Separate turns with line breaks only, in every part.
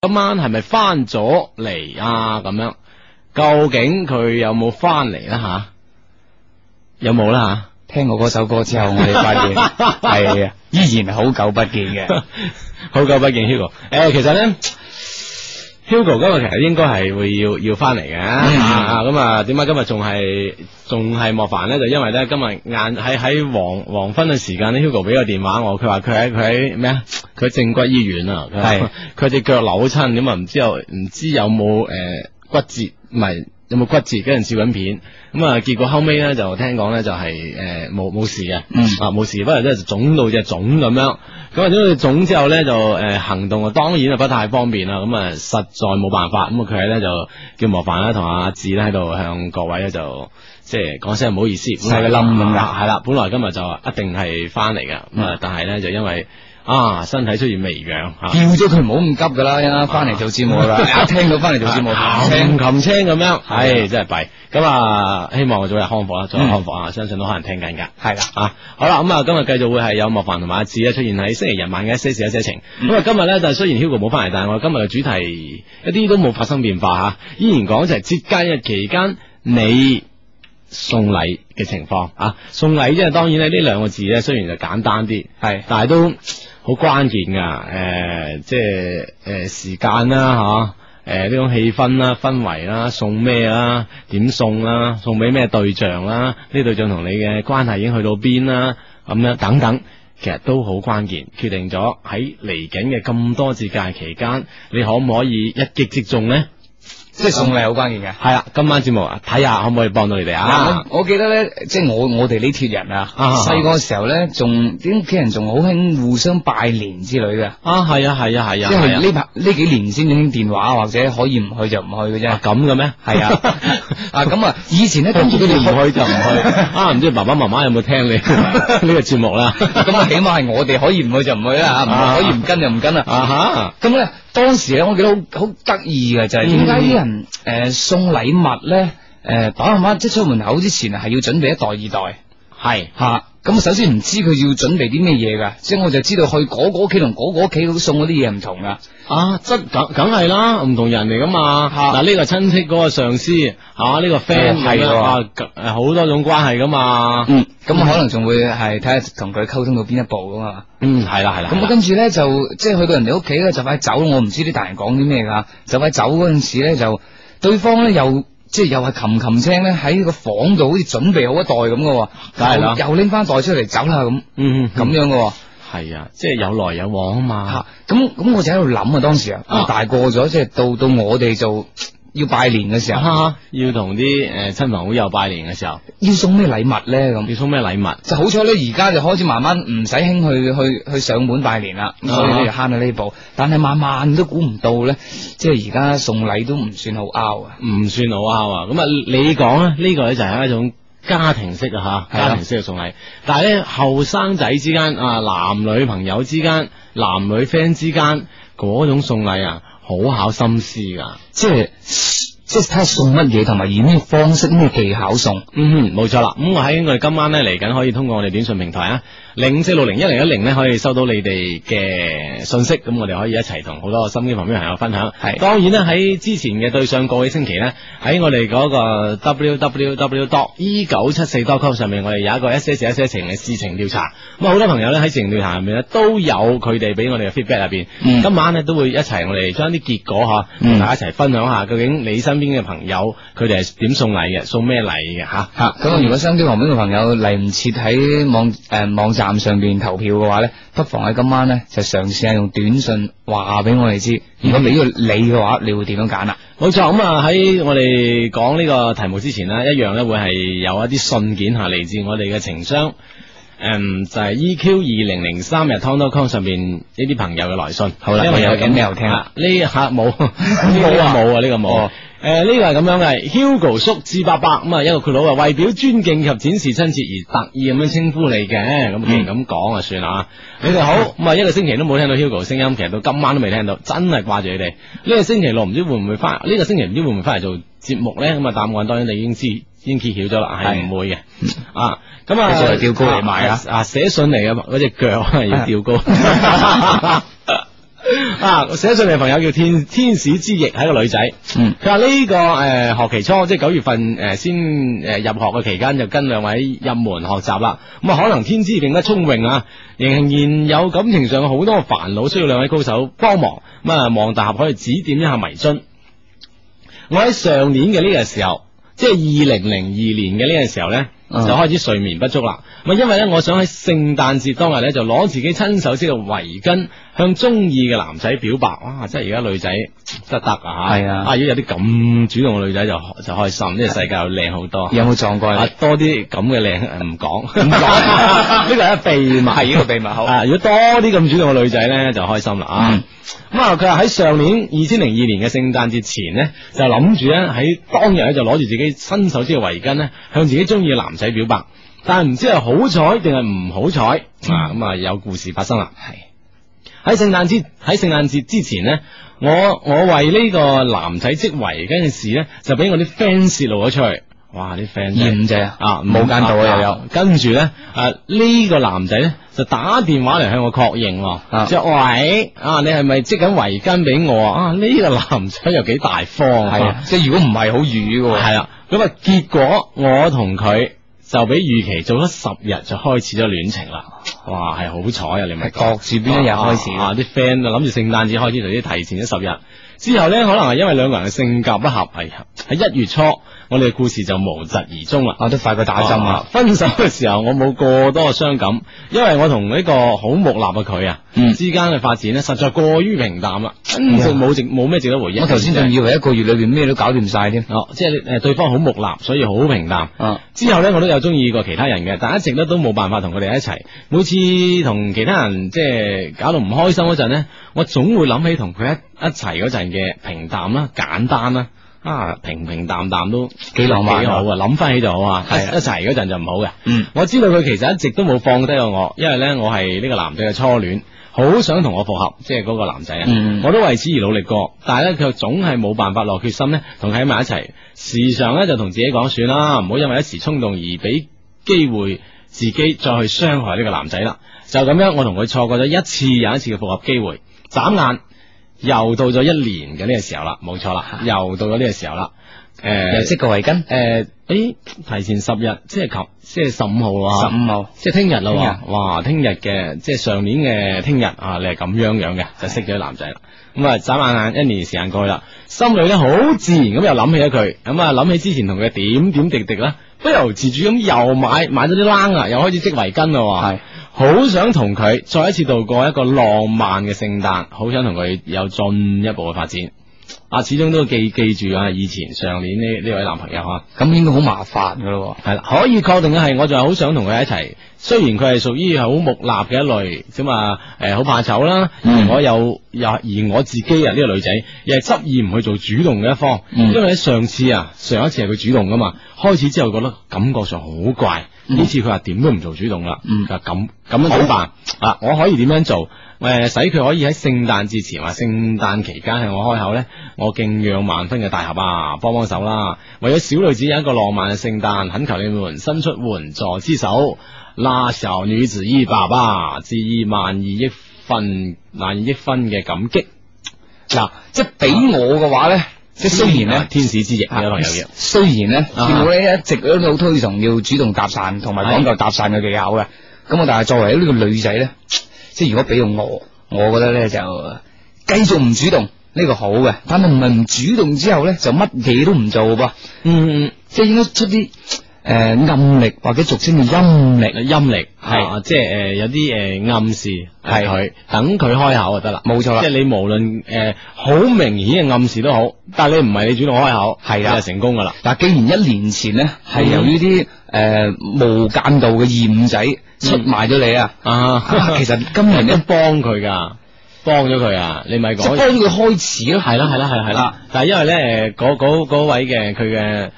今晚係咪翻咗嚟啊？咁樣究竟佢有冇翻嚟啦？吓、有冇啦？
聽過嗰首歌之後，我哋發現 係啊，依然好久不見嘅。
好久不見 Hugo。诶、其實咧。Hugo 今日其實應該係會要要翻嚟嘅，
嗯
啊咁啊點解今日仲係仲係莫凡咧？就因為咧今日晏喺喺黃黃昏嘅時間咧，Hugo 俾個電話我，佢話佢喺佢喺咩啊？佢喺正骨醫院啊，佢話
係
佢只腳扭親，咁啊唔知有唔知有冇诶、骨折，唔係有冇骨折，跟住照緊片，咁啊結果後尾咧就聽講咧就係诶冇冇事嘅，
嗯
啊冇事，不過咧就腫到隻腫咁樣。咁啊，因為總之後咧就誒、呃行動啊，當然啊不太方便啦。咁啊，實在冇辦法。咁啊，佢咧就叫莫凡啦，同阿志咧喺度向各位咧就即係講聲唔好意思，
細個冧咁㗎
啊係啦，本來今日就一定係翻嚟噶，咁啊
嗯，
但係咧就因為啊身體出現微啊恙嚇。
叫咗佢唔好咁急噶啦，一陣間翻嚟做節目
啊
啦。一啊聽到翻嚟做節目，
琴琴聲咁樣，
係
唉，真係弊。咁啊，希望我早日康復啦，早日
嗯
康復啊，相信都可能聽緊㗎。
係啦，
啊，好啦，咁啊，今日繼續會係有莫凡同埋阿志啊咧出現喺星期日晚嘅一些事一些情。
嗯
咁啊，今日咧就雖然 Hugo 冇翻嚟，但係我今日嘅主題一啲都冇發生變化吓，依然講就係節假日期間你。送禮嘅情況啊，送禮即係當然咧，呢兩個字咧雖然就簡單啲，
係
但係都好關鍵噶。诶、即係诶、誒時間啦，吓、诶呢種氣氛啦、氛圍啦、送咩啦、點送啦、送俾咩對象啦，呢對象同你嘅關係已經去到邊啦，咁樣等等。其實都好關鍵，決定咗喺嚟緊嘅咁多節假期間，你可唔可以一擊即中呢？
即係送禮好關鍵嘅。
係啦，今晚節目啊，睇下可唔可以幫到你哋啊
嗱，！我我記得咧，即係我我哋呢鐵人啊，
啊
細個嘅時候咧，仲啲屋企人仲好興互相拜年之類嘅，
啊，係啊，係啊，係啊，
即
係
係
啊
呢排呢幾年先興電話，或者可以唔去就唔去嘅啫
啊。咁嘅咩？
係 啊，啊咁啊，以前 咧
跟住佢哋唔
開
去就唔去 啊！唔知爸爸媽媽有冇 聽你呢個節目啦？
咁啊，起碼係我哋可以唔去就唔去啦，唔
啊
可以唔跟就唔跟啦。
啊哈！
咁咧，當時咧，我記得好好得意嘅就係點解啲人诶、
嗯
呃送禮物咧，诶、爸爸媽媽即係出門口之前啊係要準備一袋二袋
係
吓。咁、首先唔知佢要準備啲咩嘢㗎，即係我就知道去嗰個屋企同嗰個屋企送嗰啲嘢唔同㗎。
啊，真梗梗係啦，唔同人嚟噶嘛。
啊哦
嗱，呢個親戚，嗰個上司，啊呢個 friend
係
咁樣
喎
啊，誒好多種關係噶嘛。
嗯，咁可能仲會係睇下同佢溝通到邊一步㗎嘛。
嗯，係啦係啦。
咁跟住咧就即係去到人哋屋企咧就快走，我唔知啲大人講啲咩㗎，就快走嗰陣時咧就對方咧又即係又係琴琴聲咧喺個房度好似準備好一袋咁嘅喎，
梗係啦
又又拎翻袋出嚟走啦咁
嗯
咁樣嘅喎
係啊，即係有來有往啊嘛。
嚇，咁咁我就喺度諗啊當時啊
啊，
大個咗即係到到我哋就要拜年嘅時候，
啊要同啲誒親朋好友拜年嘅時候，
要送咩禮物咧咁。
要送咩禮物？
就好彩咧，而家就開始慢慢唔使興去去去上門拜年啦，咁所以
啊
咧就慳咗呢步。但係慢慢都估唔到咧，即係而家送禮都唔算好 out 啊。
唔算好啱啊！咁啊，你講咧，呢、個咧就係一種家庭式啊吓，
係啊
家庭式嘅送禮。但係咧，後生仔之間啊，男女朋友之間，男女 friend 之間嗰種送禮啊，好考心思噶。
即係即係睇下送乜嘢，同埋以咩方式、咩技巧送。
嗯哼，冇錯啦。咁我喺我哋今晚咧嚟緊可以通過我哋短信平台啊，零四六零一零一零咧可以收到你哋嘅信息，咁我哋可以一齊同好多心機旁邊嘅朋友分享。
係
當然啦，喺之前嘅對上個幾星期咧，喺我哋嗰個 www dot e 九七四 dot com 上面，我哋有一個一些事一些情嘅事情調查。咁啊，好多朋友咧喺事情調查入面咧都有佢哋俾我哋嘅 feedback 入邊。
嗯
今晚咧都會一齊我哋將啲結果吓同
嗯
大家一齊分享下，究竟你身邊嘅朋友佢哋係點送禮嘅，送咩禮嘅吓。
吓咁啊！如果相機旁邊嘅朋友嚟唔切喺網诶、网站上边投票嘅話咧，不妨喺今晚咧就嘗試下用短信話俾我哋知。如果俾咗你嘅話，你會點樣揀啊？
冇錯，咁啊喺我哋講呢個題目之前呢，一樣咧會係有一啲信件吓嚟自我哋嘅情商，诶、就係 EQ 二零零三日 tom.com 上边呢啲朋友嘅來信。
好啦
因為
我有
咁
email 聽啦
啊呢下冇冇啊冇啊呢個冇
哦。
诶，呢個係咁樣嘅，Hugo 叔至伯伯咁啊，一個佢佬啊，為表尊敬及展示親切而特意咁樣稱呼你嘅，咁既然咁講啊，算啦啊。你哋好，咁啊一個星期都冇聽到 Hugo 聲音，其實到今晚都未聽到，真係掛住你哋。呢、個星期六唔知會唔會翻，呢、個星期唔知會唔會翻嚟做節目咧？咁啊答案當然你已經知，已經揭曉咗啦，係
係
唔會嘅。啊，咁啊，
繼續嚟吊高嚟賣啊！
啊，寫信嚟嘅嗰只腳要吊高。啊，寫信嚟嘅朋友叫天天使之翼，係一個女仔。
嗯，
佢話呢個诶、呃學期初，即係九月份诶、呃先诶、呃入學嘅期間，就跟兩位入門學習啦。咁啊，可能天資並不聰穎啊，仍然有感情上好多煩惱，需要兩位高手幫忙。咁啊，望大俠可以指點一下迷津。我喺上年嘅呢個時候，即係二零零二年嘅呢個時候呢，
嗯
就開始睡眠不足啦。咁啊因為呢，我想喺聖誕節當日呢，就攞自己親手織嘅圍巾向中意嘅男仔表白。哇！即係而家女仔真係得啊嚇
係啊
啊，如果有啲咁主動嘅女仔就就開心，呢個世界又靚好多。
有冇撞過
啊
你？，
多啲咁嘅靚呃唔講，唔 講，呢個係一個秘密。
係呢個秘密好
啊，如果多啲咁主動嘅女仔咧，就開心啦啊
嗯！
咁啊，佢話喺上年二千零二年嘅聖誕節前咧，就諗住咧喺當日咧就攞住自己新手織嘅圍巾咧，向自己中意嘅男仔表白。但係唔知係好彩定係唔好彩
嗯
啊！咁啊，有故事發生啦。喺聖誕之喺聖誕節之前呢，我我為呢個男仔織圍巾嘅事呢，就俾我啲 fans 泄露咗出去。哇！啲 fans 真係
厭啫，
啊，
冇間道啊又有。。
跟住咧，啊呢、個男仔咧就打電話嚟向我確認喎，
啊
就喂啊，你係咪織緊圍巾俾我啊？啊呢、個男仔又幾大方
係啊，即係如果唔係好瘀嘅
係
喎，
啦，咁啊結果我同佢就比預期早咗十日就開始咗戀情啦。哇，係好彩啊！你咪
係各自邊一日開始
啊？啊啲 friend 啊諗住聖誕節開始，就啲提前咗十日。之後咧，可能係因為兩個人嘅性格不合，哎呀，喺一月初，我哋嘅故事就無疾而終啦。啊
我啊都快過打針啦。！
分手嘅時候我冇過多嘅傷感，因為我同呢個好木訥嘅佢啊，
嗯哎
之間嘅發展咧實在過於平淡啦，真係冇值冇咩值得回憶。
我頭先仲
要
以為一個月裏邊咩都搞掂晒添。
哦，即係誒對方好木訥，所以好平淡。
啊，
之後咧，我都有中意過其他人嘅，但一直咧都冇辦法同佢哋一齊。每次同其他人即係搞到唔開心嗰陣咧，我總會諗起同佢一一齊嗰陣嘅平淡啦、簡單啦。啊，平平淡淡都
幾浪漫啊
幾好啊！諗翻起就好啊，一
係啊
一齊嗰陣就唔好嘅。
嗯，
我知道佢其實一直都冇放低過我，因為咧我係呢個男仔嘅初戀，好想同我復合，即係嗰個男仔啊，
嗯
我都為此而努力過，但係咧佢總係冇辦法落決心咧同佢喺埋一齊，時常咧就同自己講算啦，唔好因為一時衝動而俾機會自己再去傷害呢個男仔啦。就咁樣，我同佢錯過咗一次又一次嘅復合機會，眨眼又到咗一年嘅呢個時候啦，冇錯啦，又到咗呢個時候啦，誒、
又織個圍巾，
诶，诶、提前十日，即系琴，即系十五號
十
啊，
五號。
即系聽日啦喎，哇，聽日嘅，即系上年嘅聽日啊，你係咁樣樣嘅，就識咗啲男仔啦。咁啊，眨下眼一年時間過去啦，心裏咧好自然咁又諗起咗佢，咁啊諗起之前同佢點點滴滴啦，不由自主咁又買買咗啲冷啊，又開始織圍巾啦喎，
係
好想同佢再一次度過一個浪漫嘅聖誕，好想同佢有進一步嘅發展。啊，始終都記記住啊，以前上年呢呢位男朋友啊。
咁應該好麻煩噶咯
系啦，可以確定嘅係，我仲係好想同佢一齊。雖然佢係屬於好木訥嘅一類，咁啊，诶，好怕醜啦。
嗯
而我又又而我自己啊，呢、個女仔又係執意唔去做主動嘅一方，
嗯
因為喺上次啊，上一次係佢主動噶嘛。開始之後覺得感覺上好怪，呢、
嗯
次佢話點都唔做主動啦。
嗯
佢話咁咁樣點辦啊？我可以點樣做？诶、使佢可以喺聖誕節前或聖誕期間向我開口呢？我敬仰萬分嘅大俠啊，幫幫手啦！為咗小女子有一個浪漫嘅聖誕，懇求你們伸出援助之手，拉小女子依爸爸，致以萬二億分萬二億分嘅感激。
喎。嗱，即係俾我嘅話咧，即係雖然咧
啊。天使之翼，有朋友嘅。
雖然咧，
啊
見到咧一直都好推崇要主動搭訕同埋講究搭訕嘅技巧嘅。咁我但係作為呢個女仔咧，即係如果俾到我，我覺得咧就繼續唔主動呢、個好嘅，但係唔係唔主動之後咧就乜嘢都唔做噃，
嗯嗯。
即係應該出啲诶、呃暗力或者俗稱嘅陰力，
阴力
係
啊，即系诶、呃有啲诶、呃暗示
係
係佢，等佢開口就得啦。
冇錯啦
即。係你無論诶好明顯嘅暗示都好，但係你唔係你主動開口，
係
啦，
啦
就成功噶啦。
嗱，既然一年前咧係
嗯
由於啲诶无间道嘅二五仔出賣咗你啊，
啊
啊其實今年
你
咧
都幫佢㗎，幫咗佢啊，你咪
即係
講
幫佢開始咯，
係啦係啦係啦係啦
啊。
但係因為咧诶嗰嗰嗰位嘅佢嘅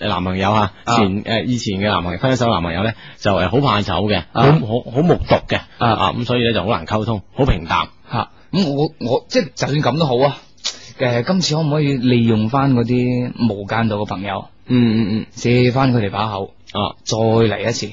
呃男朋友啊，
啊
前诶以前嘅男朋友分咗手嘅男朋友咧，就诶好怕醜嘅，好好
啊
好木獨嘅
啊
啊，咁所以咧就好難溝通，好平淡。
吓，啊咁、我我即系就算咁都好啊。诶、今次可唔可以利用翻嗰啲無間道嘅朋友，
嗯嗯
借翻佢哋把口，
嗯，啊
再嚟一次？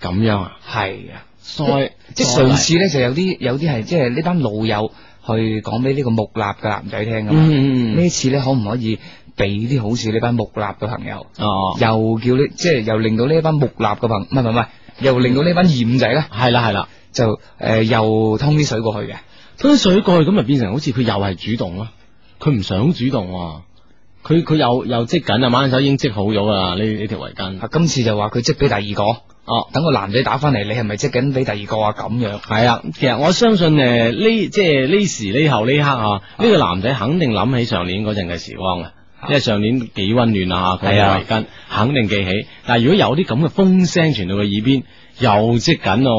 咁樣啊。
係啊，
衰
即系上次咧就有啲有啲係即係呢班老友去講俾呢個木納嘅男仔聽噶嘛。
嗯嗯
呢次咧可唔可以俾啲好似呢班木納嘅朋友，
哦，
又叫呢，即係又令到呢班木納嘅朋，唔係唔係唔係，又令到呢班鹽仔咧
係啦係啦，
就誒、呃又通啲水過去嘅。
推水過去咁咪變成好似佢又係主動咯，佢唔想主動喎，佢佢又又織緊啊，晚手已經織好咗啊，呢呢條圍巾，
啊，今次就話佢積俾第二個，
哦。
等個男仔打翻嚟，你係咪積緊俾第二個啊？咁樣
系啦，其實我相信诶呢即係呢時呢後呢刻啊，呢、個男仔肯定諗起上年嗰陣嘅時光啦，因為上年幾温暖啊，
啊
佢
係啊
嘅圍巾肯定記起。但係如果有啲咁嘅風聲傳到佢耳邊，又積緊咯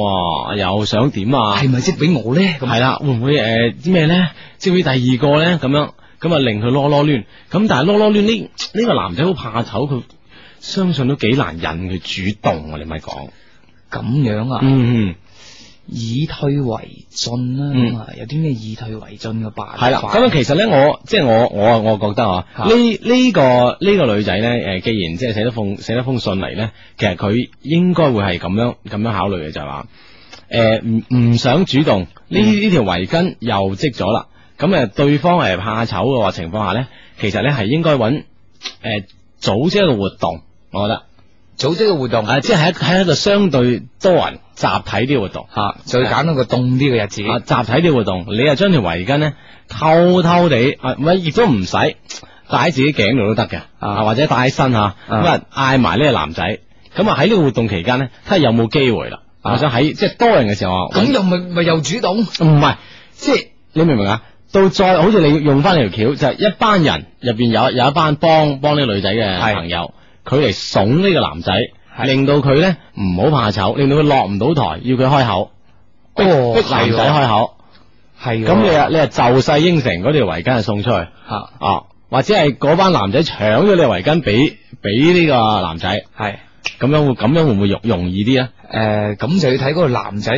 喎，又想點啊？
係咪積俾我咧？咁
係啦，會唔會诶咩咧？即係第二個咧咁樣，咁啊令佢囉囉攣。咁但係囉囉攣呢呢個男仔好怕醜，佢相信都幾難引佢主動啊！你咪講，
咁樣啊？
嗯嗯。
以退為進啦，
嗯
咁啊、有啲咩以退為進嘅辦法？
系啦，咁啊，其實咧，我即係我我我覺得啊，
嚇
呢呢、個呢、個女仔咧，诶，既然即係寫咗封寫咗封信嚟咧，其實佢應該會係咁樣咁樣考慮嘅，就係話，诶，唔唔想主動，呢呢條圍巾又織咗啦，咁诶，對方係怕醜嘅話情況下咧，其實咧係應該揾诶組織呃一個活動，我覺得，
組織嘅活動
啊，即係喺喺一個相對多人集體啲嘅活動。啊
吓，就揀到個凍啲嘅日子，
啊，集體啲活動，你啊將條圍巾咧偷偷地啊，唔係亦都唔使戴喺自己頸度都得嘅，啊或者戴喺身吓，咁啊嗌埋呢個男仔，咁啊喺呢個活動期間咧，睇下有冇機會啦。
啊
我想喺即係多人嘅時候啊，
咁又咪咪又主動？
唔係即係你明唔明啊？到再好似你用翻條橋，就係一班人入邊有有一班幫幫呢個女仔嘅
係
朋友，佢嚟慫呢個男仔，
係
令到佢咧唔好怕醜，令到佢落唔到台，要佢開口，逼
哦
逼男
係
仔
喎
開口。
係
咁你啊，你啊就勢應承嗰條圍巾係送出去
吓
啊，或者係嗰班男仔搶咗你圍巾俾俾呢個男仔，
係
咁樣會咁樣會唔會容容易啲啊？
誒，呃咁就要睇嗰個男仔。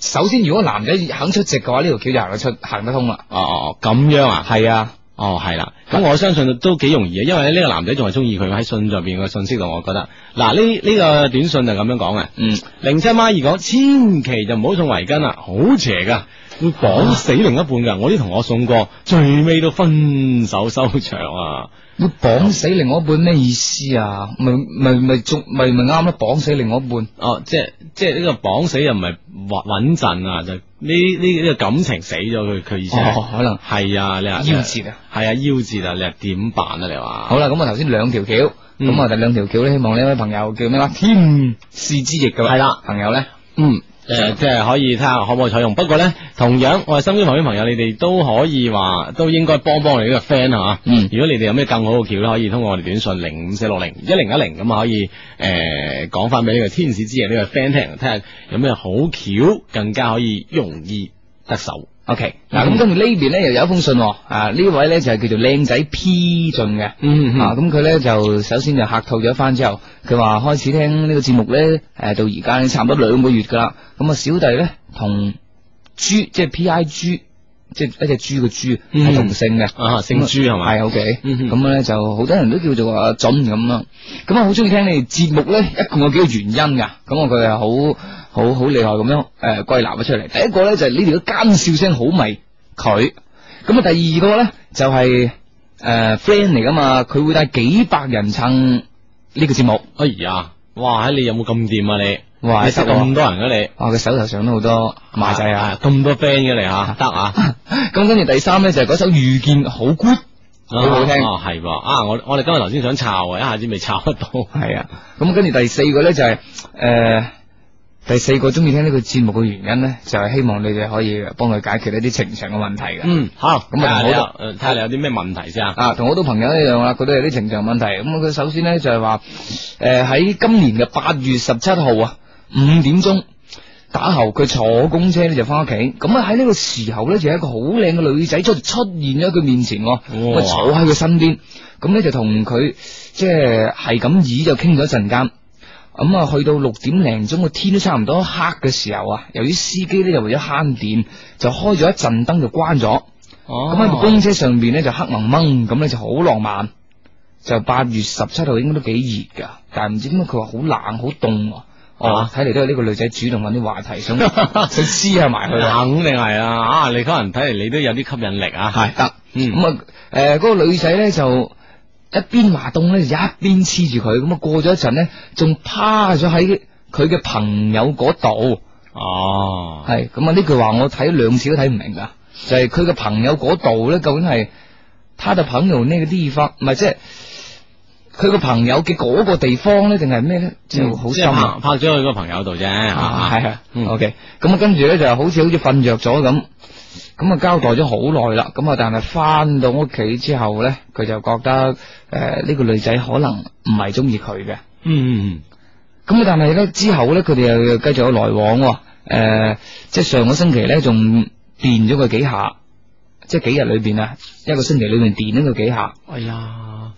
首先，如果男仔肯出席嘅話，呢條橋就行得出，行得通啦。
哦哦，咁樣啊，係啊，哦係啦，咁我相信都幾容易啊，因為呢個男仔仲係中意佢喺信上邊個信息度，我覺得嗱呢呢個短信就咁樣講嘅，啊
嗯，
零七孖二講千祈就唔好送圍巾啦，好邪噶，會綁死另一半噶，我啲同學送過，最尾都分手收場啊！
要綁死另外一半咩意思啊？咪咪咪仲咪咪啱咯，綁死另外一半。
哦，即系即系呢个绑死又唔系穩稳阵啊，就呢呢呢个感情死咗佢佢意思係。
哦，可能
系啊，你話
夭折啊！
系啊，夭折啊！你話點辦啊？你話
好啦，咁我頭先兩條橋，咁、
嗯
我哋兩條橋咧，希望呢位朋友叫咩話？天使之翼嘅
係啦
朋友咧，
嗯，诶、 即係可以睇下可唔可以採用。不過咧，同樣我哋身邊旁邊朋友，你哋都可以話，都應該幫幫我哋呢個 friend 吓。
嗯
如果你哋有咩更好嘅橋咧，可以通過我哋短信零五四六零一零一零咁啊，可以诶講翻俾呢個天使之翼呢個 friend 聽，睇下有咩好橋更加可以容易得手。
OK，
嗯
嗱咁跟住呢邊咧又有一封信喎，啊呢位咧就係叫做靚仔 P 進嘅，啊
嗯
咁佢咧就首先就客套咗一番之後，佢話開始聽呢個節目咧，誒到而家咧差唔多兩個月噶啦，咁啊小弟咧同豬即係 P I G，即係一隻豬嘅豬
嗯
係同姓嘅，
啊，姓朱系嘛？
系 OK，
嗯哼
咁咧就好多人都叫做阿準咁啦。咁啊，好中意聽你哋節目咧，一共有幾個原因噶。咁我佢係好好好厲害咁樣诶歸納咗出嚟。第一個咧就係你哋嘅奸笑聲好迷佢。咁啊，第二個咧就係诶 friend 嚟噶嘛，佢會帶幾百人撐呢個節目。
哎呀，哇！你有冇咁掂啊你？
哇
你識
得喎
咁多人嘅你，
哇，佢手頭上都好多馬仔啊！
啊，咁多 friend 嘅你吓，得啊，
咁跟住第三咧就係嗰首遇見好 good，好好聽。
啊，係喎，啊，我我哋今日頭先想抄啊，一下子未抄得到。
系啊，咁跟住第四個咧就係呃第四個中意聽呢個節目嘅原因咧，就係希望你哋可以幫佢解決一啲情場嘅問題嘅。
嗯，好，
咁啊
睇下你有
好啦
呃睇下你有啲咩問題先啊。
啊，同好多朋友一樣啦，佢都有啲情場問題。咁啊佢首先咧就係話，诶喺今年嘅八月十七號啊五點鐘打後，佢坐公車咧就翻屋企。咁啊喺呢個時候咧就有一個好靚嘅女仔出出現咗喺佢面前喎，咁啊坐喺佢身邊。咁咧就同佢即係係咁耳就傾咗一陣間。咁啊，去到六點零鐘個天都差唔多黑嘅時候啊，由於司機咧就為咗慳電，就開咗一陣燈就關咗。咁
哦
喺部公車上邊咧就黑蒙蒙，咁咧就好浪漫。就八月十七號應該都幾熱噶，但係唔知點解佢話好冷好凍喎。哦，睇嚟都係呢個女仔主動揾啲話題想想黐下埋 佢啊，
肯定係啦，啊，你可能睇嚟你都有啲吸引力啊，
係得。
嗯
咁啊，诶，嗰個女仔咧就一邊話凍咧，就一邊黐住佢。咁啊，過咗一陣咧，仲趴咗喺佢嘅朋友嗰度。
哦，
係咁啊，呢句話我睇兩次都睇唔明噶，就係佢嘅朋友嗰度咧，究竟係他的朋友呢個地方，唔係即係佢個朋友嘅嗰個地方咧，定係咩咧？就好
嗯即
深
係
啊！
拍拍咗佢個朋友度啫，
啊，
啊
系啊
嗯
，OK，咁啊，跟住咧就好似好似瞓着咗咁，咁啊交代咗好耐啦，咁啊，但係翻到屋企之後咧，佢就覺得诶呢個女仔可能唔係中意佢嘅，
嗯，
咁啊，但係咧之後咧佢哋又繼續有來往喎，诶，即係上個星期咧仲電咗佢幾下，即係幾日裏边啊，一個星期裏边電咗佢幾下
哎呀，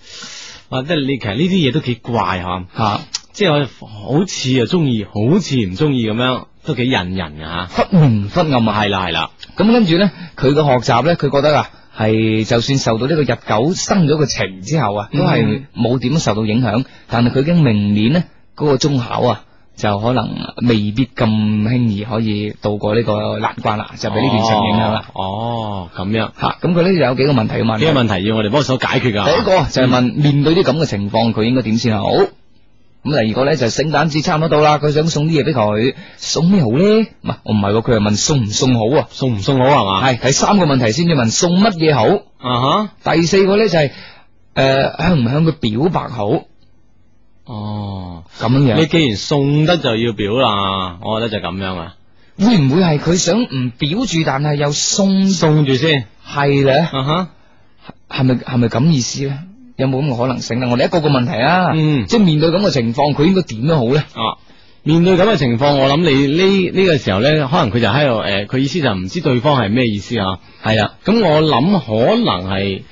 哇，啊即係你其實呢啲嘢都幾怪吓，
吓，
即係我好似啊中意，好似唔中意咁樣，都幾引人噶
忽明忽暗啊
吓，。係啦係啦，
咁跟住呢，佢嘅學習呢，佢覺得啊，係就算受到呢個日久生咗個情之後啊，都係冇點受到影響。但係佢已經明年呢，嗰、個中考啊，就可能未必咁輕易可以渡過呢個難關啦，就俾呢段情影響啦。
哦，哦，咁樣，
吓、咁佢呢就有幾個問題要問。
呢個問題要我哋幫手解決㗎。
第一個就係
嗯
問面對啲咁嘅情況，佢應該點先好？咁啊第二個咧就聖誕節差唔多到啦，佢想送啲嘢俾佢，送咩好咧？唔係，我唔係喎，佢係問送唔送好啊？
送唔送好係嘛？
系第三個問題先至問送乜嘢好，
啊哈，
第四個咧就係呃向唔向佢表白好
哦，
咁樣
你
樣。
既然送得就要表啦，我覺得就咁樣啊，
你會唔會係佢想唔表住，但係又送
送住先，
係咧？
啊哈，
係咪係咪咁意思咧？有冇咁嘅可能性咧？我哋一個個問題啊，
嗯
即係面對咁嘅情況，佢應該點樣好咧？
啊。面對咁嘅情況，我諗你呢呢、個時候呢，可能佢就喺度呃誒，佢、意思就唔知對方係咩意思啊。
係啦，
咁我諗可能係，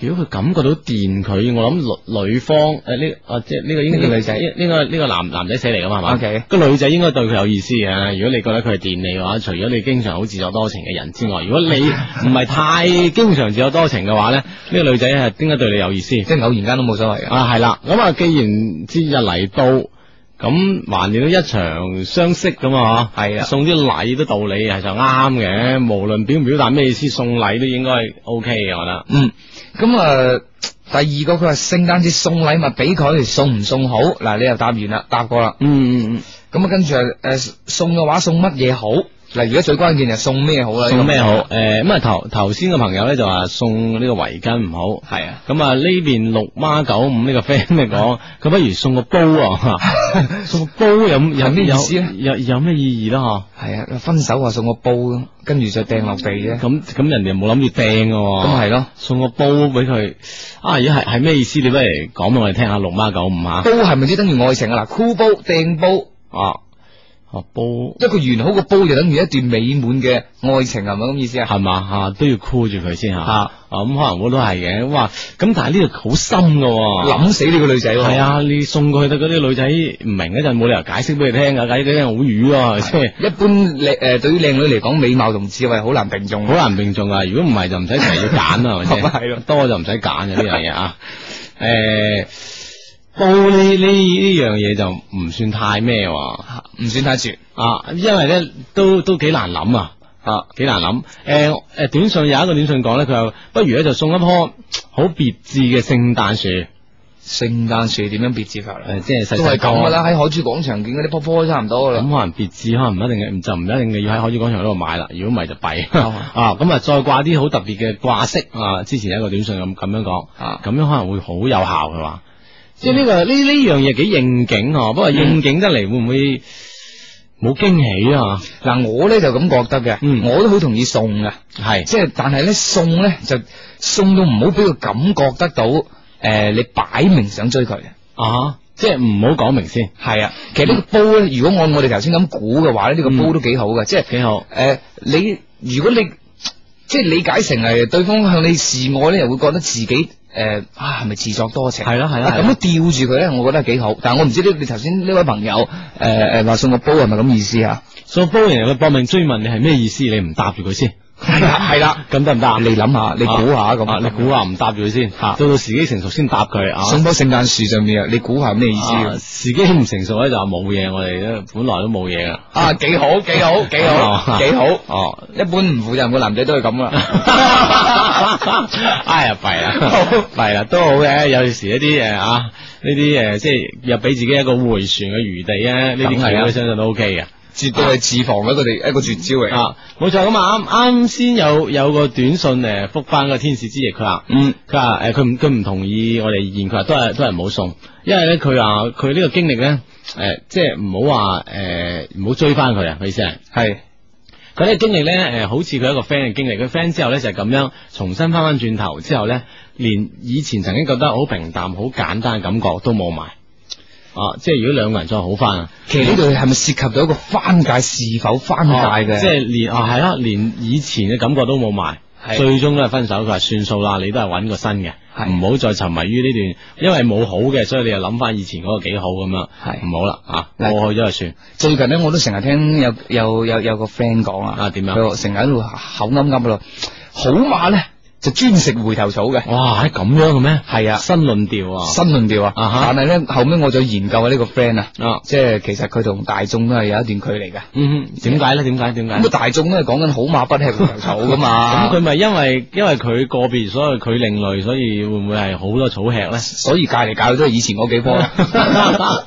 如果佢感覺到電佢，我諗女女方誒呢、啊即係呢個應
呢個女仔
呢、呢個呢、個男男仔寫嚟噶嘛係嘛
OK
個女仔應該對佢有意思嘅。如果你覺得佢係電你嘅話，除咗你經常好自作多情嘅人之外，如果 你唔係太經常自作多情嘅話咧，呢、個女仔係應該對你有意思。
即係偶然間都冇所謂嘅。
啊，係啦，咁啊，既然節日嚟到，咁橫掂都一場相識咁啊，
係啊
送啲禮都道理係就啱嘅，無論表唔表達咩意思，送禮都應該 O K 嘅，我覺得。
嗯，咁啊、呃第二個佢話聖誕節送禮物俾佢，送唔送好？嗱，你又答完啦，答過啦。
嗯嗯
咁啊，跟住誒、呃送嘅話送乜嘢好？嗱，而家最關鍵就係送咩好啦？
送咩好？
呢
誒咁啊，頭頭先個朋友咧就話送呢個圍巾唔好，
個？係啊，
咁啊呢邊六孖九五呢個 friend 嚟 講，佢不如送個煲啊，送個煲有有
有咩意思啊
有
咧
有有咩意義啦？嗬？
係啊，分手啊送個煲咯，跟住就掟落地啫。
咁咁人哋冇諗住掟嘅喎。
咁係咯，
送個煲俾佢啊！而家係係咩意思？你不如講俾我哋聽下六孖九五啊吓
煲係咪即等於愛情啊？嗱，箍煲掟煲，
啊！啊煲
一個完好嘅煲就等於一段美滿嘅愛情，係咪咁意思啊？
係嘛吓，都要箍住佢先吓。
啊
啊咁可能我都係嘅。哇！咁但係呢度好深噶喎。
諗死呢個女仔喎！
係，啊，你送過去得嗰啲女仔唔明嗰陣，冇理由解釋俾佢聽噶，解釋俾佢聽好瘀 啊，即係
一般 靚誒對於靚女嚟講，美貌同智慧好難並重
好
啊。
難並重啊！如果唔係就唔使成日要揀啊啦，係咪先？
係咯
多就唔使揀嘅呢樣嘢啊。誒，煲哦呢呢呢樣嘢就唔算太咩喎。
唔算太絕
啊，因為咧都都幾難諗啊，
啊！
幾難諗。诶、诶，短信有一個短信講咧，佢又不如咧就送一棵好別致嘅聖誕樹，诶、
聖誕樹點樣別致法咧？
即係細
都
細
係
個
咁噶。啦，喺海珠廣場見嗰啲波波差唔多噶啦。
咁可能別致，可能唔一定嘅，就唔一定嘅要喺海珠廣場嗰度買啦。如果唔係就弊
啱啊
啊。咁啊，再掛啲好特別嘅掛飾啊。之前有一個短信咁咁樣講，
啊
咁樣可能會好有效。佢話，即係呢、個呢呢樣嘢幾應景啊。
嗯
不過應景得嚟會唔會冇驚喜啊？
嗱，我咧就咁覺得嘅，
嗯
我都好同意送嘅，
係
即係但係咧送咧就送到唔好俾佢感覺得到，誒、你擺明想追佢。
啊，即係唔好講明先。
係啊，其實呢個煲咧，如果按我哋頭先咁估嘅話咧，呢、個煲都幾好嘅，即係誒、
嗯
呃
幾好。
你如果你即係理解成係對方向你示愛咧，又會覺得自己誒、啊係咪自作多情？
係啦係啦
啊咁樣吊住佢咧，我覺得係幾好。但係我唔知呢，你頭先呢位朋友呃誒誒話送個煲係咪咁意思啊？
所以煲人佢搏命追問你係咩意思，你唔答住佢先。
係 啦係啦，
咁得唔得啊？
你諗下你估下咁
啊你估下唔答住佢先，
啊
到到時機成熟先答佢啊。
送棵聖誕樹上面啊，你估下咩意思
啊
啊？
時機唔成熟咧就話冇嘢，我哋都本來都冇嘢噶。
啊，幾好幾好幾 好幾好，
哦，
一般唔負責任嘅男仔都係咁啊啦。
哎呀，弊啦，弊啦，都好嘅。有時一啲誒啊，呢啲誒即係又俾自己一個回旋嘅餘地咧，呢啲
梗係啦
嘢相信都 OK 嘅。
絕對係自防一個地一個絕招嚟。
啊，冇錯咁啊！啱啱先有有個短信誒覆翻個天使之翼，佢話
嗯，
佢話誒佢唔佢唔同意我哋意見，佢話都係都係唔好送，因為咧佢話佢呢個經歷咧誒即係唔好話誒唔好追翻佢啊，佢意思係。
係
佢呢個經歷咧，誒、好似佢一個 friend 嘅經歷，佢 friend 之後咧就係咁樣重新翻翻轉頭之後咧，連以前曾經覺得好平淡、好簡單嘅感覺都冇埋。啊，即係如果兩個人再好翻啊，
其實呢度哦係咪涉及到一個翻界是否翻界嘅？
哦即係連啊係啦，連以前嘅感覺都冇埋，
係
最終都係分手。佢話算數啦，你都係揾個新嘅，
係
唔好再沉迷於呢段，因為冇好嘅，所以你又諗翻以前嗰個幾好咁樣，
係
唔好啦啊，
嗱
過去咗就算。
最近咧，我都成日聽有有有有個 friend 講啊，
啊點樣
佢話成日喺度口噏噏咯，好馬咧就專食回頭草嘅，
哇，係咁樣嘅咩？
係啊，
新論調啊，
新論調啊。
啊哈
但係咧後尾我再研究下呢個 friend 啊，
啊，
即係其實佢同大眾都係有一段距離嘅。
嗯哼，點解咧？點解？點解
咁啊？大眾咧講緊好馬不吃回頭草噶
咁
嘛
佢，咪因為因為佢個別，所以佢另類，所以會唔會係好多草吃咧？
所以戒嚟戒去都係以前嗰幾波啦。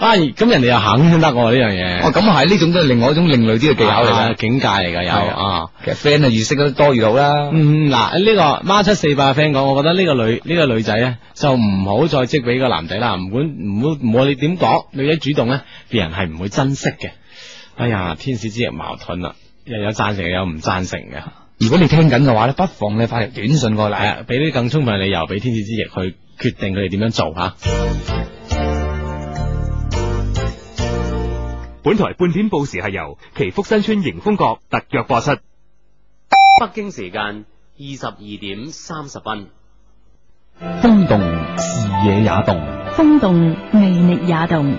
啊，咁人哋又肯先得我呢樣嘢，
哦，咁啊係呢種都係另外一種另類啲嘅技巧嚟
啊
嘅。
境界嚟噶
係
有啊。
其實 friend 啊，越識得多越好啦。
嗯，嗱呢個孖七四八嘅 friend 講，我覺得呢個女呢個女仔咧就唔好再積俾個男仔啦，唔管唔好唔好你點講，女仔主動咧，別人係唔會珍惜嘅。哎呀，天使之翼矛盾啦，又有贊成又有唔贊成嘅，
如果你聽緊嘅話咧，不妨你發條短信過嚟
係
啊。
啊，俾啲更充分嘅理由俾天使之翼去決定佢哋點樣做吓。
本台半天報時係由祈福新村迎風閣特約播出。
北京時間二十二點三十分。
風動，視野也動。
風動，魅力也動。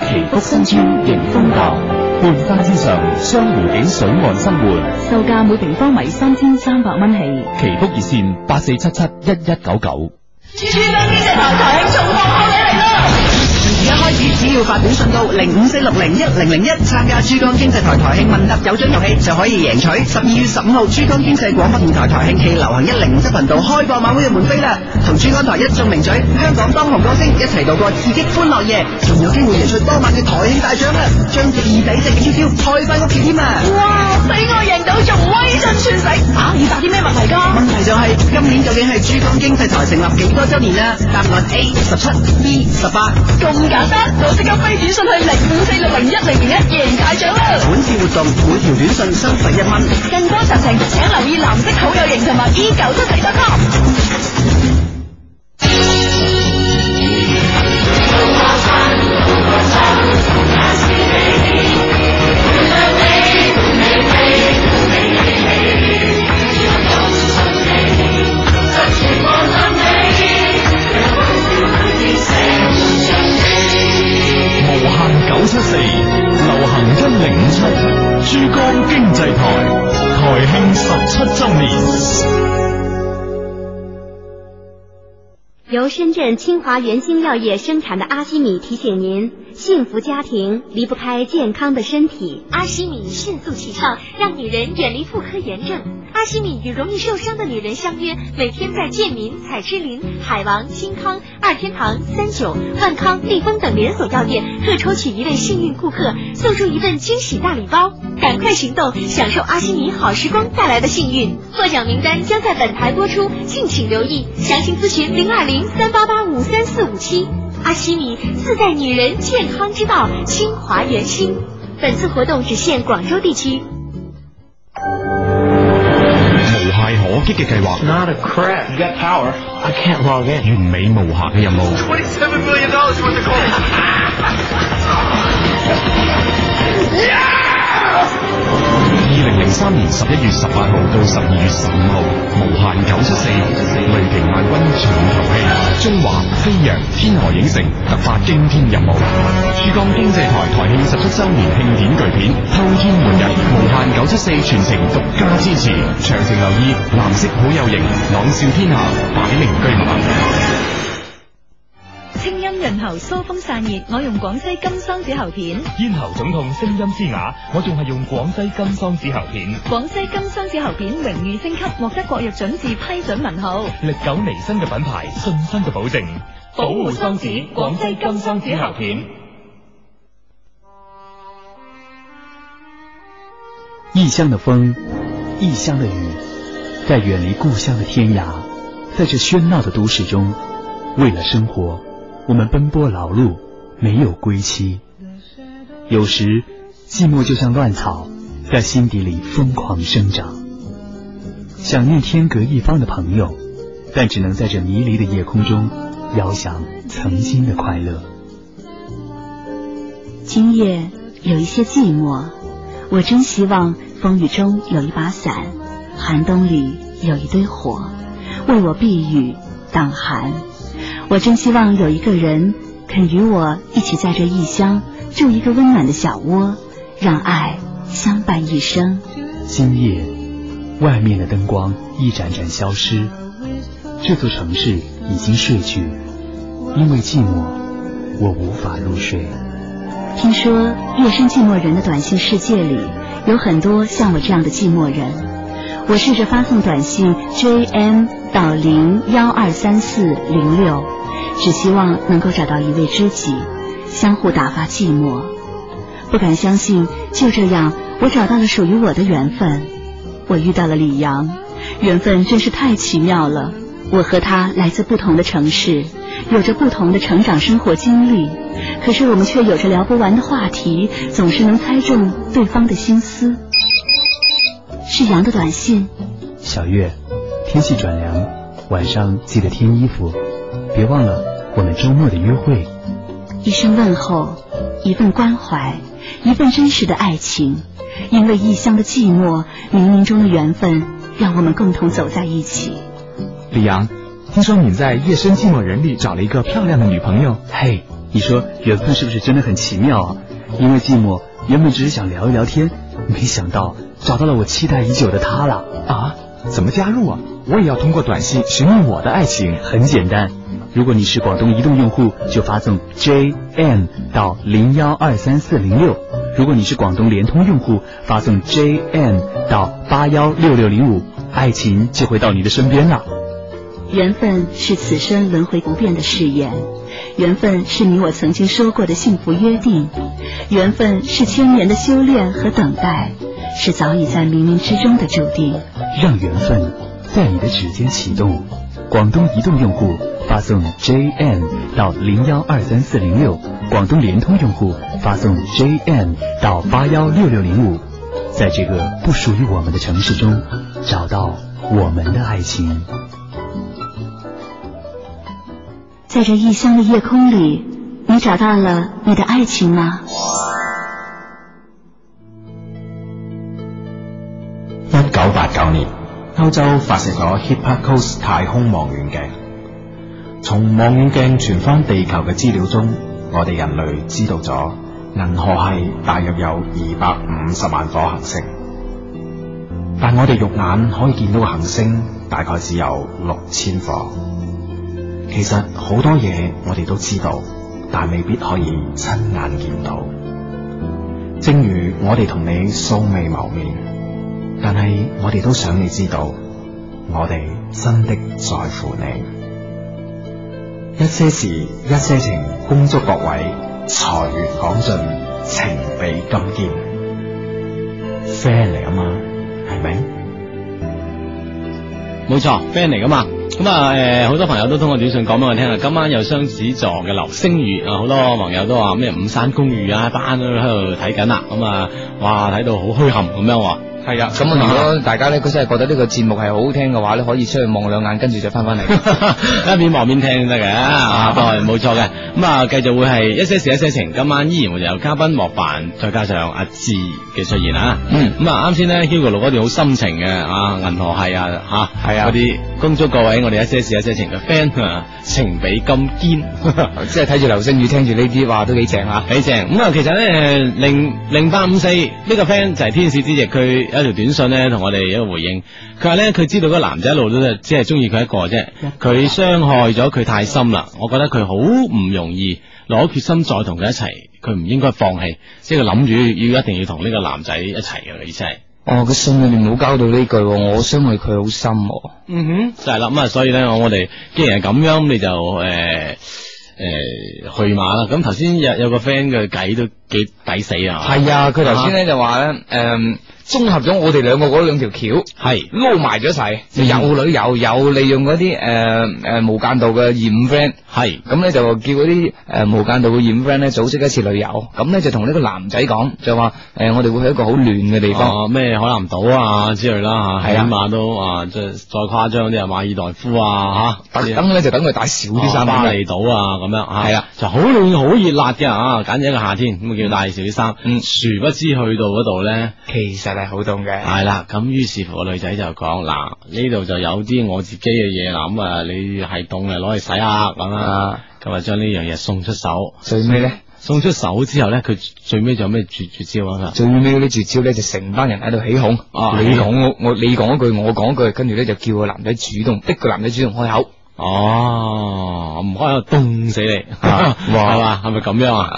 祈福新村迎風閣，半山之上，湘湖景水岸生活。
售價每平方為三千三百蚊起。
祈福熱線八四七七一一九九。
珠江經濟台台慶重磅賀禮嚟啦！
而家開始，只要發短信到零五四六零一零零一參加珠江經濟台台慶問答有獎遊戲，就可以贏取十二月十五號珠江經濟廣播電台台慶暨流行一零五七頻道開播晚會嘅門飛啦！同珠江台一眾名嘴、香港當紅歌星一齊度過刺激歡樂夜，仲有機會贏取當晚嘅台慶大獎啦！將最二抵隻 QQ 開翻屋企添啊！
哇，俾我贏到仲威震全世，啊，要答啲咩問題㗎？
問題就係、今年究竟係珠江經濟台成立幾多周年呢？答案 A 十七，B 十八。
咁簡單，就即刻飛短信去零五四六零一零零一贏大獎啦！
本次活動每條短信收費一蚊。
更多詳情請留意藍色好友型同埋 E 九七四 .com。
無限九七四，流行一零五七，珠江經濟台台慶十七周年。
由深圳清华元星药业生产的阿西米提醒您：幸福家庭离不开健康的身体。
阿西米迅速起效，让女人远离妇科炎症。阿西米与容易受伤的女人相约，每天在健民、采芝林、海王、新康、二天堂、三九、万康、利丰等连锁药店各抽取一位幸运顾客，送出一份惊喜大礼包。赶快行动，享受阿西米好时光带来的幸运。获奖名单将在本台播出，敬请留意。详情咨询零二零三八八五三四五七。阿西米自带女人健康之道，清华元星。本次活动只限广州地区。
無懈可擊嘅計劃。Not a crap. You got power. I can't log in. 完美無瑕嘅任務。二零零三年十一月十八號到十二月十五號，無限九七四雷霆萬軍長頭戲，中華飛揚天河影城突發驚天任務，珠江經濟台台慶十七周年慶典巨片《偷天換日》，無限九七四全程獨家支持，詳情留意藍色好有型，朗笑天下，擺明居馬。
清音潤喉疏風散熱，我用廣西金桑子喉片。
咽喉腫痛，聲音嘶啞，我仲係用廣西金桑子喉片。
廣西金桑子喉片榮譽升級，獲得國藥準字批准文號。
歷久彌新嘅品牌，信心嘅保證，
保護桑子，廣西金桑子喉片。
異鄉的風，異鄉的雨，在遠離故鄉的天涯，在這喧鬧的都市中，為了生活，我們奔波勞碌，沒有歸期。有時，寂寞就像亂草，在心底裡瘋狂生長。想念天隔一方的朋友，但只能在這迷離的夜空中，遙想曾經的快樂。
今夜有一些寂寞，我真希望風雨中有一把傘，寒冬裡有一堆火，為我避雨擋寒。我真希望有一個人肯與我一起在這異鄉住一個溫暖的小窩，讓愛相伴一生。
今夜，外面的燈光一盞盞消失，這座城市已經睡去，因為寂寞，我無法入睡。
聽說夜深寂寞人的短信世界裡有很多像我這樣的寂寞人。我試着發送短信 JM 到零幺二三四零六，只希望能夠找到一位知己，相互打發寂寞。不敢相信，就這樣，我找到了屬於我的緣分。我遇到了李陽，緣分真是太奇妙了。我和他來自不同的城市，有着不同的成長生活經歷，可是我們卻有着聊不完的話題，總是能猜中對方的心思。是陽的短信。
小月，天氣轉涼，晚上記得添衣服，別忘了我們周末的約會。
一聲問候，一份關懷，一份真實的愛情。因為異鄉的寂寞，冥冥中的緣分，讓我們共同走在一起。
李陽，聽說你在夜深寂寞人裡找了一個漂亮的女朋友。
嘿，你說緣分是不是真的很奇妙啊？因為寂寞，原本只是想聊一聊天，沒想到。找到了我期待已久的他了
啊！怎麼加入啊？我也要通過短信詢問我的愛情。
很簡單，如果你是廣東移動用戶，就發送 JM 到零幺二三四零六；如果你是廣東聯通用戶，發送 JM 到八幺六六零五，愛情就會到你的身邊了。
緣分是此生輪迴不變的誓言，緣分是你我曾經說過的幸福約定，緣分是千年的修煉和等待。是早已在冥冥之中的注定。
讓緣分在你的指尖啟動。廣東移動用戶發送 JM 到零幺二三四零六，廣東聯通用戶發送 JM 到八幺六六零五。在這個不屬於我們的城市中，找到我們的愛情。
在這異鄉的夜空裡，你找到了你的愛情嗎？
一九八九年，歐洲發射咗 Hipparcos 太空望遠鏡。從望遠鏡傳翻地球嘅資料中，我哋人類知道咗銀河系大約有二百五十萬顆行星，但我哋肉眼可以見到嘅行星大概只有六千顆。其實好多嘢我哋都知道，但未必可以親眼見到。正如我哋同你素未謀面。但係我哋都想你知道，我哋真的在乎你。一些事，一些情，恭祝各位財源廣進，情比金堅。friend 嚟啊嘛，係咪？
冇錯，friend 嚟噶嘛。咁啊，誒、呃，好多朋友都通過短信講俾我聽啦。今晚有雙子座嘅流星雨啊，好多網友都話啊咩五山公寓啊，班都喺度睇緊啦。咁啊，哇，睇到好墟冚咁樣喎。
系啊，咁啊，如果大家咧，佢真係覺得呢個節目係好好聽嘅話咧，可以出去望兩眼，跟住就翻返嚟。
一邊望邊聽得嘅，啊，不過冇錯嘅。咁啊，繼續會係一些事一些情，今晚依然會有嘉賓莫凡，再加上阿志嘅出現啊。嗯。咁啊，啱先咧，Hugo 錄嗰段好深情嘅啊，銀河系啊，吓係啊，嗰啲恭祝各位我哋一些事一些情嘅 friend 啊，情比金堅，
即係睇住流星雨，聽住呢啲，話都幾正啊！
幾正。咁啊，其實咧，零零八五四呢個 friend 就係天使之翼，佢有一條短信咧同我哋一個回應，佢話咧佢知道嗰個男仔一路都係只係中意佢一個啫，佢傷害咗佢太深啦，我覺得佢好唔容易攞決心再同佢一齊，佢唔應該放棄，即係佢諗住要一定要同呢個男仔一齊嘅，意思係。
哦，個信裏面冇交到呢句喎，我傷害佢好深喎。
嗯哼，就係啦，咁啊，所以咧，我哋既然係咁樣，咁你就诶诶、呃去馬啦。咁頭先有有個 friend 嘅計都幾抵死啊！
係啊，佢頭先咧就話嗯咧，诶、綜合咗我哋兩個嗰兩條橋，
係
撈埋咗一齊，就有旅
嗯
遊，有利用嗰啲呃誒誒無間道嘅二五 friend，
係
咁咧就叫嗰啲誒無間道嘅二五 friend 咧組織一次旅遊，咁咧就同呢個男仔講，就話誒、我哋會去一個好亂嘅地方，
啊咩、海南島啊之類啦吓，
係啊
起碼都啊，即係再誇張啲啊，馬爾代夫啊吓，
特登咧就等佢帶少啲衫
啊巴厘島啊咁樣啊，
係啊，
就好暖好熱辣嘅啊，簡直一個夏天咁啊叫帶少啲衫，殊不知去到嗰度咧。
嗯其實係好凍嘅，
系啦，咁於是乎個女仔就講嗱，呢度就有啲我自己嘅嘢啦，咁啊你係凍嘅攞去洗下咁啊，咁啊將呢樣嘢送出手，
最尾咧。
送出手之後咧，佢最尾仲有咩絕絕招啊？
最尾嗰啲絕招咧，就成班人喺度起哄，
啊
你講我我你講一句，我講一句，跟住咧就叫個男仔主動，逼個男仔主動開口。
哦，唔開就凍死你，
啊
係嘛？係咪咁樣啊？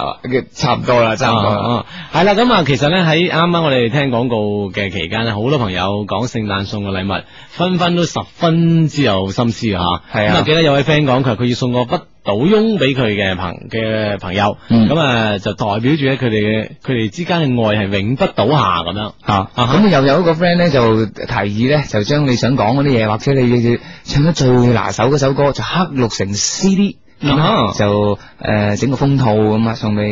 差唔多啦，差唔多啦。
啊。啊係啦，咁啊，其實咧喺啱啱我哋聽廣告嘅期間咧，好多朋友講聖誕送嘅禮物，紛紛都十分之有心思嘅吓。
係啊
咁記得有位 friend 講佢話佢要送個不倒翁俾佢嘅朋嘅朋友，
嗯
咁啊就代表住咧佢哋嘅佢哋之間嘅愛係永不倒下咁樣。
啊，
啊
咁又有一個 friend 咧就提議咧，就將你想講嗰啲嘢，或者你唱得最拿手嗰首歌，就刻錄成 CD。
嗯哼
就诶整個封套咁啊，送俾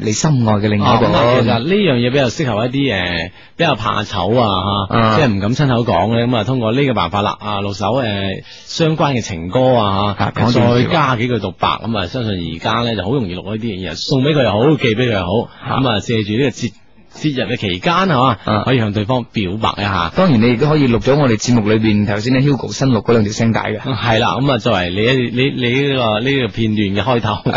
你心愛嘅另外一
啊
個。哦
咁啊，其實呢樣嘢比較適合一啲誒比較怕醜啊
啊
嚇，即係唔敢親口講嘅，咁啊通過呢個辦法啦啊，錄首誒相關嘅情歌
啊
啊嚇，
講段
再
橋
加幾句獨白咁啊，相信而家咧就好容易錄呢啲嘢，送俾佢又好，寄俾佢又好，咁啊借住呢個節節日嘅期間係嘛，
啊
可以向對方表白一下。
當然你亦都可以錄咗我哋節目裏邊頭先咧 Hugo 新錄嗰兩條聲帶嘅。
係 啦，咁啊，作為你一你你呢、個呢、個片段嘅 開頭，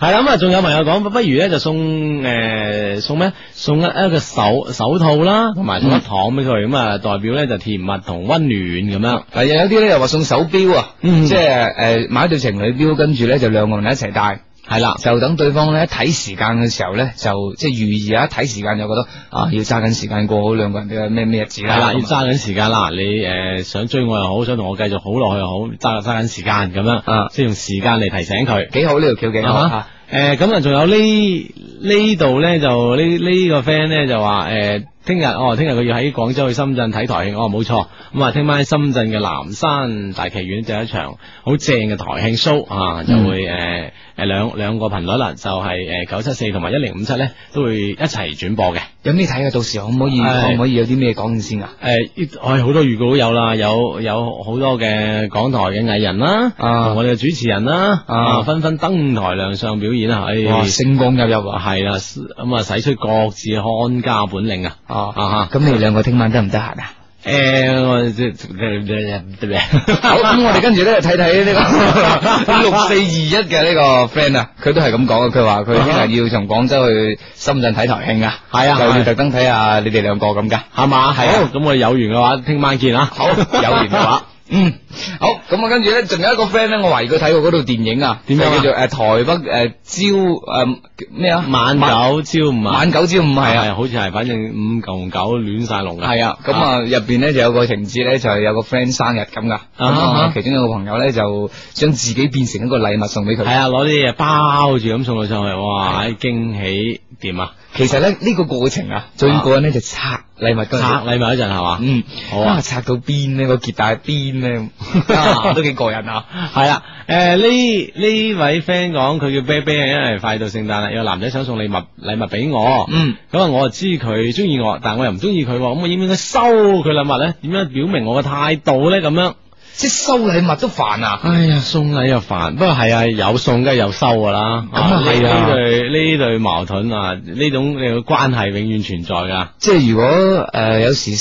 係啦，咁啊，仲有朋友講，不如咧就送诶、呃送咩？送一一個手手套啦，同埋送
嗯
粒糖俾佢，咁啊、代表咧就甜蜜同温暖咁樣。
嗱，又有啲咧又話送手錶啊，
嗯
即係诶买一對情侶錶，跟住咧就兩個人一齊戴。
係啦，
就等對方咧一睇時間嘅時候咧，就即係預意啊！一睇時間就覺得啊，要揸緊時間過好兩個人嘅咩咩日子
係
啦。
啦，要
咁啊
揸緊時間啦！你诶、呃想追我又好，想同我繼續好落去又好，揸揸緊時間咁樣，
啊
即係用時間嚟提醒佢。
幾好呢條橋幾好
啊
啊！
诶，咁啊，仲有呢呢度咧，就呢呢個 friend 咧就話诶，听日哦，聽日佢要喺廣州去深圳睇台慶，哦，冇錯，咁啊，聽晚喺深圳嘅南山大劇院就有一場好正嘅台慶 show 啊，
嗯
就會诶诶兩兩個頻率啦，就係诶九七四同埋一零五七咧都會一齊轉播嘅。
有咩睇啊？到時可唔可以
嗯係
可唔可以有啲咩講先啊？
诶，呢我係好多預告都有啦，有有好多嘅港台嘅藝人啦，
啊
同我哋嘅主持人啦，
啊
啊，紛紛登台亮相表演啊，
哇！
唉。
星光熠熠啊！
系啦，咁啊使出各自看家本領啊！
哦
啊，
咁你哋兩個聽晚得唔得閒 啊？
诶、我即係
好，咁我哋跟住咧睇睇呢 個六四二一嘅呢個 friend 啊，佢都係咁講嘅，佢話佢聽日要從廣州去深圳睇台慶啊，
係啊
就
係
要特登睇下你哋兩個咁噶。
係嘛？
係
係
啊
好，咁我哋有緣嘅話，聽晚見啊！
好，有緣嘅 話。嗯，好，咁啊，跟住咧，仲有一個 friend 咧，我懷疑佢睇過嗰套電影啊，
點樣啊
就叫做誒台北誒朝誒咩啊？
晚九朝五啊，
晚九朝五係啊，
係好似係，反正五嚿九亂晒龍啊！
係啊，咁啊入邊咧就有個情節咧，就係有個 friend 生日咁噶，咁
啊
啊其中有個朋友咧就將自己變成一個禮物送俾佢。啊
係啊，攞啲嘢包住咁送到上去，哇！唉驚喜掂啊！
其實咧呢、個過程啊，最過癮咧就拆禮物嗰陣時
拆禮物嗰陣係嘛？
嗯，
好啊
拆到邊呢個結帶邊 呢？啊都幾過癮啊！
系啦，诶呢呢位 friend 講佢叫啤啤，因為快到聖誕啦，有個男仔想送禮物禮物俾我，
嗯，
咁啊我就知佢中意我，但我又唔中意佢喎，咁我應唔應該收佢禮物咧？點樣表明我嘅態度咧？咁樣，
即係收禮物都煩啊！
哎呀，送禮又煩，不過係啊，有送梗係有收噶啦，
咁啊係啊
呢對呢對矛盾啊，呢種嘅關係永遠存在噶。
即係如果诶、呃有時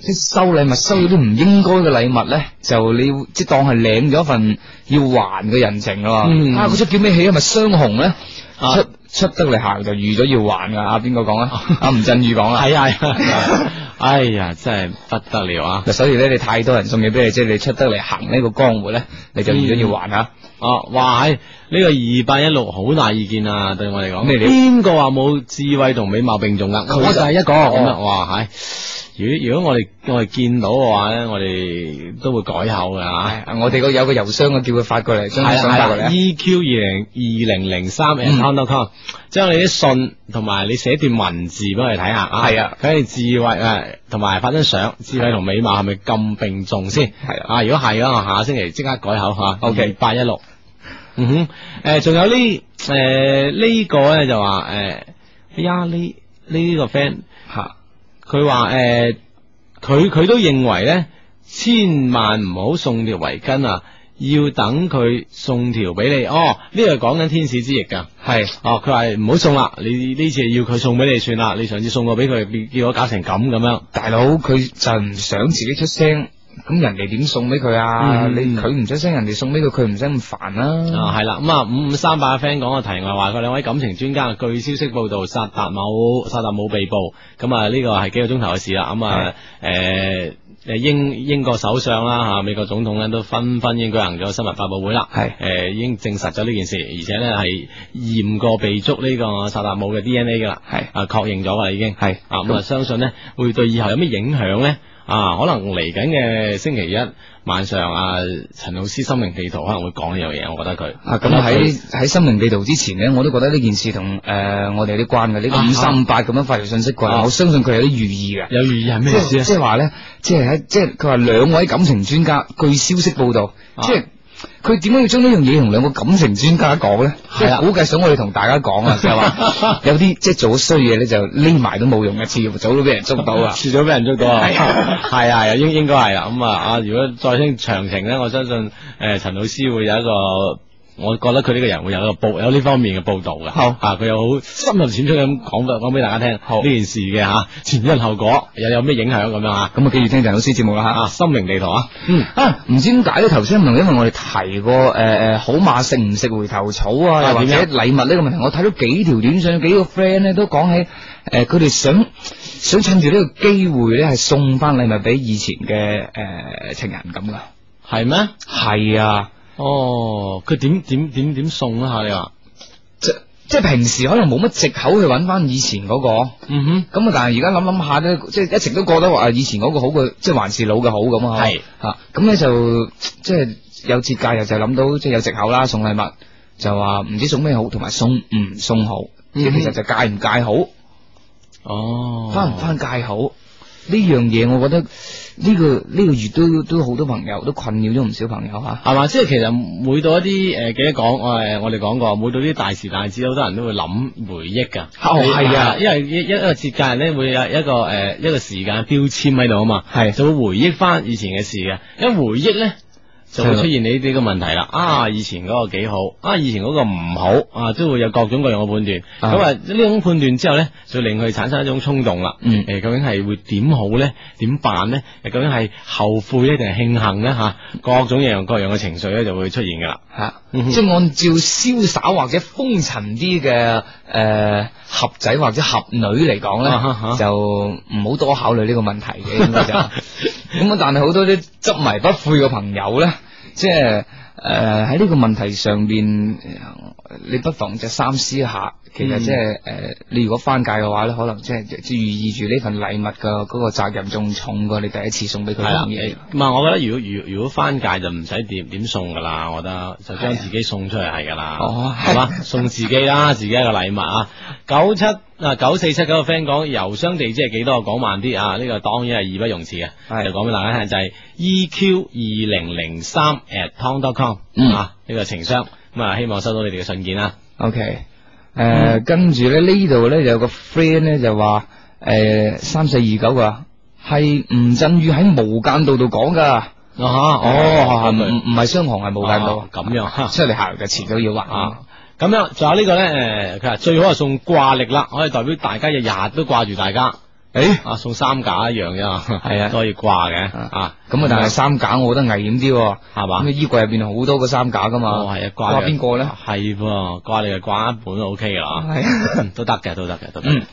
即係收禮物收咗啲唔應該嘅禮物咧，就你要即係當係領咗份要還嘅人情咯。
嗯
啊，嗰出叫咩戲啊？咪雙紅咧，
啊
出出得嚟行就預咗要還噶。啊，邊個講 啊？阿吳鎮宇講啦。
係啊，係啊哎呀，真係不得了啊！
嗱，所以咧，你太多人送嘢俾你，即係你出得嚟行呢個江湖咧，你就預咗要還啊。
哦，哇！呢、個二八一六好大意見啊，對我嚟講。
咩料
邊個話冇智慧同美貌並重啊？
佢
我就係一個
哦
咁啊！哇！係，如果如果我哋我哋見到嘅話咧，我哋都會改口㗎嚇。
啊我哋個有個郵箱，我叫佢發過嚟，
係
將
啦
啲信發過
係
嚟
啦
啊。
，EQ 二零二零零三
嗯
a t c o m 將你啲信同埋你寫段文字俾我哋睇下啊。
係啊，
睇你智慧誒，同埋發張相，智慧同美貌係咪咁並重先？
係啊，
啊，如果係嘅話，我下星期即刻改口吓。
OK
八一六。嗯哼，诶、仲有呢诶呢個咧就話诶、哎呀呢呢個 friend
嚇
佢呃話诶佢佢都認為咧，千萬唔好送條圍巾啊！要等佢送條俾你哦，呢個講緊天使之翼㗎。
係
哦，佢話唔好送啦，你呢次要佢送俾你算啦，你上次送過俾佢，結結果搞成咁咁樣。
大佬佢就唔想自己出聲，咁人哋點送俾佢啊？
嗯
你佢唔出聲，人哋送俾佢，佢唔使咁煩啦。
啊，系啦，咁啊，五五三八嘅 friend 講個題外話，佢兩位感情專家據消息報道，薩達姆薩達姆被捕，咁啊呢個係幾個鐘頭嘅事啦，咁啊诶诶英英國首相啦吓、美國總統咧都紛紛應舉行咗新聞發佈會啦，
係
诶、已經證實咗呢件事，而且咧係驗過被捉呢個薩達姆嘅 DNA 噶啦，
係
啊確認咗噶啦已經，
係
啊咁啊相信咧會對以後有咩影響咧？啊，可能嚟緊嘅星期一晚上啊，陳老師心靈地圖可能會講呢樣嘢，我覺得佢
啊，咁喺喺心靈地圖之前咧，我都覺得呢件事同诶我哋有啲關嘅。呢個
啊
五三八咁樣發條信息過
啊
嚟，我相信佢有啲寓意嘅。
有寓意係咩
即係
事啊？
即係話咧，即係喺即係佢話兩位感情專家，據消息報道，
啊
即係佢點解要將呢樣嘢同兩個感情專家講咧？即
係啊
係估計想我哋同大家講啊，就係 話有啲即係做咗衰嘢咧，就匿埋都冇用嘅，遲早都俾人捉到 啊！
迟早俾人捉到啊！
係啊
係啊，應應該係啦。咁啊，啊，如果再聽詳情咧，我相信诶陳老師會有一個，我覺得佢呢個人會有一個報有呢方面嘅報導嘅。
好
啊，佢有好深入淺出咁講俾講俾大家聽
好
呢件事嘅吓前因後果，又有咩影響咁樣吓
咁啊，記住聽陳老師節目啦吓
啊，。心靈地圖啊，
嗯啊，唔知點解咧？頭先唔同，因為我哋提過誒誒、呃好馬食唔食回頭草啊，
啊
又或者
點樣
禮物呢個問題，我睇到幾條短信，幾個 friend 咧都講起誒，佢、哋想想趁住呢個機會咧，係送翻禮物俾以前嘅誒、呃情人咁噶。
係咩？
係啊，
哦，佢點點點點送啊？吓你話，
即即係平時可能冇乜藉口去揾翻以前嗰、個。
嗯哼。
咁啊！但係而家諗諗下咧，即係一直都覺得話以前嗰個好嘅，即係還是老嘅好咁啊！
係
嚇，咁咧就即係有節假日就諗到即係有藉口啦，送禮物就話唔知送咩好，同埋送唔送好，即係
嗯哼
其實就戒唔戒好，
哦，
翻唔翻戒好呢樣嘢，我覺得呢、個呢、個月都都好多朋友都困擾咗唔少朋友啊嚇。
系嘛？即係其實每到一啲呃诶，記得講诶，我哋講過，每到啲大時大節，好多人都會諗回憶㗎。
哦係啊
因為一一個節假日咧，會有一個诶、一個時間標籤喺度啊嘛，
係
就會回憶翻以前嘅事嘅。一回憶咧，就會
係啊
出現你呢個問題
嗯
啦。啊，以前嗰個幾好，啊，以前嗰個唔好，啊，都會有各種各樣嘅判斷。
啊
咁啊，呢種判斷之後咧，就令佢產生一種衝動啦。
嗯
诶、究竟係會點好咧？點辦咧？誒究竟係後悔咧，定係慶幸咧？吓、各種各樣各樣嘅情緒咧，就會出現噶啦。
吓，
嗯哼
即系按照潇灑或者風塵啲嘅诶合仔或者合女嚟講咧，
啊哈哈
就唔好多考慮呢個問 題嘅，應該就咁啊。但係好多啲執迷不悔嘅朋友咧，即係诶喺呢個問題上面，呃你不妨就三思一下。其實
嗯
即係诶，呃你如果翻界嘅話咧，可能即係即係寓意住呢份禮物嘅嗰個責任仲重過你第一次送俾佢
係啦，
嘅
誒
嘢。
唔係我覺得如果如如果翻界就唔使點點送噶啦，我覺得就將自己送出嚟係噶啦，
啊哦
係嘛，送自己 啦，自己一個禮物啊。九七啊九四七嗰個 friend 講郵箱地址係幾多？我講慢啲啊，呢、個當然係義不容辭嘅，就講俾大家聽就係 EQ 二零零三 at tom dot com
嗯
啊，呢、個情商咁啊，希望收到你哋嘅信件啊啦。
OK，诶、跟住咧呢度咧就有個 friend 咧就話诶三四二九啊，係吳鎮宇喺《無間道》度講噶。
啊哦
哦，唔唔係雙紅係無間道
哦，咁樣
啊
啊
出嚟行嘅遲早要還。
咁樣，仲有呢個咧，诶，佢話最好係啊送掛歷啦，可以代表大家日日都掛住大家。
诶，
啊，送三架一樣啫，
係啊
都可以掛嘅啊。
咁啊，但係衫架我覺得危險啲喎，
係嘛
咁啊衣櫃入邊好多個衫架噶嘛，
哦係啊掛
掛
嘅
邊個咧？
係喎，掛你就掛一本都 OK 噶啦，
係啊
嗯都得嘅，都得嘅，都得嘅。
嗯，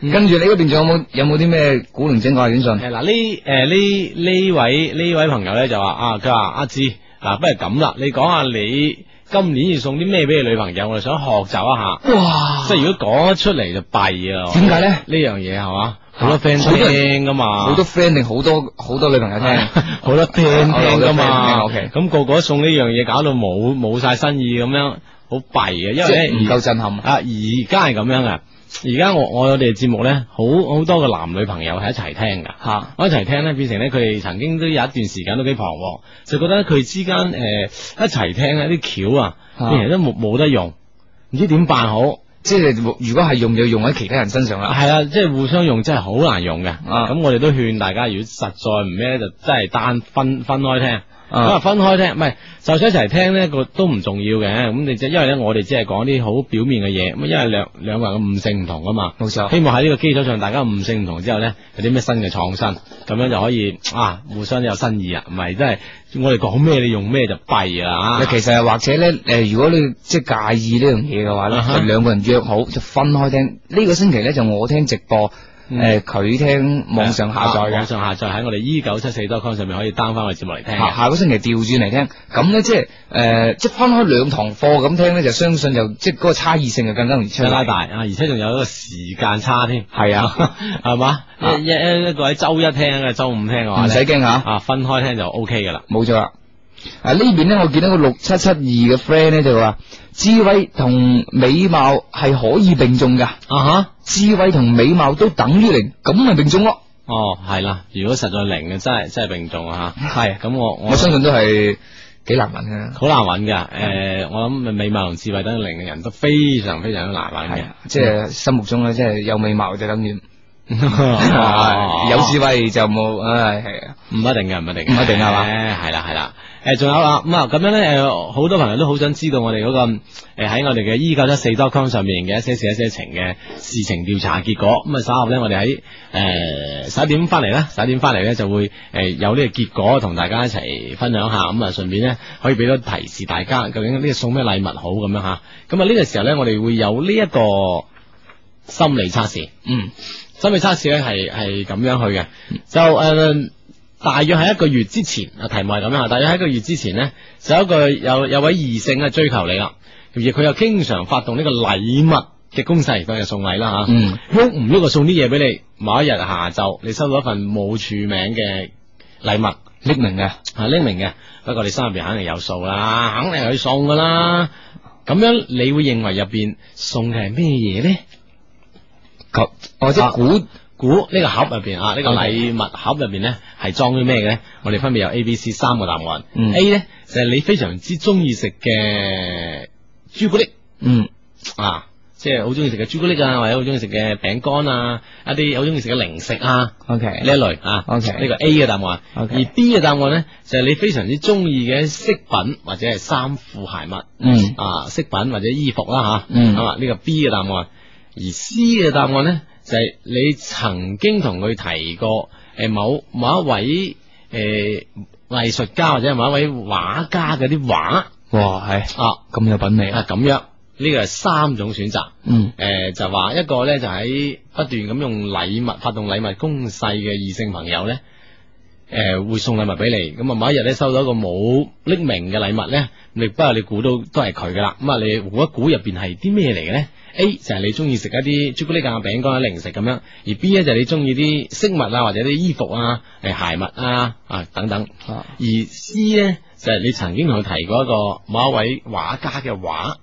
跟住你嗰邊仲有冇有冇啲咩古靈精怪嘅短信？
誒嗱呢誒呢呢位呢位朋友咧就話啊，佢話阿志嗱，不如咁啦，你講下你今年要送啲咩俾你女朋友，我哋想學習一下。
哇！
即係如果講得出嚟就弊啊！
點解咧？
呢樣嘢係嘛？好多 friend
好多人
聽噶嘛，
好多 friend 定好多好多女朋友聽，
好多 friend 聽噶嘛，
O K，
咁個個送呢樣嘢，搞到冇冇晒新意咁樣，好弊嘅，因
即
為
係
咧
唔夠震撼。
啊，而家係咁樣嘅。而家我我哋節目咧，好好多個男女朋友係一齊聽噶，
嚇
我一齊聽咧，變成咧佢哋曾經都有一段時間都幾彷徨，就覺得佢之間誒、呃一齊聽咧啲橋啊，
嚇
變成都冇冇得用，唔知點辦好。
即係如果係用就用喺其他人身上啦。
係啊，即係互相用真係好難用嘅。咁、
啊
我哋都勸大家，如果實在唔咩咧，就真係單分分開聽。咁
啊
啊，分開聽，唔係就算一齊聽咧，個都唔重要嘅。咁你即因為咧，我哋只係講啲好表面嘅嘢。咁因為兩兩個人嘅悟性唔同啊嘛，
冇錯
希望喺呢個基礎上，大家悟性唔同之後咧，有啲咩新嘅創新，咁樣就可以啊，互相有新意啊。唔係真係我哋講咩你用咩就弊啦啊
嗱，。其實係或者咧，誒，如果你即係介意呢樣嘢嘅話咧
啊哈
就兩個人約好就分開聽。呢個星期咧就我聽直播，
嗯
誒佢聽網上下載
啊網
嘅，
上下載喺我哋 E 九七四 .com 上面可以 down 翻我哋節目嚟聽嘅。
下下個星期調轉嚟聽。咁咧即係誒，即係分開兩堂課咁聽咧，就相信就即係嗰個差異性就更加容易出
相拉
嚟。
大啊，而且仲有一個時間差添，
係 啊，
係嘛？一一一個喺周一聽，一個周五聽嘅話
唔
呢
使驚嚇
啊，分開聽就 O K 噶啦。
冇錯啦。啊呢邊咧，我見到個六七七二嘅 friend 咧就話，智慧同美貌係可以並重噶，
啊哈，
智慧同美貌都等於零，咁咪並重咯。
哦，係啦，如果實在零嘅，真係真係並重啊吓。
係
咁我
我相信都係幾難揾嘅，
好難揾噶。诶，我諗美貌同智慧等於零嘅人都非常非常之難揾嘅。
啊
嗯
即係心目中咧，即係有美貌就等 於
哦
有智慧就冇，唉係啊，
唔一定嘅，唔一定嘅，
唔一定係嘛
誒係啦，係啦。誒，啊仲有啦，咁啊，咁樣咧，誒，好多朋友都好想知道我哋嗰、個誒喺我哋嘅 E 九七四 .com 上面嘅一些事、一些情嘅事情調查結果。咁啊，稍後咧，我哋喺誒十一點翻嚟啦，十一點翻嚟咧就會誒、呃有呢個結果同大家一齊分享下。咁啊，順便咧可以俾多提示大家，究竟呢個送咩禮物好咁樣吓。咁啊，呢個時候咧，我哋會有呢一個心理測試。
嗯，
心理測試咧係係咁樣去嘅，就誒、呃大約喺一個月之前，啊題目係咁樣啊，大約喺一個月之前咧，就有一個有有位異性咧啊追求你啦，而佢又經常發動呢個禮物嘅攻勢，當然係送禮啦嚇，啊
嗯
喐唔喐就送啲嘢俾你。某一日下晝，你收到一份冇署名嘅禮物。
匿名嘅，
啊匿名嘅，不過你心入边肯定有數啦，肯定係佢送噶啦。咁樣你會認為入边送嘅係咩嘢咧？
及或者估
估呢個盒入边啊，呢、個
OK
禮物盒入边咧係裝啲咩嘅咧？我哋分別有 A、B、C 三個答案。
嗯
A 咧就係你非常之中意食嘅朱古力
嗯
啊，即係好中意食嘅朱古力啊，或者好中意食嘅餅乾啊，一啲好中意食嘅零食啊。
，OK
呢一類啊
OK
呢個 A 嘅答案
OK
而 B 嘅答案咧就係、你非常之中意嘅飾品或者係衫褲鞋襪，
嗯
啊飾品或者衣服啦吓，
嗯
啊呢個 B 嘅答案，而 C 嘅答案咧就係、你曾經同佢提過誒、呃某某一位誒、呃、藝術家或者某一位畫家嗰啲畫
哇係
啊
咁有品味
啊
啊，
咁樣，呢個係三種選擇。
嗯
诶、呃就話一個咧就喺不斷咁用禮物發動禮物攻勢嘅異性朋友咧，诶、會送禮物俾你，咁啊某一日咧收到一個冇匿名嘅禮物咧，你不過你估到都係佢噶啦，咁啊你估一估入邊係啲咩嚟嘅咧？A 就係你中意食一啲朱古力啊、餅乾啊、零食咁樣，而 B 咧就係你中意啲飾物啊或者啲衣服啊、誒鞋襪啊啊等等，而 C 咧就係你曾經同佢提過一個某一位畫家嘅畫。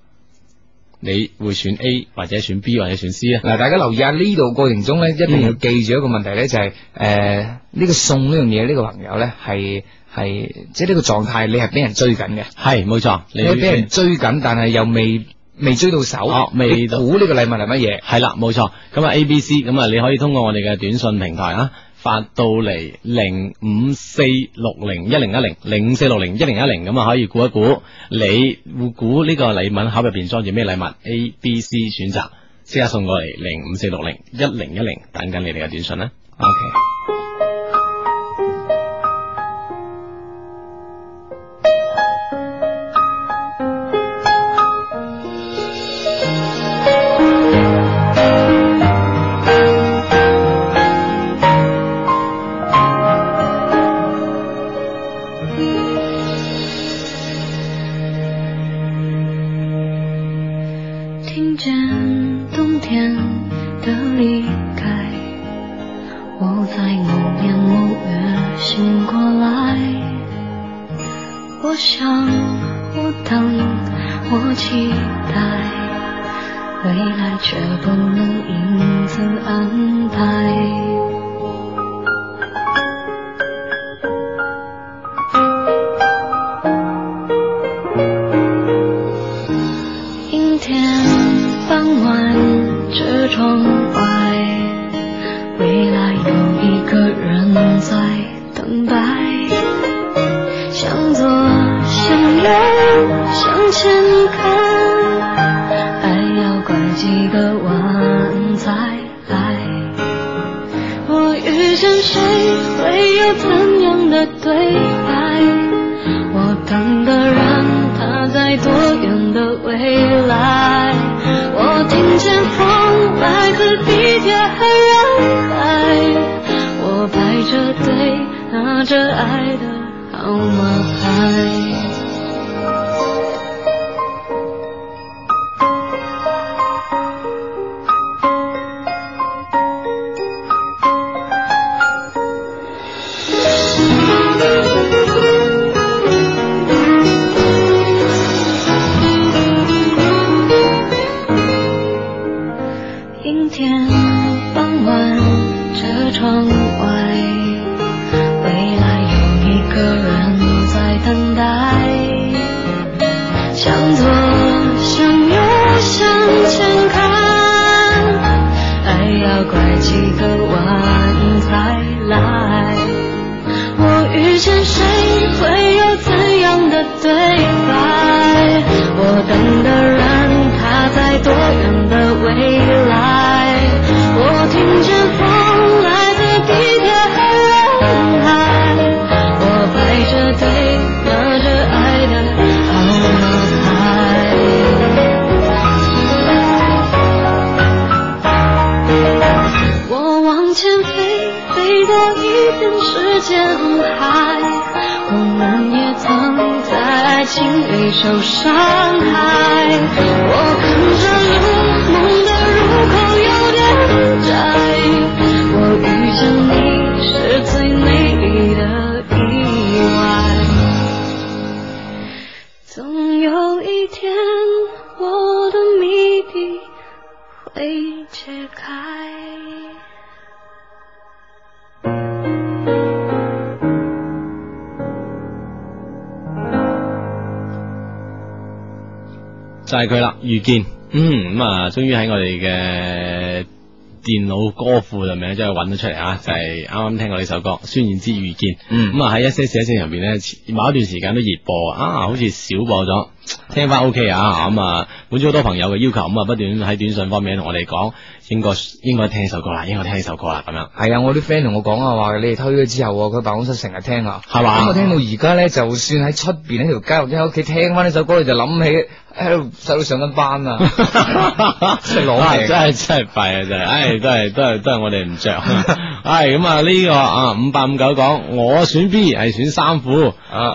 你會選 A 或者選 B 或者選 C 咧？
嗱，大家留意下呢度過程中
嗯
咧，一定要記住一個問題咧，就係诶呢個送呢樣嘢，呢個朋友咧係係即係呢個狀態，你係俾人追緊嘅，
係冇錯，
你係俾人追緊，但係又未未追到手，
哦未到
估呢個禮物係乜嘢？
系啦，冇錯。咁啊 A、B、C，咁啊你可以通過我哋嘅短信平台啦，發到嚟零五四六零一零一零零五四六零一零一零，咁啊可以估一估你會估呢個禮物盒入邊裝住咩禮物？A、B、C 選擇，即刻送過嚟零五四六零一零一零，等緊你哋嘅短信啦。
OK。
听见冬天的离开，我在某年某月醒过来。我想，我等，我期待，未来却不能因此安排。阴天傍晚，车窗外，未来有一个人在等待。向左，向右，向前看，还要拐几个弯才来。我遇见谁，会有怎样的对白？我等的人，他在多远的未来？我听见风来自地铁和人海，我排着队拿着爱的号码牌。阴天傍晚，车窗外，未来有一个人在等待。向左，向右，向前看，还要拐几个弯才来。我遇见谁，会有怎样的对白？我等的人，他在多远的未来？我听见风来自地铁和人海，我排着队拿着爱的号码牌。我往前飞，飞到一片时间海。我们也曾在爱情里受伤害。我看着路，梦的入口有点窄。我遇见你是最美丽的意外。总有一天，我的谜底会揭开。
就係佢啦，遇見。嗯，咁啊，終於喺我哋嘅電腦歌庫入面咧，真係揾到出嚟啊！就係啱啱聽過呢首歌《孫燕姿遇見》。
嗯
咁啊喺一些事一些情入面咧，某一段時間都熱播啊，好似少播咗。聽翻 OK 啊，咁啊滿足好多朋友嘅要求，咁啊不斷喺短信方面同我哋講，應該應該聽呢首歌啦，應該聽呢首歌啦，咁樣。
系啊，我啲 friend 同我講啊，話你哋推咗之後，佢辦公室成日聽啊，
係嘛
咁我聽到而家咧，就算喺出边喺條街或者喺屋企聽翻呢首歌，你就諗起哎喺度細佬上緊班 啊，真係攞
啊
命。
真係真係弊啊！真係，唉，都係都係都係我哋唔着， 系咁啊，呢个啊五八五九讲，我选 B 系选衫裤，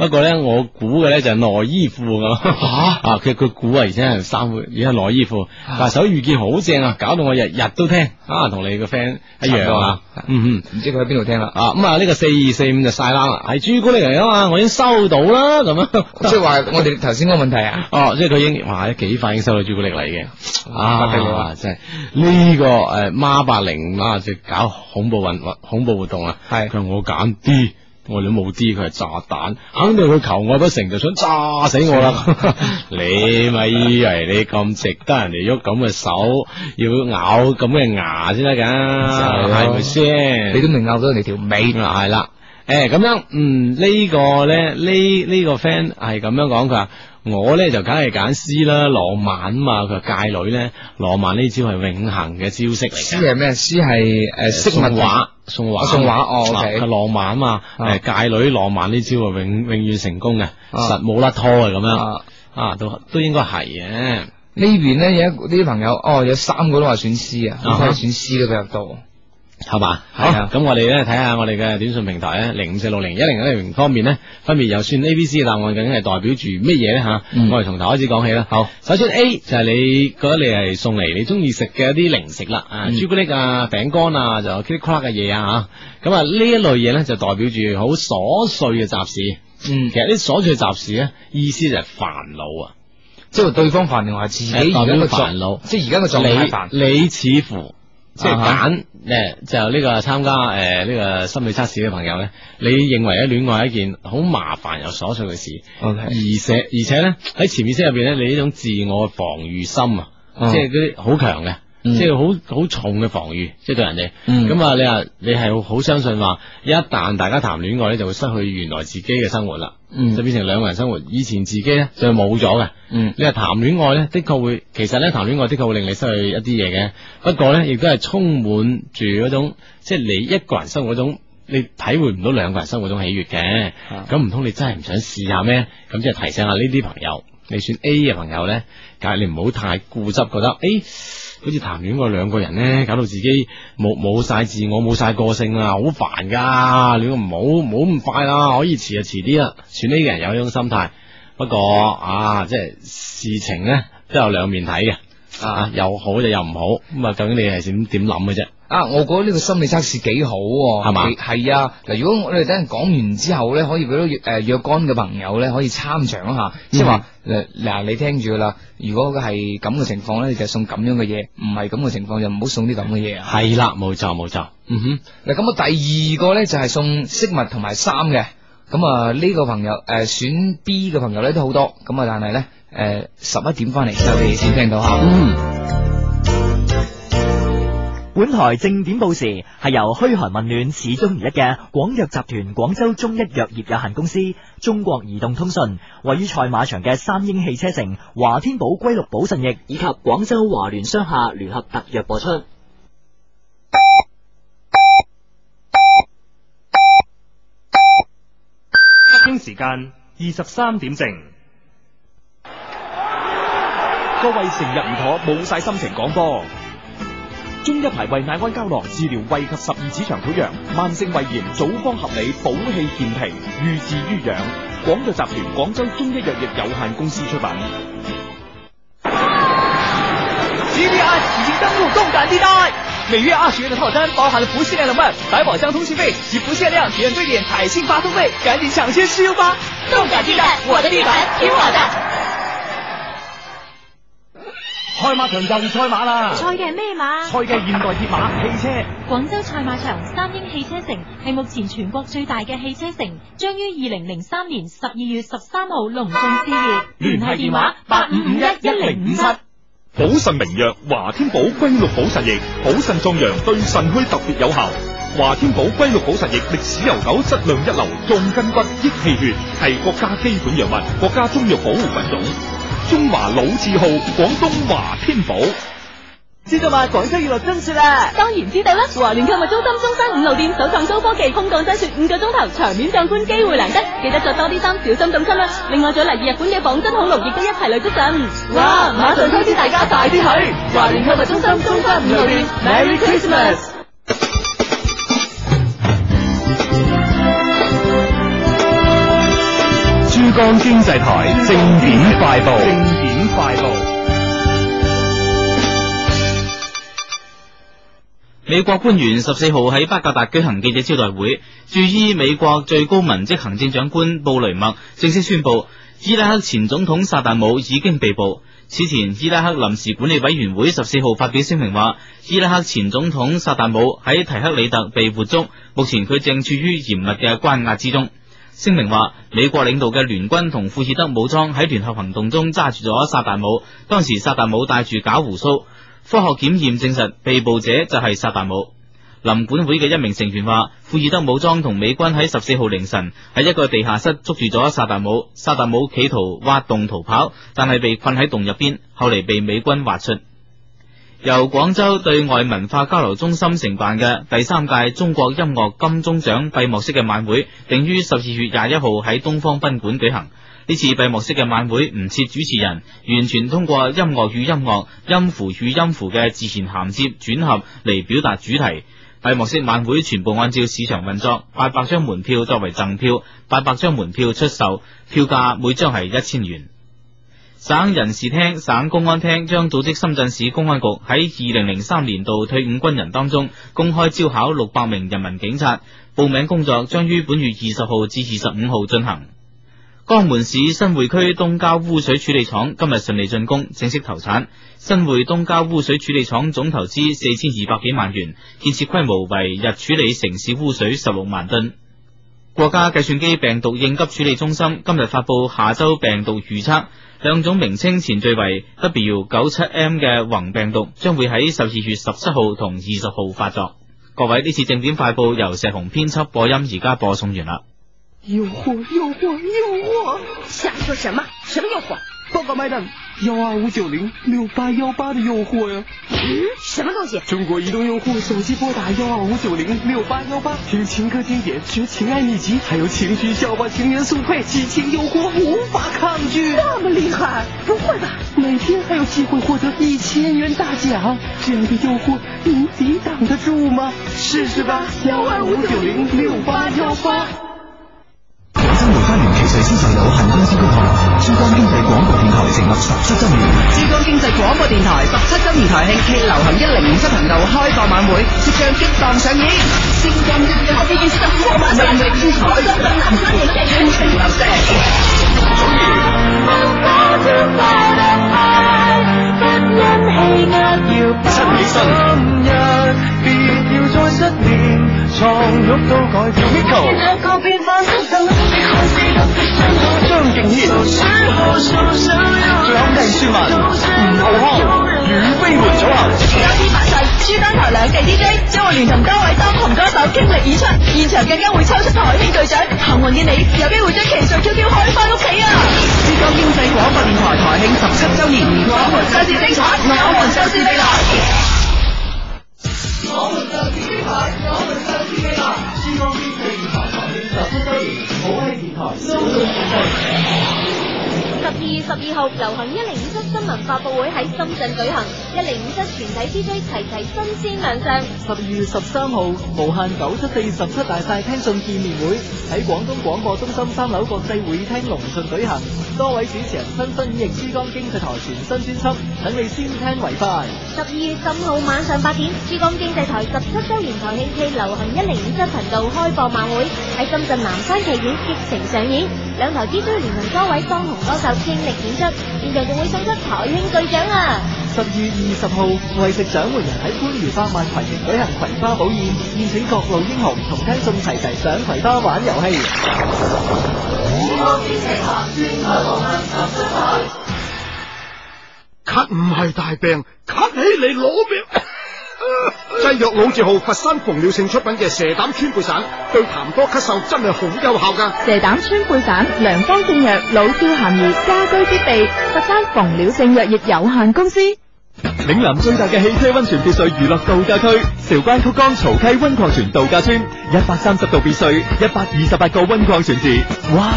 不过咧我估嘅咧就系内衣裤咁。吓 啊，佢佢估啊，而且系衫裤，而且係內衣褲。但首遇見好正啊，搞到我日日都聽啊，同你個 friend 一樣啊。嗯嗯，唔知佢喺邊度聽啦啊咁啊呢個四二四五就晒冷啦，係朱古力嚟啊嘛，我已經收到啦咁樣， 即係話我哋頭先嗰個問題啊，哦，即係佢已經哇幾快已經收到朱古力嚟嘅，
不得了啊
啊真係呢個誒孖八零啊，就搞恐怖運恐怖活動啊，係佢話我揀 D。我哋都冇 D，佢係炸彈，肯定佢求愛不成就想炸死我啦！你咪以為你咁值得人哋喐咁嘅手，要咬咁嘅牙先得噶，
係咯
啊係咪先？
你都
未咬到人哋條尾，係啦。诶，咁樣，嗯，呢、個咧，呢呢、個 friend 係咁樣講，佢話我咧就梗係揀 C 啦，浪漫啊嘛，佢話界女咧，浪漫呢招係永恆嘅招式嚟嘅。
詩係咩？詩係诶
送
飾物
畫，送畫，
哦送畫哦，OK
啊浪漫啊嘛，
啊
诶，界女浪漫呢招啊，永永遠成功嘅，實冇甩拖啊，咁樣啊，都都應該係嘅。
呢邊咧有一啲朋友，哦有三個都話選 C 啊，
啊哈
我選 C 嘅比較多。
系嘛？
係啊
好咁我哋咧睇下我哋嘅短信平台咧，零五四六零一零一零方面咧，分別有選 A、B、C 嘅答案，究竟係代表住乜嘢咧吓？
嗯
我哋從頭開始講起啦。好，首先 A 就係你覺得你係送嚟你中意食嘅一啲零食啦，啊，
嗯
朱古力啊、餅乾啊，就 k i t 嘅嘢啊吓。咁啊呢一類嘢咧就代表住好瑣碎嘅雜事。嗯，其實呢瑣碎嘅雜事咧，意思就係煩惱啊。
即係對方煩定係自己
誒代
而家
表
個
煩
狀，，
惱
即係而家個狀態煩。
你你似乎即係
啊哈
揀誒，就呢個參加誒呢個心理測試嘅朋友咧，你認為咧戀愛係一件好麻煩又瑣碎嘅事，而且而且咧喺潛意識入邊咧，你呢種自我嘅防禦心啊，
嗯
即係嗰啲好強
嗯
嘅。即係好好重嘅防禦，即係對人哋。
嗯
咁啊、你話你係好相信話，一旦大家談戀愛咧，就會失去原來自己嘅生活啦，
嗯
就變成兩個人生活。以前自己咧就冇咗嘅，
嗯
你話談戀愛咧，的確會，其實咧談戀愛的確會令你失去一啲嘢嘅。不過咧，亦都係充滿住嗰種，即係你一個人生活嗰種，你體會唔到兩個人生活嗰種喜悦嘅。咁唔通你真係唔想試下咩？咁即係提醒下呢啲朋友，你選 A 嘅朋友咧，梗係你唔好太固執，覺得誒。好似談戀愛兩個人咧，搞到自己冇冇晒自我，冇晒個性啊啦，好煩噶！你唔好唔好咁快啦，可以遲就遲啲啦。選呢個人有呢種心態，不過啊，即係事情咧都有兩面睇嘅，啊，又好就又唔好，咁啊，究竟你係點點諗嘅啫？
啊，我覺得呢個心理測試幾好喎、
係嘛
幾係啊，嗱，如果我哋等陣講完之後咧，可以俾到誒若干嘅朋友咧，可以參詳一下，即係話
嗯
嗱嗱，你聽住啦。如果係咁嘅情況咧，你就送咁樣嘅嘢；唔係咁嘅情況就唔好送啲咁嘅嘢啊。
係啦，冇錯冇錯，嗯哼。
嗱，咁啊，第二個咧就係、送飾物同埋衫嘅。咁啊，呢個朋友誒、選 B 嘅朋友咧都好多，咁啊，但係咧誒十一點翻嚟就你先聽到嚇。
嗯
本台正點報時係由噓寒問暖始終如一嘅廣藥集團廣州中一藥業有限公司、中國移動通訊、位於賽馬場嘅三英汽車城、華天寶歸綠寶陣翼以及廣州華聯商廈聯合特約播出。
北京時間二十三點正。
各位成日唔妥，冇晒心情講波。中一牌胃乃安膠囊治療胃及十二指腸潰瘍、慢性胃炎，組方合理，補氣健脾，寓治於養。廣藥集團廣州中一藥業有限公司出品。
吉利 S 已经登陆动感地带，每月二十元的套餐包含了不限量的
啊
慢、百宝箱通信费及不限量点对点彩信发送费，赶紧抢先试用吧！动感地带，我的地盘，听我的。
賽馬場又賽馬啦，
賽嘅係咩馬？
賽嘅現代鐵馬汽車。
廣州賽馬場三英汽車城係目前全國最大嘅汽車城，將於二零零三年十二月十三號隆重試業。
聯繫電話85511057補腎名藥華天寶龜鹿補腎液，補腎壯陽對腎虛特別有效。華天寶龜鹿補腎液歷史悠久，質量一流，壯筋骨，益氣血，係國家基本藥物，國家中藥保護品種。中華老字號，廣東華天寶。
知道嘛？廣州要落真雪啦！
當然知道啦，華聯購物中心中山五路店首創高科技空降真雪五個鐘頭，場面壯觀，機會難得，記得着多啲衫，小心凍親啦。另外仲有嚟自日本嘅仿真恐龍亦都一齊累積陣。
哇馬上通知大家快啲去華聯購物中心中山五路店 Merry Christmas
江經濟台正點快報。
正点快报。
美國官員十四號喺巴格達舉行記者招待會，駐伊美國最高文職行政長官布雷默正式宣布，伊拉克前總統薩達姆已經被捕。此前，伊拉克臨時管理委員會十四號發表聲明話，伊拉克前總統薩達姆喺提克里特被活捉，目前佢正處於嚴密嘅關押之中。聲明話，美國領導嘅聯軍同庫爾德武裝喺聯合行動中揸住咗薩達姆，當時薩達姆戴住假胡鬚。科學檢驗證實被捕者就係薩達姆。林管會嘅一名成員話，庫爾德武裝同美軍喺十四號凌晨喺一個地下室捉住咗薩達姆，薩達姆企圖挖洞逃跑，但係被困喺洞入邊，後嚟被美軍挖出。由廣州對外文化交流中心承辦嘅第三屆中國音樂金鐘獎閉幕式嘅晚會，定於十二月廿一號喺東方賓館舉行。呢次閉幕式嘅晚會唔設主持人，完全通過音樂與音樂、音符與音符嘅自然銜接轉合嚟表達主題。閉幕式晚會全部按照市場運作，八百張門票作為贈票，八百張門票出售，票價每張係一千元。省人事廳、省公安廳將組織深圳市公安局喺二零零三年度退伍軍人當中公開招考六百名人民警察，報名工作將於本月二十號至二十五號進行。江門市新會區東郊污水處理廠今日順利竣工，正式投產。新會東郊污水處理廠總投資四千二百幾萬元，建設規模為日處理城市污水十六萬噸。國家計算機病毒應急處理中心今日發布下周病毒預測，兩種名稱前綴為 W 九七 M 嘅宏病毒將會喺十二月十七號同二十號發作。各位，呢次正點快報由石紅編輯播音，而家播送 完啦。
诱惑，诱惑，诱惑！瞎说什么？什么诱惑？
报告 madam，幺二五九零六八幺八的诱惑呀、
嗯，什么东西？
中国移动用户手机拨打幺二五九零六八幺八，听情歌经典、学情爱秘籍，还有情绪笑话、情人速配，激情诱惑无法抗拒。
这么厉害？不会吧？
每天还有机会获得一千元大奖，这样的诱惑您抵挡得住吗？试试吧，幺二五九零六八幺八。
新梅花園奇瑞先壽有幸公司高堂，珠江經濟廣播電台成立十七周年。
珠江經濟廣播電台十七周年台慶暨流行一零五七頻道開播晚會，即將激盪上演。聲音一樣，我哋要十萬萬人力之海，南山亦係傾城流石。
今
趁起身，
日別要再失眠，床褥都改變。
Michael
個變化失真，你可知道
張敬軒，兩地舒文，吳浩康，與飛門組合。
交天晚上，珠江台兩地 DJ 將會聯同多位當紅歌手傾力演出，現場更加會抽出台慶巨獎。幸運嘅你有機會將奇瑞 QQ 開翻屋企啊！
珠江經濟廣播電台台慶十七週年，我們就是精彩，我們就是未來。
十二月十二號，流行一零五七新聞發布會喺深圳舉行，一零五七全體 DJ 齊齊新鮮亮相。
十二月十三號，無限九七四十七大晒聽眾見面會喺廣東廣播中心三樓國際會廳隆重舉行，多位主持人親身演繹珠江經濟台全新專輯，等你先聽為快。
十二月十五號晚上八點，珠江經濟台十七周年台慶暨流行一零五七頻道開播晚會喺深圳南山劇院激情上演，兩台 DJ 聯同多位當紅歌手傾力演出，現場仲會送出台慶巨獎啊！
十二月二十號，為食獎門人喺番禺花萬葵園舉行葵花寶宴，宴請各路英雄同聽眾齊齊上葵花玩遊戲。
咳唔係大病，咳起嚟攞 命。製藥老字號佛山馮了性出品嘅蛇膽川貝散，對痰多咳嗽真係好有效㗎。
蛇膽川貝散，良方正藥，老少咸宜，家居必備。佛山馮了性藥業有限公司。
嶺南最大嘅汽車溫泉別墅娛樂度假區，韶關曲江曹溪溫礦泉度假村，一百三十度別墅，一百二十八個溫礦泉池，哇！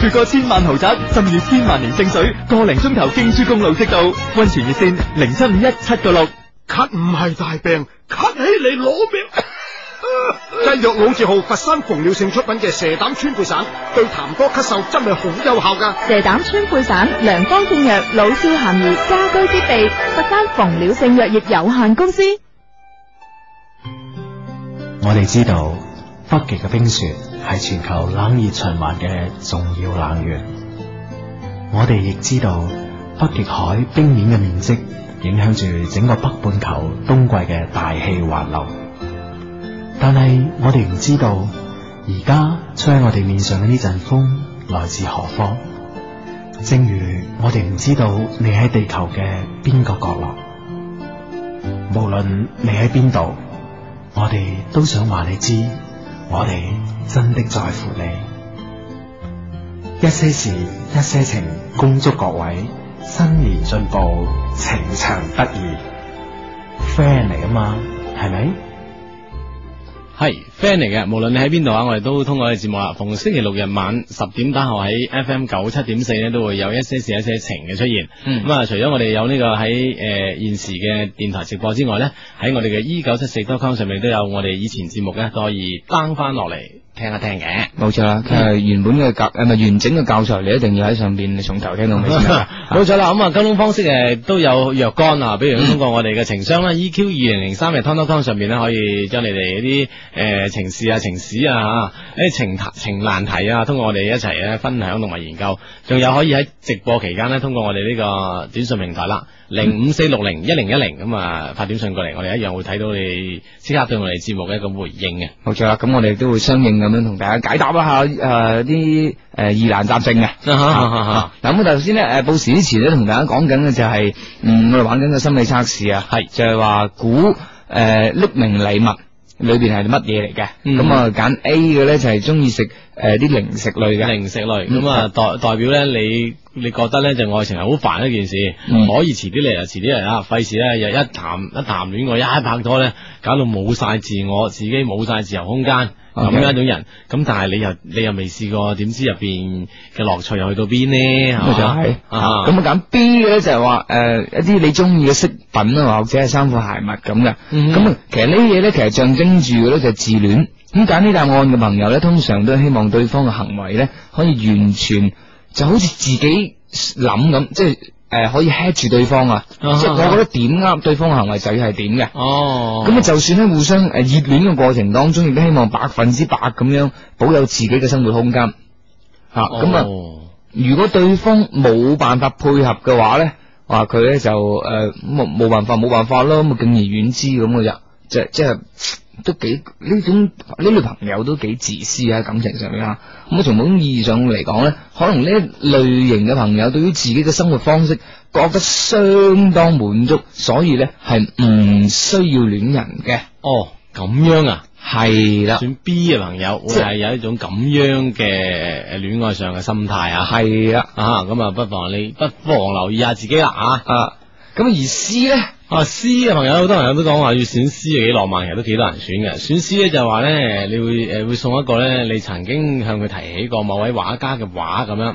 住過千萬豪宅，浸住千萬年聖水，個零鐘頭經珠公路即到，溫泉熱線零七五一七個六。
咳唔係大病，咳起嚟攞命。
制藥老字號佛山馮了性出品嘅蛇膽川貝散，對痰多咳嗽真係好有效㗎。
蛇膽川貝散，良方正藥，老少咸宜，家居必備。佛山馮了性藥業有限公司。
我哋知道北極嘅冰雪係全球冷熱循環嘅重要冷源。我哋亦知道北極海冰面嘅面積影響住整個北半球冬季嘅大氣環流。但係我哋唔知道，而家吹喺我哋面上嘅呢陣風來自何方？正如我哋唔知道你喺地球嘅邊個角落，無論你喺邊度。我哋都想話你知，我哋真的在乎你。一些事，一些情，恭祝各位新年進步，情長不移。friend 嚟啊嘛，係咪？
系 friend 嚟嘅，無論你喺邊度啊，我哋都通過我哋節目啦。逢星期六日晚十點打後喺 FM 九七點四咧，都會有一些事一些情嘅出現。
嗯
咁啊、除咗我哋有呢個喺诶、呃、现時嘅電台直播之外咧，喺我哋嘅 E 九七四 .com 上面都有我哋以前節目咧，都可以 down 翻落嚟聽一聽嘅。
冇錯啦，佢係原本嘅教诶咪完整嘅教材，你一定要喺上边從頭聽到尾先得㗎。
冇錯啦，咁啊，溝通方式誒都有若干啊，比如通過我哋嘅情商啦，EQ 二零零三嘅 t o n t o n 上面咧，可以將你哋一啲誒情事啊、情史啊、嚇一啲情題情難題啊，通過我哋一齊咧分享同埋研究，仲有可以喺直播期間咧，通過我哋呢個短信平台啦，零五四六零一零一零咁啊發短信過嚟，我哋一樣會睇到你即刻對我哋節目嘅一個回應嘅。
冇錯啦，咁我哋都會相應咁樣同大家解答一下诶啲诶疑難雜症嘅。
啊哈啊哈
啊嗱咁頭先咧诶報時之前咧，同大家講緊嘅就係，嗯，我哋玩緊個心理測試啊，系就係話估诶匿名禮物。裏邊係乜嘢嚟嘅？
嗯
咁啊揀 A 嘅咧就係中意食誒啲零食類嘅，
零食類
嗯
咁啊，代代表咧你。你覺得咧就愛情係好煩一件事，
嗯
可以遲啲嚟就啊遲啲嚟啦，費事咧又一談一談戀愛一拍拖咧，搞到冇晒自我，自己冇晒自由空間，咁
OK
樣一種人。咁但係你又你又未試過，點知入邊嘅樂趣又去到邊呢？
咪就
係
係
嘛
咁啊揀 B 嘅咧就係話誒一啲你中意嘅飾品啊，或者係衫褲鞋襪咁嘅。
嗯
咁啊，其實呢啲嘢咧，其實象徵住嘅咧就係自戀。咁揀呢答案嘅朋友咧，通常都係希望對方嘅行為咧可以完全就好似自己諗咁，即係。誒可以 hit 住對方啊！即
啊
係我覺得點啱對方嘅行為就要係點嘅。
哦，
咁啊，就算喺互相誒熱戀嘅過程當中，亦都希望百分之百咁樣保有自己嘅生活空間。嚇
哦
咁啊！如果對方冇辦法配合嘅話咧，話佢咧就誒咁啊冇辦法冇辦法咯，咁啊敬而遠之咁嘅啫，即即係都幾呢種呢類朋友都幾自私喺感情上面嚇。咁啊，從某種意義上嚟講咧，可能呢一類型嘅朋友對於自己嘅生活方式覺得相當滿足，所以咧係唔需要戀人嘅。
哦，咁樣啊，
係啦，
選 B 嘅朋友會
即係
係有一種咁樣嘅誒戀愛上嘅心態啊。
係啊，
啊咁啊，不妨你不妨留意下自己啦啊。
啊，咁而 C 咧。
啊，C 嘅朋友好多朋友都講話要選 C 嘅幾浪漫，其實都幾多人選嘅。選 C 咧就話咧，你會诶、呃、会送一個咧，你曾經向佢提起過某位畫家嘅畫咁樣。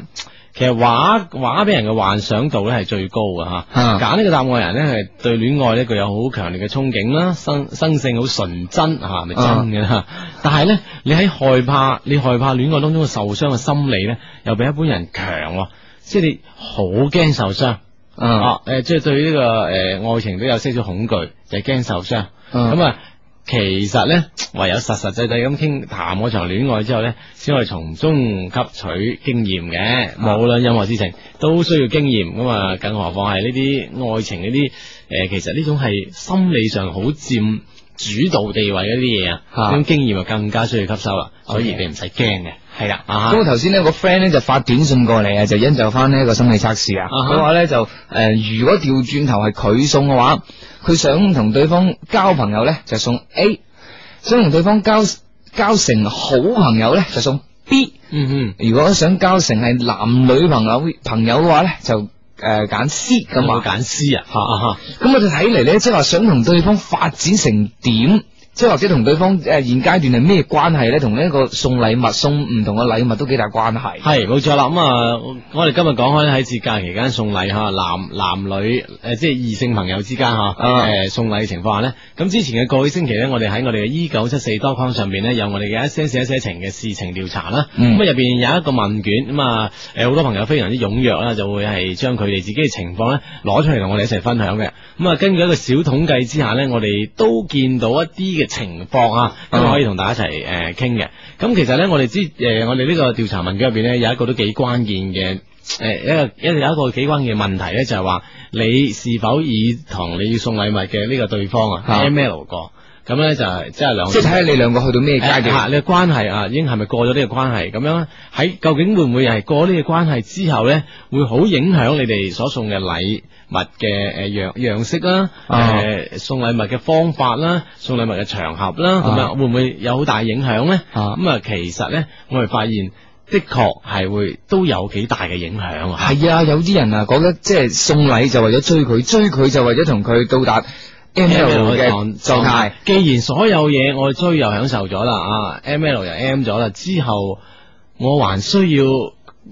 其實畫畫俾人嘅幻想度咧係最高嘅吓，
嗯
揀呢個答案嘅人咧係對戀愛咧具有好強烈嘅憧憬啦，生生性好純真吓，咪、真嘅啦。但係咧，你喺害怕你害怕戀愛當中嘅受傷嘅心理咧，又比一般人強喎，即係你好驚受傷。
嗯
啊，诶、即係對呢、個个诶、愛情都有些少恐懼，就係驚受傷。
嗯
咁啊、其實咧，唯有實實際際咁傾談嗰場戀愛之後咧，先可以從中吸取經驗嘅。
啊
無論任何事情都需要經驗，咁啊，更何況係呢啲愛情呢啲诶，其實呢種係心理上好佔主導地位嗰啲嘢啊，
嚇
呢種經驗啊更加需要吸收啦，所以你唔使驚嘅。
系啦，
啊
咁我頭先呢個 friend 咧就發短信過嚟啊，就因就翻呢一個心理測試啊，
啊哈
佢話咧就诶、呃如果調轉頭係佢送嘅話，佢想同對方交朋友咧就送 A，想同對方交交成好朋友咧就送 B，
嗯嗯，
如果想交成係男女朋友朋友嘅話咧就诶拣、C 咁
咁我
啊，
揀 C 啊，
咁我就睇嚟咧，即係話想同對方發展成點，即係或者同對方诶现阶段係咩關係咧？同呢一個送禮物送唔同嘅禮物都幾大關係。
系冇錯啦，咁啊，我我哋今日講開喺節假期間送禮吓，男男女诶、呃即係異性朋友之間吓，诶、
啊
送禮嘅情況下咧，咁之前嘅過去星期咧，我哋喺我哋嘅 E 九七四 .com 上边咧，有我哋嘅一些事一些情嘅事情調查啦，
嗯
咁啊入边有一個問卷，咁啊诶好多朋友非常之踴躍啦，就會係將佢哋自己嘅情況咧攞出嚟同我哋一齊分享嘅，咁啊根據一個小統計之下咧，我哋都見到一啲嘅情況啊，咁可以同大家一齊诶傾嘅，咁其實咧我哋之诶、我哋呢個調查問卷入边咧有一個都幾關鍵嘅。诶、一個一有一個幾關鍵嘅問題咧，就係話你是否以同你要送禮物嘅呢個對方啊
啊
M L 過，咁咧就係即係兩個
即係睇下你兩個去到咩階段
誒啊你嘅關係啊，已經係咪過咗呢個關係？咁樣喺究竟會唔會係過咗呢個關係之後咧，會好影響你哋所送嘅禮物嘅誒樣樣式啦，誒、
啊
送禮物嘅方法啦，送禮物嘅場合啦，咁
啊
樣會唔會有好大影響咧？咁啊，其實咧，我哋發現。的確係會都有幾大嘅影響啊！
係啊，有啲人啊覺得即係送禮就為咗追佢，追佢就為咗同佢到達 M L 嘅狀態。。
既然所有嘢我追又享受咗啦，啊，M L 又 M 咗啦，之後我還需要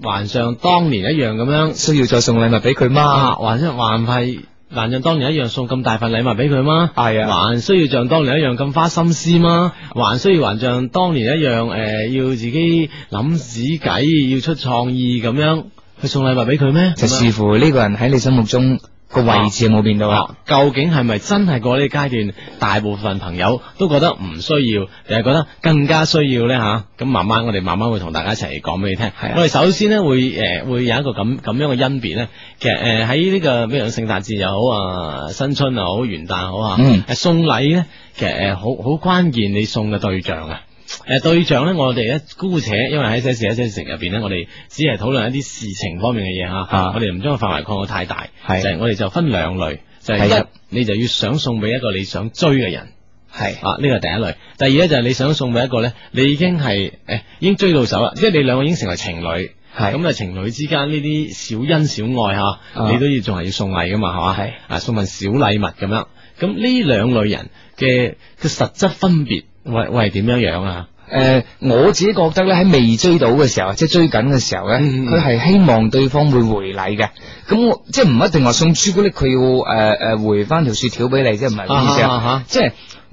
還像當年一樣咁樣，啊
需要再送禮物俾佢嗎？
還是還係還像當年一樣送咁大份禮物俾佢嗎？
係啊
還需要像當年一樣咁花心思嗎？還需要還像當年一樣誒、呃要自己諗紙計，要出創意咁樣去送禮物俾佢咩？
就
咁樣
視乎呢個人喺你心目中個位置有冇變到啦。
究竟係咪真係過呢個階段？大部分朋友都覺得唔需要，定係覺得更加需要呢？吓、咁慢慢我哋慢慢會同大家一齊講俾你聽。我哋首先呢，會诶、呃、会有一個咁咁样嘅恩別呢。其實诶喺呢個咩樣聖誕節又好啊，新春又好，元旦又好啊，
嗯
呃送禮呢，其實诶好好關鍵，你送嘅對象啊。诶、對象呢，我哋咧姑且，因為喺一些事一些情入边呢，我哋只係討論一啲事情方面嘅嘢吓
啊，
我哋唔將個範圍擴到太大，
係
就係我哋就分兩類，就係
係
一
啊
你就要想送俾一個你想追嘅人，
系
啊呢個係第一類。第二咧就係你想送俾一個咧，你已經係诶已經追到手啦，即係你兩個已經成為情侶。
係
咁啊，情侶之間呢啲小恩小愛吓，
啊
你都要仲係要送禮噶嘛，係嘛？
係
啊，送份小禮物咁樣。咁呢兩類人嘅嘅實質分別，喂喂係點樣樣啊？
诶、呃我自己覺得咧喺未追到嘅時候，即係追緊嘅時候咧，
嗯
佢係、希望對方會回禮嘅。咁我即係唔一定話送朱古力，佢要诶诶、呃回翻條雪條俾你，即係唔係咁意思
啊哈啊哈
啊？即係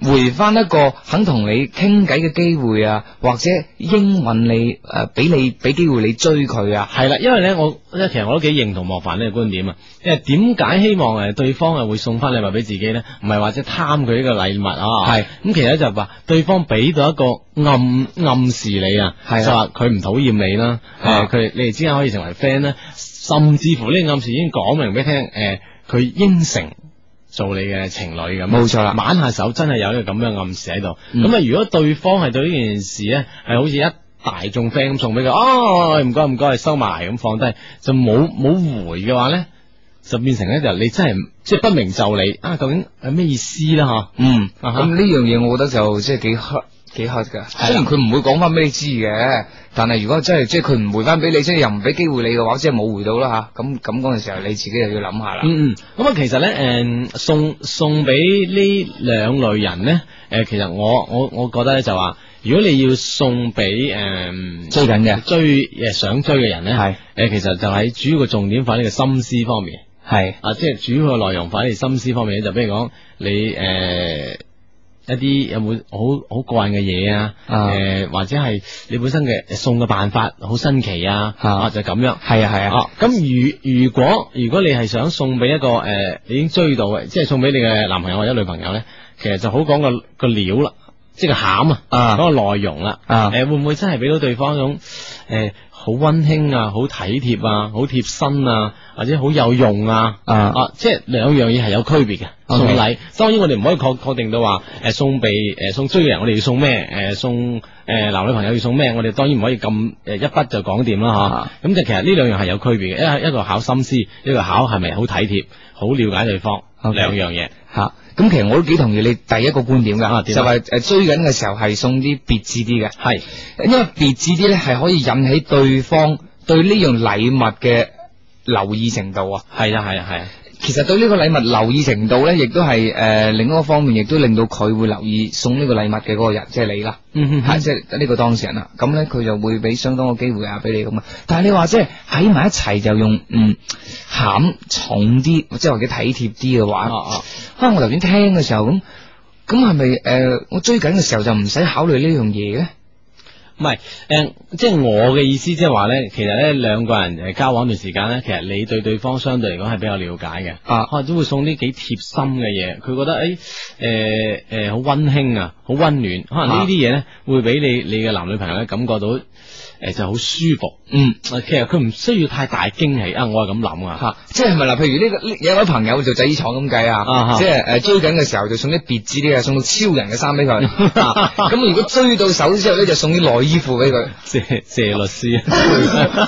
回翻一個肯同你傾偈嘅機會啊，或者應允你诶，俾、你俾機會你追佢啊。
係啦，因為咧，我咧其實我都幾認同莫凡呢個觀點啊。因為點解希望诶對方係會送翻禮物俾自己咧？唔係或者貪佢呢個禮物啊？
係
咁，其實就係話對方俾到一個暗暗示你啊，
係啊
就話佢唔討厭你啦，诶
啊
佢、你哋之間可以成為 friend 咧，甚至乎呢個暗示已經講明俾你聽，诶、佢應承。做你嘅情侶咁，
冇錯啦
挽下手真係有呢個咁樣嘅暗示喺度。
嗯
咁啊、如果對方係對呢件事咧，係好似一大眾 friend 咁送俾佢，哦，唔該唔該，收埋咁放低，就冇冇回嘅話咧，就變成咧就你真係唔即係不明就理啊，究竟係咩意思啦？嗬，
嗯，
啊哈
咁呢樣嘢我覺得就即係幾黑幾黑噶。雖然佢唔會講翻俾你知嘅，但係如果真係即係佢唔回翻俾你，即係又唔俾機會你嘅話，即係冇回到啦吓。咁咁嗰陣時候你自己又要諗下啦。
嗯嗯，咁啊，其實咧，诶、送送俾呢兩類人咧，诶、其實我我我覺得咧就話，如果你要送俾诶、
追緊嘅
追诶想追嘅人咧，
係
诶、其實就喺主要嘅重點放喺你嘅心思方面。
係
啊，即係主要嘅內容反而心思方面咧，就比如講你誒、呃一啲有冇好好過癮嘅嘢啊，誒、
啊
或者係你本身嘅送嘅辦法好新奇啊，
啊
啊就咁樣。
係啊係啊
啊，咁如如果如果你係想送俾一個誒、呃已經追到嘅，即係送俾你嘅男朋友或者女朋友咧，其實就好講個個料啦。即係個餡啊，
啊
嗰個內容啦，
啊
誒會唔會真係俾到對方一種誒呃好温馨啊、好體貼啊、好貼身啊，或者好有用啊？
啊
即係兩樣嘢係有區別嘅。
OK
送禮當然我哋唔可以確確定到話誒送俾誒送追嘅人，我哋要送咩？誒送誒男女朋友要送咩？我哋當然唔可以咁誒一筆就講掂啦
啊
嚇。咁就其實呢兩樣係有區別嘅，一一個考心思，一個考係咪好體貼、好了解對方，
OK
兩樣嘢。
吓。咁其實我都幾同意你第一個觀點
啊
㗎，
點
就
啊
係誒追緊嘅時候係送啲別致啲嘅，
係
因為別致啲咧係可以引起對方對呢樣禮物嘅留意程度啊。
係啊係啊係啊。
其實對呢個禮物留意程度咧，亦都係诶另一個方面，亦都令到佢會留意送呢個禮物嘅嗰個人，即係你啦，
嗯
係即係呢個當事人啦。咁咧佢就會俾相當嘅機會啊，俾你咁啊。但係你話即係喺埋一齊就用嗯餡重啲，即係或者體貼啲嘅話，啊我頭先聽嘅時候咁，咁係咪诶我追緊嘅時候就唔使考慮呢樣嘢咧？
唔係誒，即係我嘅意思，即係話咧，其實咧兩個人誒交往一段時間咧，其實你對對方相對嚟講係比較了解嘅，
啊，
可能都會送啲幾貼心嘅嘢，佢覺得誒誒誒好温馨啊，好温暖，可能呢啲嘢
啊
咧會俾你你嘅男女朋友咧感覺到誒、就好舒服，啊
嗯，
其實佢唔需要太大驚喜啊，我係咁諗啊，
嚇，即係咪嗱？譬如呢、個呢有位朋友做製衣廠咁計
啊
啊，即係誒追緊嘅時候就送啲別致啲嘅，送到超人嘅衫俾佢。 啊咁如果追到手之後咧，就送啲內衣褲俾佢。
謝謝律師，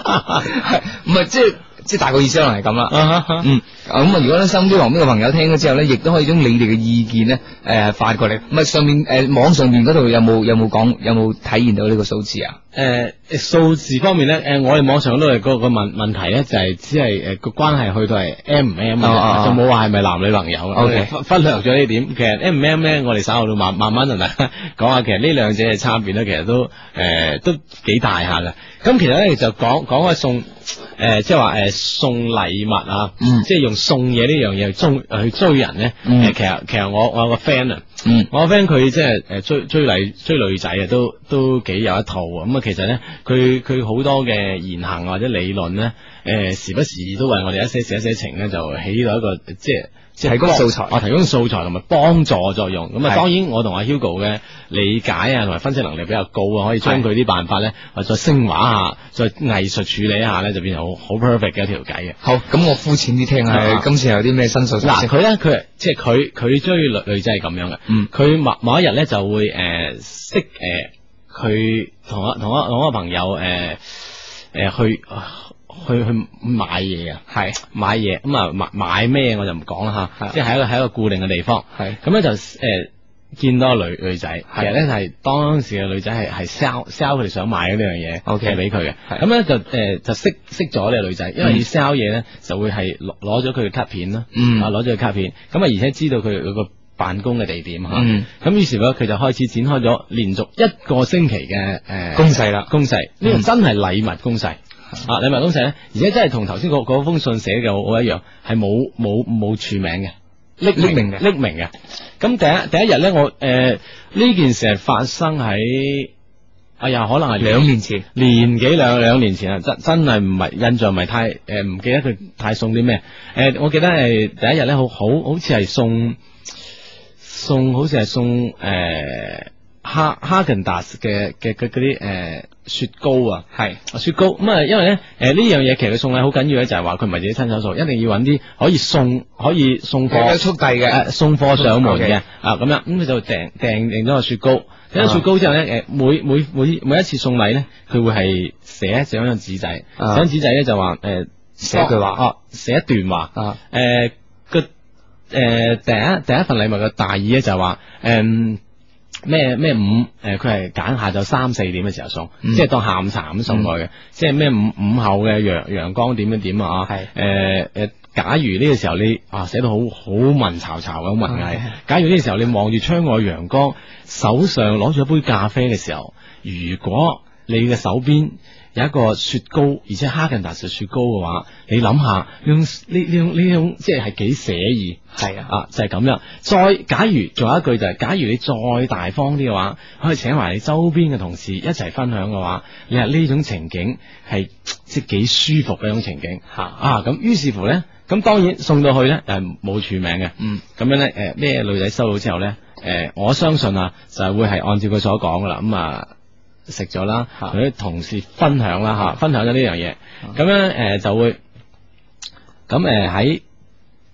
唔係即係。即係大個意思可能係咁啦
啊哈，
嗯，咁啊，如果咧心機旁邊嘅朋友聽咗之後咧，亦都可以將你哋嘅意見咧，誒、發過嚟，唔係上面誒、網上面嗰度有冇有冇講有冇體現到呢個數字啊？
誒、數呃字方面咧，誒、我哋網上都係個個問問題咧，就係、只呃係誒個關係去到係 M 唔 M
哦哦
啊，
哦
就冇話係咪男女朋友啊
OK
忽忽略咗呢點。其實 M 唔 M 咧，我哋稍後都慢慢慢同大家 講下，其實呢兩者嘅差別咧，其實都誒、呃都幾大下嘅。咁其實咧就講講開送誒、呃即係話誒送禮物啊，即係用送嘢呢樣嘢去追去追人咧。誒、
嗯
其實其實我我有個 friend 啊。
嗯
我個 friend 佢即係誒追追女追女仔啊，都都幾有一套啊。咁啊，其實咧，佢佢好多嘅言行或者理論咧，誒、時不時都為我哋一些事一些情咧，就起到一個即係。即係
提供
幫
素材
啊我提供素材同埋幫助作用。咁啊，
係
當然我同阿 Hugo 嘅理解啊，同埋分析能力比較高啊，可以將佢啲辦法咧，或再升華下，再藝術處理一下咧，就變成好好 perfect 嘅一條計嘅。
好，咁我膚淺啲聽下
啊，
今次有啲咩新數字
嗱，
先？
佢咧佢係即係佢佢追女女仔係咁樣嘅，
嗯
佢某某一日咧就會诶、呃識诶佢同一同一同一個朋友诶诶、呃去去去買嘢啊，
系
買嘢咁啊買買咩我就唔講啦吓，
係
即係喺一個喺一個固定嘅地方，
係
咁咧就诶。見到個女女仔，其實咧係當時嘅女仔係係 sell sell 佢哋想買嗰樣嘢
OK
嘅俾佢嘅，咁咧就誒就識識咗呢個女仔，因為
嗯
要 sell 嘢咧就會係攞攞咗佢嘅卡片啦，
嗯
啊攞咗佢卡片，咁啊而且知道佢佢個辦公嘅地點嚇，
嗯
咁於是咧佢就開始展開咗連續一個星期嘅誒
攻勢啦
攻勢呢個
嗯
真係禮物攻勢。啊！禮物攻勢咧，而且真係同頭先嗰嗰封信寫嘅好好一樣，係冇冇冇署名嘅，匿
匿名嘅
匿名嘅。咁第一第一日咧，我誒呢、件事係發生喺，哎呀，可能係
兩年前，
年幾兩兩年前啊，真真係唔係印象唔係太誒，呃唔、記得佢太送啲咩誒，我記得係第一日咧，好好好似係送送，好似係送誒、呃、哈哈根達斯嘅嘅嘅嗰啲誒雪糕啊，
係
雪糕咁啊，因為咧誒呢樣嘢其實佢送禮好緊要咧，就係話佢唔係自己親手做，一定要揾啲可以送可以送
有
貨
速遞嘅
誒送貨上門嘅
OK 啊
啊咁樣，咁佢就訂訂訂咗個雪糕。訂咗雪糕之後咧，誒每每每每一次送禮咧，佢會係寫寫張紙仔，
啊
寫張紙仔咧就話誒
寫一句話
哦，寫一段話，
啊
誒個誒呃第一第一份禮物嘅大意咧就係話誒。咩咩午誒，佢係揀下晝三四點嘅時候送，
嗯
即係當下午茶咁送過去嘅，即係咩午午後嘅陽陽光點點點啊，
係
誒誒，假如呢個時候你啊寫到好好文縐縐咁文藝，假如呢個時候你望住窗外陽光，手上攞住一杯咖啡嘅時候，如果你嘅手邊有一個雪糕，而且哈根達斯雪糕嘅話，你諗下呢種呢呢種呢種即係係幾寫意。
係啊，
啊，就係咁樣。再假如仲有一句就係、假如你再大方啲嘅話，可以請埋你周邊嘅同事一齊分享嘅話，你係呢種情景係即係幾舒服嘅一種情景。
嚇
啊，咁於是乎咧，咁當然送到去咧誒冇署名嘅。
嗯，
咁樣咧，誒、咩女仔收到之後咧，誒、我相信啊，就係會係按照佢所講噶啦，咁、啊食咗啦，
嚇
同啲同事分享啦嚇、分享咗呢樣嘢，咁樣誒、就會，咁誒喺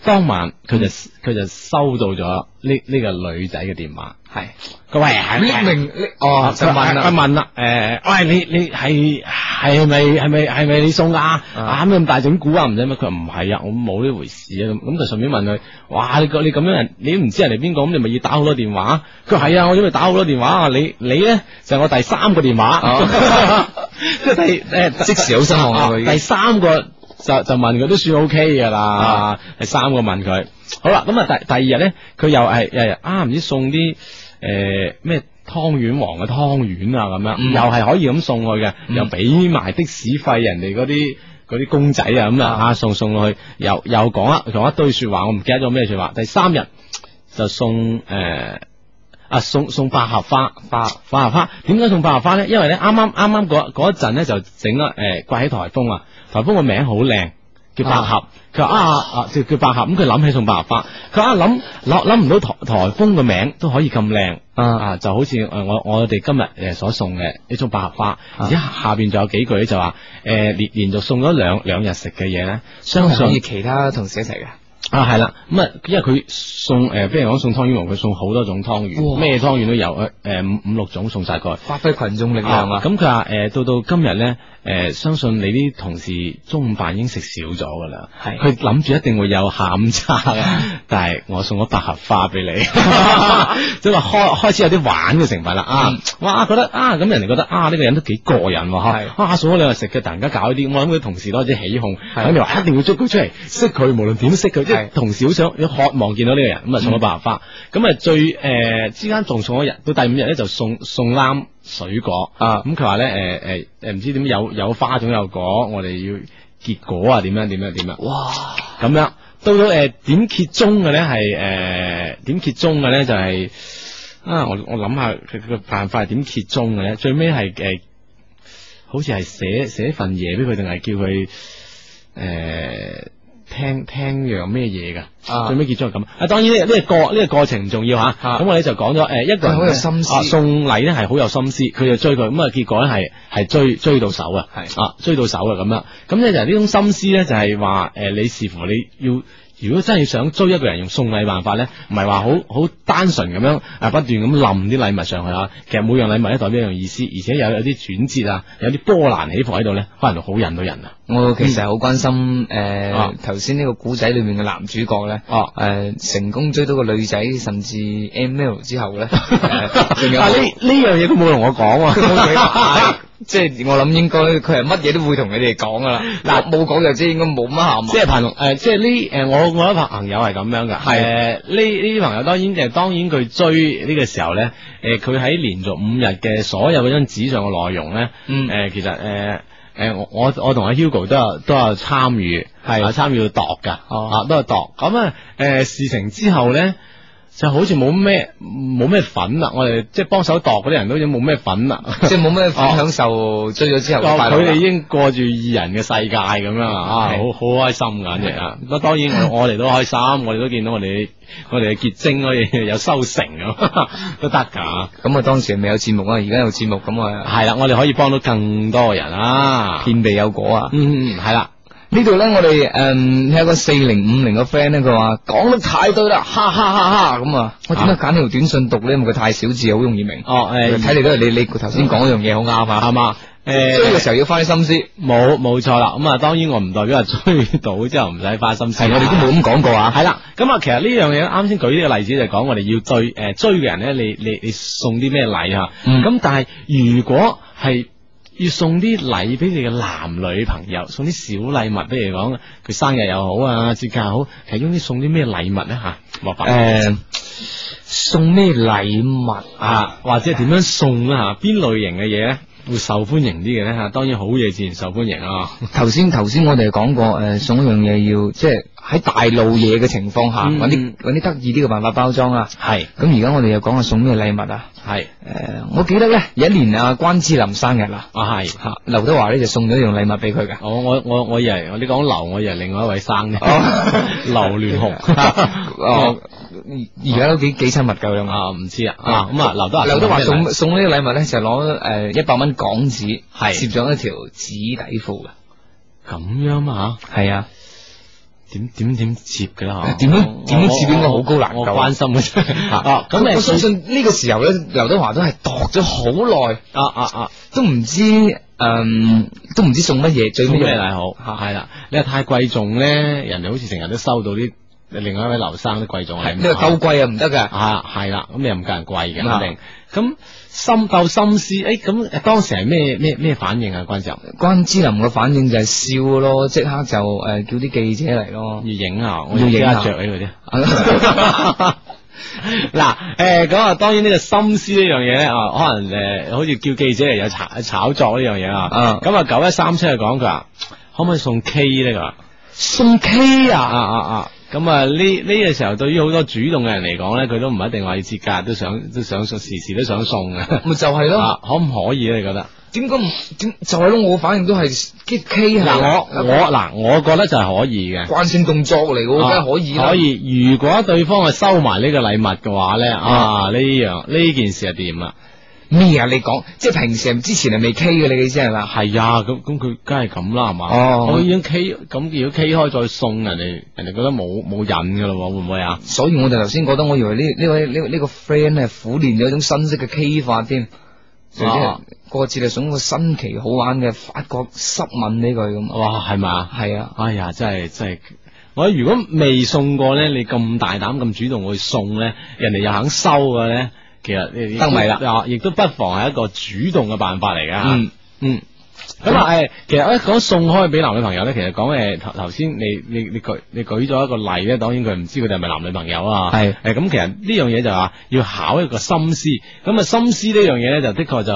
當晚佢就佢、就收到咗呢呢個女仔嘅電話，
係
佢哎話
匿名匿哦就問
啊佢
啦，
問啦，呃誒、喂，你你係係咪係咪係咪你送啊？
啊
啊咩咁大整蠱啊？唔使咩？佢話唔係啊，我冇呢回事啊。咁咁就順便問佢，哇！你個你咁樣人，你都唔知人哋邊個，咁你咪要打好多電話？佢話係啊，我因為打好多電話啊。你你咧就係我第三個電話，
哦
即係第誒
即時好失望啊
啊
佢已經
第三個就就問佢都算 O K 噶
啊
啦，係三個問佢。好啦，咁啊第第二日咧，佢又係誒啊唔知送啲誒咩湯圓王嘅湯圓啊咁樣，
嗯
又係可以咁送去嘅，
嗯
又俾埋的士費人哋嗰啲。嗰啲公仔啊咁啊，啊送送落去，又又講一講一堆説話，我唔記得咗咩説話。第三日就送誒。呃啊送送百合花，百百合花，點解送百合花咧？因為咧啱啱啱啱嗰嗰一陣咧就整咗誒掛起颱風啊，颱風個名好靚，叫百合。佢話啊啊叫叫百合，咁佢諗起送百合花，佢話啊諗諗諗唔到颱颱風個名都可以咁靚啊就好似誒我我哋今日誒呃所送嘅一種百合花，而且下邊仲有幾句咧就話誒、連連續送咗兩兩日食嘅嘢咧，相
可以
信。
其他同事一齊嘅。
啊，係啦，咁啊，因為佢送誒，譬如講送湯圓王，佢送好多種湯圓，
哇
咩湯圓都有，誒、誒五五六種送晒佢，
發揮群眾力量啊
咁佢話誒，到到今日咧，誒、相信你啲同事中午飯已經食少咗噶啦，
係
佢諗住一定會有下午茶嘅， 但係我送咗百合花俾你，即係話開開始有啲玩嘅成分啦，啊，
嗯
哇，覺得啊，咁人哋覺得啊，呢、個人都幾過癮喎，嚇，啊，送咗兩日食嘅，突然間搞呢啲，我諗佢同事都有啲起哄，咁就話一定要捉佢出嚟，識佢，無論點識佢，即係同事好想有渴望見到呢個人，咁啊送咗百合花，咁啊最誒之間仲送咗日，到第五日咧就送送啱。水果啊，咁佢話咧誒誒誒唔知點有有花總有果，我哋要結果啊點樣點樣點樣，哇咁樣到到誒點揭盅嘅咧係誒點揭盅嘅咧就係、啊我我諗下佢佢個辦法係點揭盅嘅咧，最尾係呃誒好似係寫寫份嘢俾佢定係叫佢誒。呃聽聽樣咩嘢噶？
啊
最尾結咗係咁啊！當然呢、呢個過呢、個過程唔重要吓，咁、我哋就講咗呃誒一
佢
個人
好有
呢
心思
啊送禮咧係好有心思，佢就追佢，咁啊結果咧係係追追到手啊，啊追到手啊咁樣，咁咧就係呢種心思咧就係話誒你視乎你要。如果真係想追一個人用送禮辦法咧，唔係話好好單純咁樣啊不斷咁冧啲禮物上去啊，其實每樣禮物咧代表一樣意思，而且有有啲轉折啊，有啲波瀾起伏喺度咧，可能好引到人啊。
我其實好關心诶
啊，
頭先呢個古仔裏面嘅男主角咧，诶成功追到個女仔，甚至 M L 之後咧， 誒仲有
啊呢呢樣嘢都冇同我講喎。
係即係我諗應該佢係乜嘢都會同你哋講噶啦。嗱，冇講就知應該冇乜下文。
即係朋誒、
呃
即係呢誒，我我有一個朋友係咁樣嘅，係誒呢呢啲朋友當然誒，當然佢追呢個時候咧，誒佢喺連續五日嘅所有嗰張紙上嘅內容咧，誒、其實誒。誒我我我同阿 Hugo 都有都有參與，係啊參與度㗎，啊都有度。咁啊誒事成之後咧，就好似冇咩冇咩份啦。我哋即係幫手度嗰啲人都已經冇咩份啦，
即係冇咩
哦
享受追咗之後嘅快樂
佢哋
啦
已經過住二人嘅世界咁樣
嗯
啊，啊好好開心噶，簡直啊！不過當 然我我哋都開心，我哋都見到我哋我哋嘅結晶可以 有收成咁， 都得㗎。
咁啊，當時未有節目啊，而家有節目咁啊，
係啦，我哋可以幫到更多人啊，
遍地有果啊。
嗯，係啦。
呢度咧，我哋诶、嗯有一個四零五零嘅 friend 咧，佢話講得太對啦，哈哈哈哈咁啊！我點解揀呢條短信讀咧？因為佢太少字，好容易明。
哦，誒
睇嚟都係你你頭先講嗰樣嘢好啱啊，
係嘛？誒
追嘅時候要花啲心思，
冇冇錯啦，咁啊當然我唔代表係追到之後唔使花心思，
係我哋都冇咁講過啊
係啦，咁啊其實呢樣嘢啱先舉呢個例子就係講我哋要追誒、追嘅人咧，你你你送啲咩禮啊？
嗯
咁、但係如果係要送啲禮俾你嘅男女朋友，送啲小禮物，譬如講佢生日又好啊，節假又好，其中啲送啲咩禮物咧吓？莫凡
誒呃送咩禮物
啊，或者點樣送啦吓？邊類型嘅嘢咧會受歡迎啲嘅咧吓？當然好嘢自然受歡迎啊。
頭先頭先我哋講過，誒、送一樣嘢要即係喺大路嘢嘅情況下，
嗯
揾啲揾啲得意啲嘅辦法包裝啊。
係。
咁而家我哋又講下送咩禮物啊？
係。誒、
我記得咧，有一年啊，關之琳生日啦。
啊係
嚇，劉德華咧就送咗一樣禮物俾佢嘅。
我哦我我我以為你講劉，我以為另外一位生嘅， 劉聯雄。
哦，而家都幾幾親密㗎兩個。
啊，唔知啊。啊，咁啊，劉德華
劉德華
送
送
咩
送呢
禮
個禮物咧，就攞誒一百蚊港紙，
係
攝咗一條紙底褲嘅。
咁樣啊？
係啊。
點點點接嘅啦嚇？
點樣點樣接應該好高難度
我關心嘅啫。
啊
啊，咁
我
誒
我相信呢個時候咧，劉德華都係度咗好耐，
啊啊啊，
都唔知誒，都唔知送乜嘢，最
送
尾
咩禮好？係啦，你話太貴重咧，人哋好似成日都收到啲另外一位劉生都貴咗我
係
哋五
呢個
萬
鬥貴啊，唔得噶。
啊，係啦，咁你又唔夠人貴嘅，
啊
肯定。咁心鬥心思，誒、咁當時係咩咩咩反應啊？關之琳
關之琳嘅反應就係笑咯，即刻就诶、呃叫啲記者嚟咯，
要影啊，我
要影
而
下
家着呢嗰啲。嗱，誒咁啊，當然呢個心思呢樣嘢咧，啊，可能誒、好似叫記者嚟有炒炒作呢樣嘢啊。咁啊，九一三七就講佢話，可唔可以送 K 咧？佢話
送 K 啊
啊啊啊！咁啊，呢呢個時候對於好多主動嘅人嚟講咧，佢都唔一定話要節假，都想都想送，時時都想送嘅。
咪就係咯
啊可唔可以咧？你覺得？
點解唔點就係咯？我反應都係 K 係
嗱，我我嗱，我覺得就係可以嘅。
慣性動作嚟嘅喎，梗係可以啦。
啊可以。如果對方係收埋呢個禮物嘅話咧，啊
啊
呢樣呢件事係掂啦。
咩啊？你講即係平時之前係未 K 嘅，你嘅意思係嘛？
係啊，咁咁佢梗係咁啦，係嘛？
哦
我已經 K 咁，如果 K 開再送人哋，人哋覺得冇冇癮噶咯，會唔會啊？
所以我就頭先覺得，我以為呢呢位呢呢個 friend 係苦練咗一種新式嘅 K 法添，就即係
啊
個字就送個新奇好玩嘅法國濕吻呢句咁。
哇，係咪啊？
係啊，
哎呀，真係真係。我如果未送過咧，你咁大膽咁主動去送咧，人哋又肯收嘅咧，其實呢啲
得咪啦
啊亦都不妨係一個主動嘅辦法嚟㗎。
嗯。
嗯。咁啊，誒，其實一講送開俾男女朋友咧，其實講誒頭頭先你你你舉你舉咗一個例咧，當然佢唔知佢哋係咪男女朋友啊。
係
誒，咁其實呢樣嘢就話要考一個心思，咁啊心思呢樣嘢咧就的確就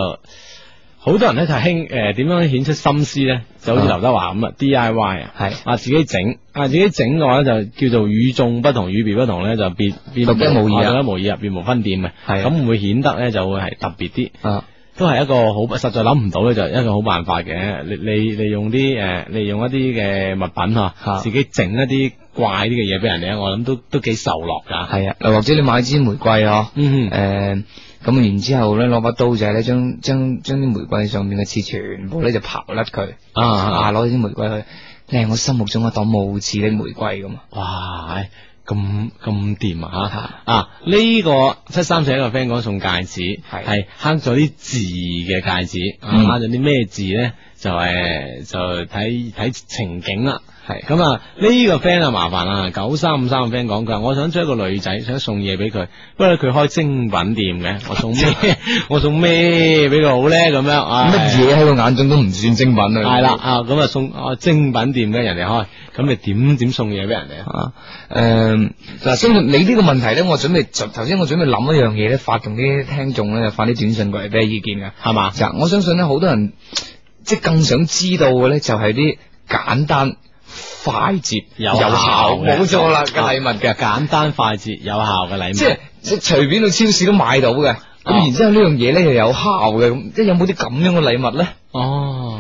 好多人咧就興誒點樣顯出心思咧，就好似劉德華咁啊 D I Y 啊，
係
啊自己整啊自己整嘅話咧就叫做與眾不同，與別不同咧就別別
獨一無二啊
獨一無二啊，別無分店嘅，
係啊
咁會唔會顯得咧就會係特別啲。
啊，
都係一個好實在諗唔到咧，就係一個好辦法嘅。你你利用啲誒、呃利用一啲嘅物品嚇，
嚇
自己整一啲怪啲嘅嘢俾人哋，啊我諗都都幾受落㗎。
係啊，又或者你買支玫瑰啊，
嗯
誒咁然之後咧攞把刀就係咧將將將啲玫瑰上面嘅刺全部咧就刨甩佢
啊啊啊
啊攞啲玫瑰去，你係我心目中一朵冇刺的玫瑰咁啊，
哇！唉咁咁掂啊嚇啊！呢、個七三四一個 friend 講送戒指，係刻咗啲字嘅戒指，啊
嗯
刻咗啲咩字咧？就誒、就睇睇情景啦。
係
咁啊，呢、個 friend 啊麻煩啦，九三五三個 friend 講佢話，我想追一個女仔，想送嘢俾佢，不過佢開精品店嘅，我送 咩？我送咩俾佢好咧？咁樣啊？
乜嘢喺佢眼中都唔算精品啊，
系啦，啊咁啊送啊精品店嘅人哋開，咁你點點送嘢俾人哋
啊，
啊？
誒、嗱，相信你呢個問題咧，我準備就頭先我準備諗一樣嘢咧，發動啲聽眾咧，就發啲短信過嚟俾意見嘅。
係嘛？
就我相信咧，好多人即係更想知道嘅咧，就係啲簡單、快捷、
有
效，
嘅啊
冇錯啦嘅禮物嘅，
簡單快捷有效嘅禮物，
即係即係隨便到超市都買到嘅。咁、
哦
然之後呢樣嘢咧又有效嘅，咁即係有冇啲咁樣嘅禮物咧？
哦。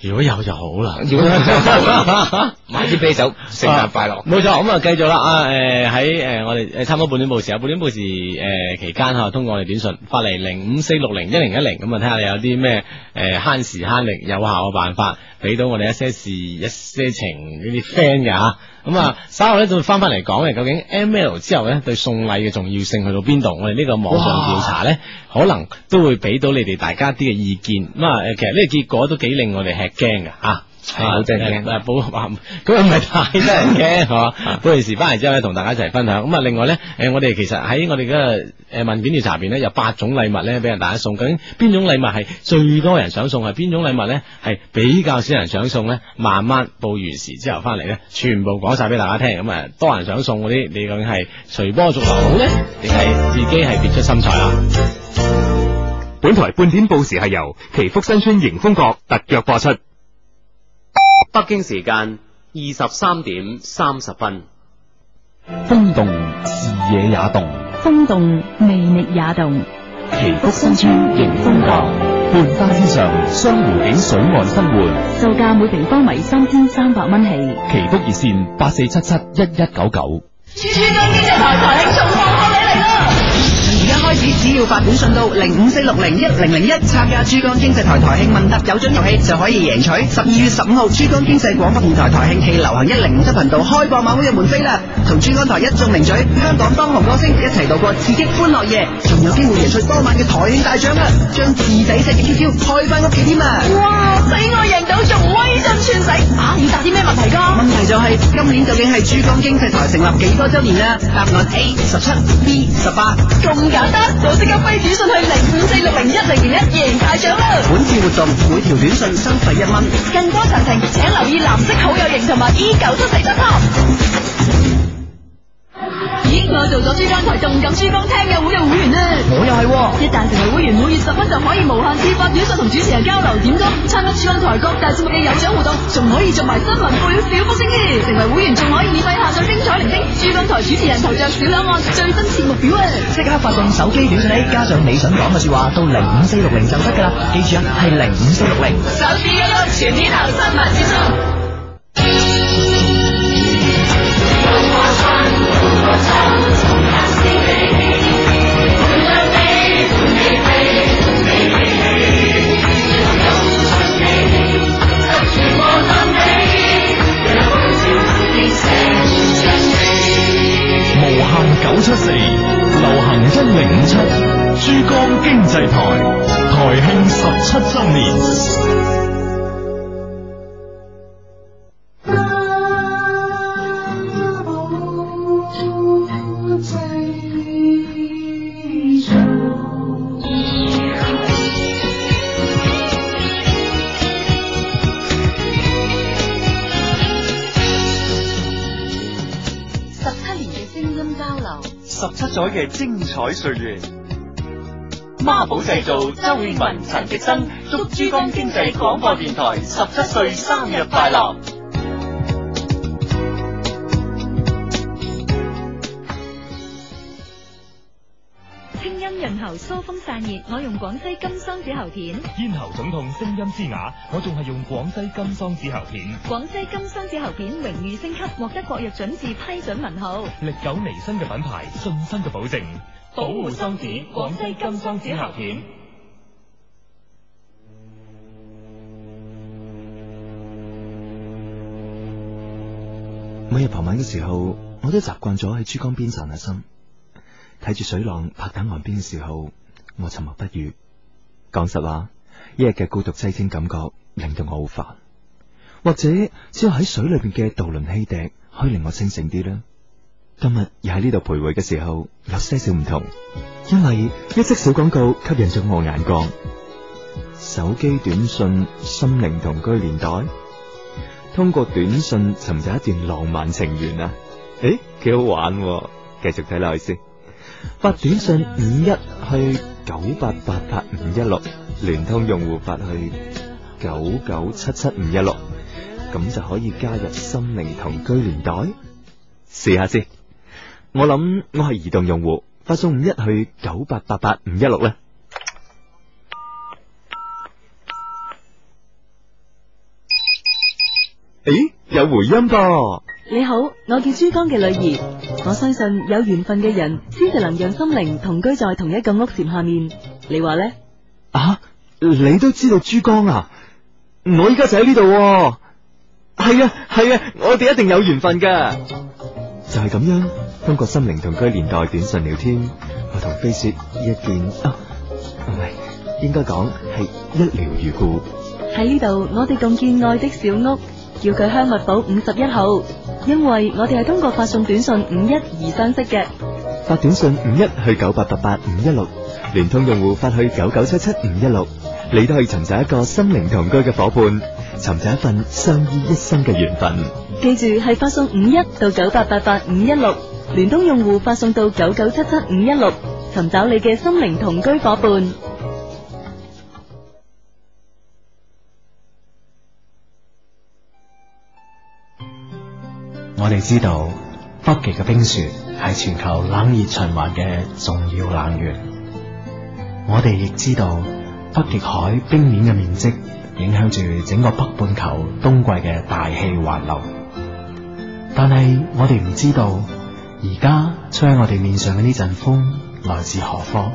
如果有就好啦，
如果有就 好買支啤酒，聖誕快樂
啊！冇錯，咁啊繼續啦啊！誒喺誒我哋誒差唔多半點報時啊，半點報時誒期間嚇，通過我哋短信發嚟零五四六零一零一零咁啊，睇下你有啲咩誒慳時慳力有效嘅辦法，俾到我哋一些事一些情呢啲 friend 嘅嚇。咁啊，稍後咧就會翻翻嚟講嘅，究竟 M L 之後咧對送禮嘅重要性去到邊度？我哋呢個網上調查咧，可能都會俾到你哋大家啲嘅意見。咁啊，誒其實呢個結果都幾令我哋吃驚嘅啊嚇。
係好正驚
誒誒保啊咁又唔係太得人驚 係嘛？報完時翻嚟之後咧，同大家一齊分享。咁啊，另外咧，誒我哋其實喺我哋嘅誒問卷調查入邊咧，有八種禮物咧俾人大家送。究竟邊種禮物係最多人想送，係邊種禮物咧係比較少人想送咧？慢慢報完時之後翻嚟咧，全部講晒俾大家聽。咁啊，多人想送嗰啲，你究竟係隨波逐流好咧，定係自己係別出心裁啦？
本台半天報時係由祈福新村迎風閣特約播出。
北京時間二十三點嗯三十分。
風動，視野也動。
風動，魅力也動。
祈福新村迎風閣，半山之上，湘湖景水岸生活。
售價每平方為三千三百蚊起。
祈福熱線八四七七一一九九。
珠珠江經濟台台慶重磅賀禮嚟啦！
而家開始，只要發短信到零五四六零一零零一，參加珠江經濟台台慶問答有獎遊戲就可以贏取十二月十五號珠江經濟廣播電台台慶暨流行一零五七頻道開播晚會嘅門飛啦！同珠江台一眾名嘴、香港當紅歌星一齊度過刺激歡樂夜，仲有機會贏取當晚嘅台慶大獎啊！將自底隻嘅 QQ 開翻屋企添啊！
哇！俾我贏到仲威震全城，啊！
五答啲咩問題㗎？
問題就係、今年究竟係珠江經濟台成立幾多周年呢？答案 A 十七，B 十八。
咁簡單，就即刻揮短信去零五四六零一零零一贏大獎啦！
本次活動每條短信收費一蚊。
更多詳情請留意藍色好友型同埋 E 九七四 .com。咦，我做咗珠江台動感珠江聽友會嘅會員啦！
我又係喎
啊一旦成為會員，每月十蚊就可以無限次發短信同主持人交流點歌，參加珠江台各大節目嘅有獎活動，仲可以做埋新聞報料小福星添。成為會員仲可以免費下載精彩鈴聲、珠江台主持人頭像小檔案、最新節目表啊！
即刻發送手機短信 A，加上你想講嘅説話到零五四六零就得㗎啦。記住啊，係零五四六零。
嗯
手指一喐，全天候新聞資訊。
無限九七四，流行一零五七，珠江經濟台台慶十七周年。
十七年嘅聲音交流，
十七載嘅精彩歲月。孖寶製造周慶文、陳迪生，祝珠江經濟廣播電台十七歲生日快樂！
清音潤喉疏風散熱，我用廣西金桑子喉片。
咽喉腫痛，聲音嘶啞，我仲係用廣西金桑子喉片。
廣西金桑子喉片榮譽升級，獲得國藥準字批准文號。
歷久彌新嘅品牌，信心嘅保證。
保護桑子廣西金
嗯
桑子喉片。
每日傍晚嘅時候，我都習慣咗喺珠江邊散下心，睇住水浪拍打岸邊嘅時候，我沉默不語。講實話，一日嘅孤獨擠清感覺令到我好煩，或者只有喺水裏邊嘅渡輪汽笛可以令我清醒啲啦。今日又喺呢度徘徊嘅時候，有些少唔同，因為一則小廣告吸引咗我眼光。手機短信心靈同居年代，通過短信尋找一段浪漫情緣啊！誒，幾好玩喎，繼續睇落去先。發短信五一去九八八八五一六，聯通用戶發去九九七七五一六，咁就可以加入心靈同居年代。試下先，我諗我係移動用戶，發送五一去九八八八五一六咧。誒，有回音噃。
你好，我叫珠江嘅女兒。我相信有緣分嘅人先至能讓心靈同居在同一個屋檐下面。你話呢？
啊，你都知道珠江啊？我依家就喺呢度喎。係啊，係啊，我哋一定有緣分噶。就係咁樣，通過心靈同居年代短信聊天，我同飛雪一見啊，唔係，應該講係一聊如故。
喺呢度，我哋共建愛的小屋，叫佢香蜜堡五十一號，因為我哋係通過發送短信五一而相識嘅。
發短信五一去九八八八五一六，聯通用戶發去九九七七五一六，你都可以尋找一個心靈同居嘅伙伴，尋找一份相依一生嘅緣分。
記住係發送五一到九八八八五一六，聯通用戶發送到九九七七五一六，尋找你嘅心靈同居伙伴。
我哋知道北極嘅冰雪係全球冷熱循環嘅重要冷源。我哋亦知道北極海冰面嘅面積影響住整個北半球冬季嘅大氣環流。但係我哋唔知道，而家吹喺我哋面上嘅呢陣風來自何方？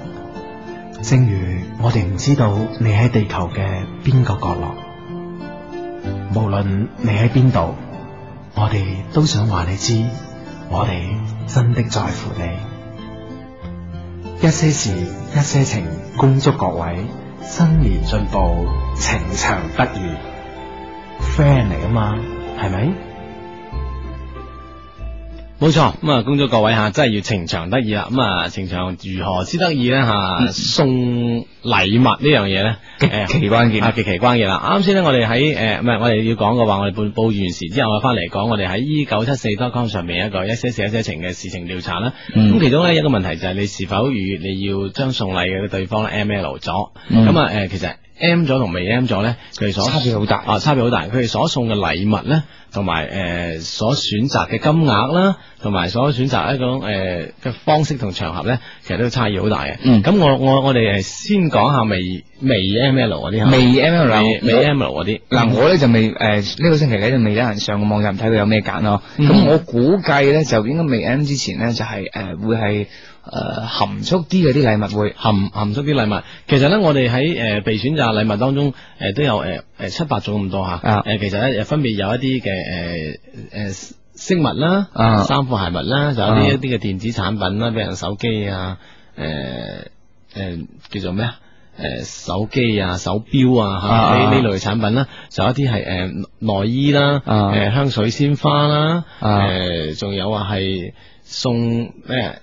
正如我哋唔知道你喺地球嘅邊個角落，無論你喺邊度。我哋都想話你知，我哋真的在乎你。一些事，一些情，恭祝各位新年進步，情長得意。friend 嚟啊嘛，
冇錯，咁啊，恭祝各位吓，真係要情場得意啦。咁啊，情場如何之得意咧吓？送禮物呢樣嘢咧，極其關鍵啊，極其關鍵啦。啱先咧，我哋喺誒唔係，我哋要講嘅話，我哋報報完時之後，我翻嚟講，我哋喺 E 九七四 .com 上面一個一些事一些情嘅事情調查啦。咁、
嗯
其中咧一個問題就係你是否與你要將送禮嘅對方咧 M L 咗？
嗯
咁啊誒，其實 M 咗同未 M 咗咧，佢哋所
差別好大
啊，差別好大。佢哋所送嘅禮物咧，同埋誒所選擇嘅金額啦，同埋所選擇一種誒嘅方式同場合咧，其實都差異好大嘅。
嗯
咁我我我哋誒先講下未未 M L 嗰啲嚇，
未啊 ML
未未 M L 嗰啲。嗯
嗱，我咧就未诶呢、個星期咧就未得閒上個網站睇佢有咩揀咯。咁、
嗯
我估計咧就應該未 M 之前咧就係诶會係诶含蓄啲嘅啲禮物會
含含蓄啲禮物。其實咧，我哋喺誒呃被選擇禮物當中，誒、都有誒誒、呃七八種咁多嚇。誒、
啊
其實咧分別有一啲嘅誒誒飾物啦、
啊
衫褲鞋襪啦，就有啲
啊
一啲嘅電子產品啦，比如手機啊、誒、誒、叫做咩啊？誒手機啊、手錶啊，嚇
啊
呢呢類產品啦，就有一啲係誒內衣啦、
啊
誒香水鮮花啦，
啊
誒仲有啊係送咩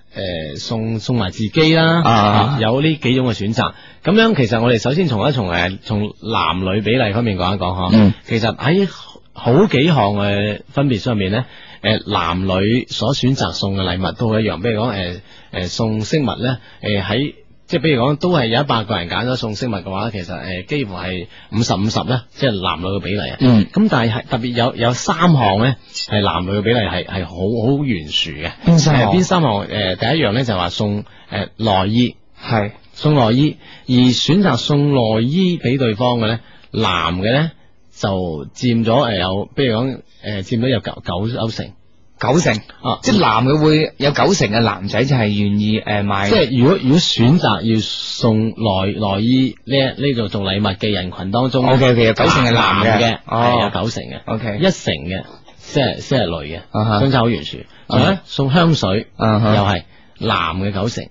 誒送送埋自己啦，
啊
啊有呢幾種嘅選擇。咁樣其實我哋首先從一從誒從男女比例方面講一講嗬。
嗯
其實喺好幾項嘅分別上面咧，誒、男女所選擇送嘅禮物都好一樣，比如講誒誒送飾物咧，誒、呃喺。即係比如講，都係有一百個人揀咗送飾物嘅話，其實誒、幾乎係五十五十咧，即係男女嘅比例啊。
嗯
咁但係係特別有有三項咧，係男女嘅比例係係好好懸殊嘅。
邊三項
誒邊三項？誒、第一樣咧就係話送誒、內衣。
係
送內衣，而選擇送內衣俾對方嘅咧，男嘅咧就佔咗誒有，比如講誒佔咗有九九九成，
九成
啊
即係男嘅會有九成嘅男仔就係願意诶买，
即係如果如果選擇要送內內衣呢一呢度做禮物嘅人群當中
OK，OK，有九成係男嘅
嘅，
哦
係有九成嘅
OK
一成嘅即係即係女嘅，
啊哈
相差好懸殊。仲有咧送香水又
啊哈嗯
係男嘅九成，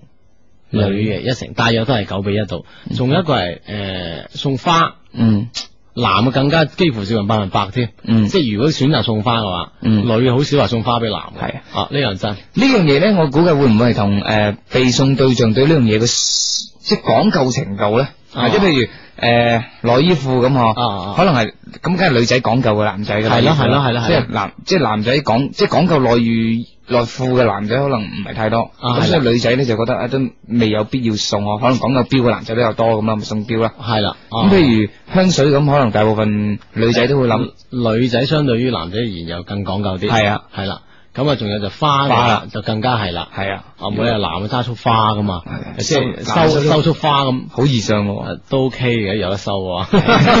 女嘅一成，大約都係九比一度。仲有一個係誒送花。
嗯
男嘅更加幾乎接近百分百添，
嗯
即係如果選擇送花嘅話，
嗯
女嘅好少話送花俾男嘅，
係
啊呢樣真，
呢樣嘢咧，我估計會唔會係同诶被送對象對呢樣嘢嘅 s- 即係講究程度咧？
啊
啊，即係譬如诶內衣褲咁嗬，
啊啊
可能係咁，梗係女仔講究嘅男仔嘅
係咯
內衣褲啦
係咯係咯係咯
即係男即係男仔講即係講究內遇內褲嘅男仔可能唔係太多，
啊
咁所以
係啦
女仔咧就覺得啊都未有必要送我，可能講究錶嘅男仔比較多咁啦，咪送錶啦。
係啦，
咁
啊
譬如香水咁，可能大部分女仔都會
嗯
諗。
女仔相對於男仔而言又更講究啲，
係啊，
係啦，咁啊仲有就
花
花啦
啦，
就更加係啦，
係啊
啊每日男嘅揸束花噶嘛，即係
男
收
仔都
收束花咁。
好易上喎、
啊都 OK 嘅，有得收喎，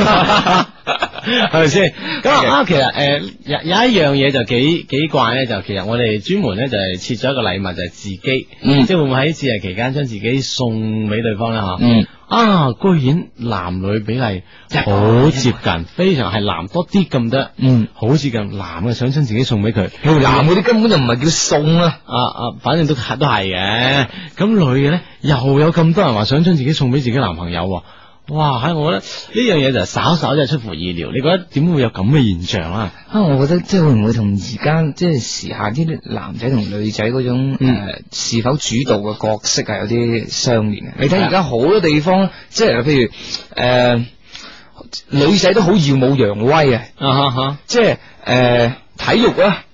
係咪先？咁啊，啊其實诶、誒有有一樣嘢就幾幾怪咧，就其實我哋專門咧就係設咗一個禮物，就係、自己，
嗯
即係會唔會喺節日期間將自己送俾對方咧？吓、
嗯
啊，居然男女比例好接近，非常係男多啲咁多，
啊嗯，
好接近，男嘅想將自己送俾佢，
男嗰啲根本就唔係叫送啊，
啊啊，反正都係都係嘅。咁女嘅咧，又有咁多人話想將自己送俾自己男朋友喎。哇！喺我覺得呢樣嘢就稍稍真係出乎意料。你覺得點會有咁嘅現象啊？
啊，我覺得即係會唔會同而家即係時下啲男仔同女仔嗰種誒、
嗯
呃是否主導嘅角色係有啲相
嗯
連嘅？你睇而家好多地方，即係譬如誒、呃女仔都好耀武揚威啊，
啊哈哈！
即係誒、呃、體育啦、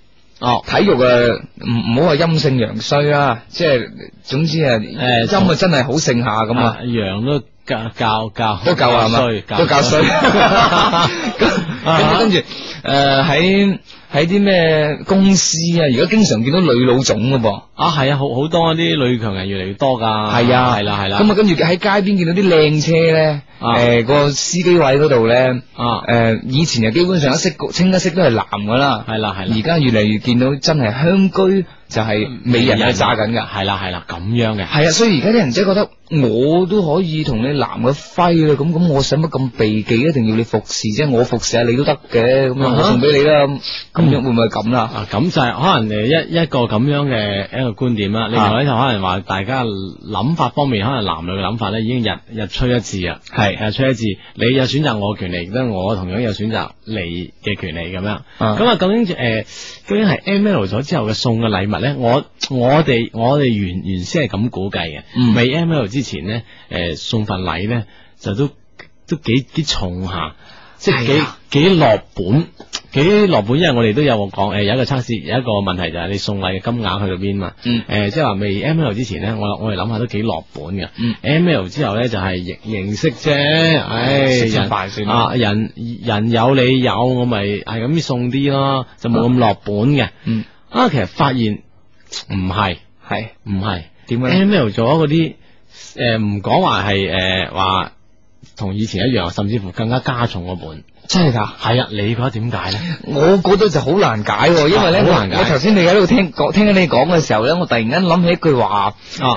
哦，
體育啊，唔唔好話陰盛陽衰啦，即係總之啊，
誒
陰啊真係好盛下咁啊，
羊都教教教
都夠啊係
衰
嘛，都夠衰。咁 跟住跟住誒喺喺啲咩公司啊，而家經常見到女老總噶噃，
啊，係啊，好好多啲女強人越嚟越多㗎。
係啊
係啦，係啦。
咁啊跟住喺街邊見到啲靚車咧，
啊
誒個司機位嗰度咧，
啊
誒以前就基本上一色清一色都係男噶啦，
係啦，係啦。嗯
而家越嚟越見到真係香居就係美人係炸緊㗎。
係啦，係啦，啊咁樣嘅。
系啊，所以而家啲人即係覺得我都可以同你男嘅揮啦，咁咁我使乜咁避忌？一定要你服侍啫，我服侍下你都得嘅，咁
啊
啊
哈
我送俾你啦，咁咁唔知會唔會咁啦？
啊，咁就係可能诶一一個咁樣嘅一個觀點
啊
啦。另外咧就可能話大家諗法方面，可能男女嘅諗法咧已經日日趨一致啊。
係
日趨一致，你有選擇我嘅權利，亦都我同樣有選擇你嘅權利咁樣。
啊
咁啊，究竟诶、究竟係 M L 咗之後嘅送嘅禮物咧？我我哋我哋原原先係咁估計嘅，
嗯
未 M L 之前咧，诶、送份禮咧就都都幾幾重下。即係
係
幾
啊
幾落本，幾落本，因為我哋都有講誒、呃有一個測試，有一個問題就係你送禮嘅金額去到邊嘛。
嗯
誒、即係話未 M L 之前咧，我我哋諗下都幾落本嘅。
嗯
M L 之後咧就係、形形式啫，唉、
食餐
人
飯算啦
啊，人人有你有，我咪係咁送啲咯，就冇咁落本嘅。
嗯
啊，其實發現唔係，
係
唔係
點嘅咧
M L 咗嗰啲誒，唔講話係誒話呃同以前一樣，甚至乎更加加重嗰本。
真係㗎？
係啊，你覺得點解咧？
我覺得就好難解喎，因為咧，
啊好難解
我我頭先你喺度聽講，聽緊你講嘅時候咧，我突然間諗起一句話，誒、
啊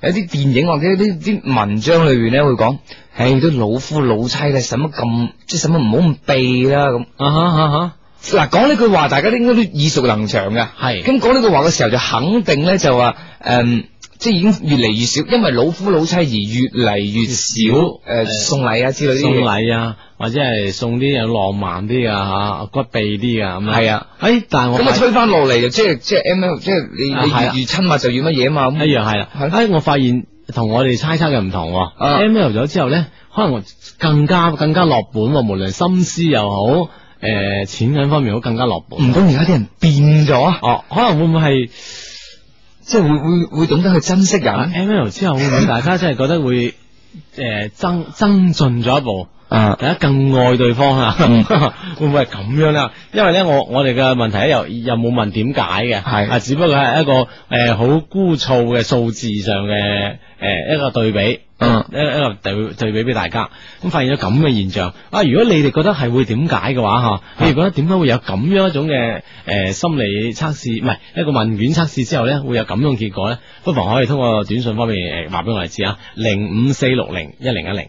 有啲電影或者啲啲文章裏邊咧會講，唉，都老夫老妻啦，使乜咁，即係使乜唔好咁避啦咁。
啊哈啊哈！
嗱，講呢句話，大家都應該都耳熟能詳嘅。
係
咁講呢句話嘅時候，就肯定咧就話，誒、嗯即係已經越嚟越少，因為老夫老妻而越嚟越少誒、送禮啊之類啲嘢
送禮啊，或者係送啲有浪漫啲啊吓，骨痹啲啊咁樣。
係啊，
诶，但係我
咁啊
發
推翻落嚟就即係即係 M L，即係你
啊係啊
你越越親密就越乜嘢啊嘛，
一樣係啦。
係
哎，我發現同我哋猜測嘅唔同喎。
啊
M L 咗之後咧，可能我更加更加落本喎，無論心思又好，诶、錢銀方面好，更加落本。
唔通而家啲人變咗啊？
哦，可能會唔會係
即係會會會懂得去珍惜人啊
M L 之後會唔會大家真係覺得會诶、呃增增進咗一步？
啊？
大家更愛對方啊，
嗯
會唔會係咁樣啦？因為咧，我我哋嘅問題咧又又冇問點解嘅，
係
啊，只不過係一個诶好、枯燥嘅數字上嘅诶、呃一個對比，
嗯
一一個對對比俾大家，咁發現咗咁嘅現象啊！如果你哋覺得係會點解嘅話吓，你哋覺得點解會有咁樣一種嘅诶、呃心理測試，唔係一個問卷測試之後咧會有咁樣結果咧？不妨可以通過短信方面诶話俾我哋知啊，零五四六零一零一零。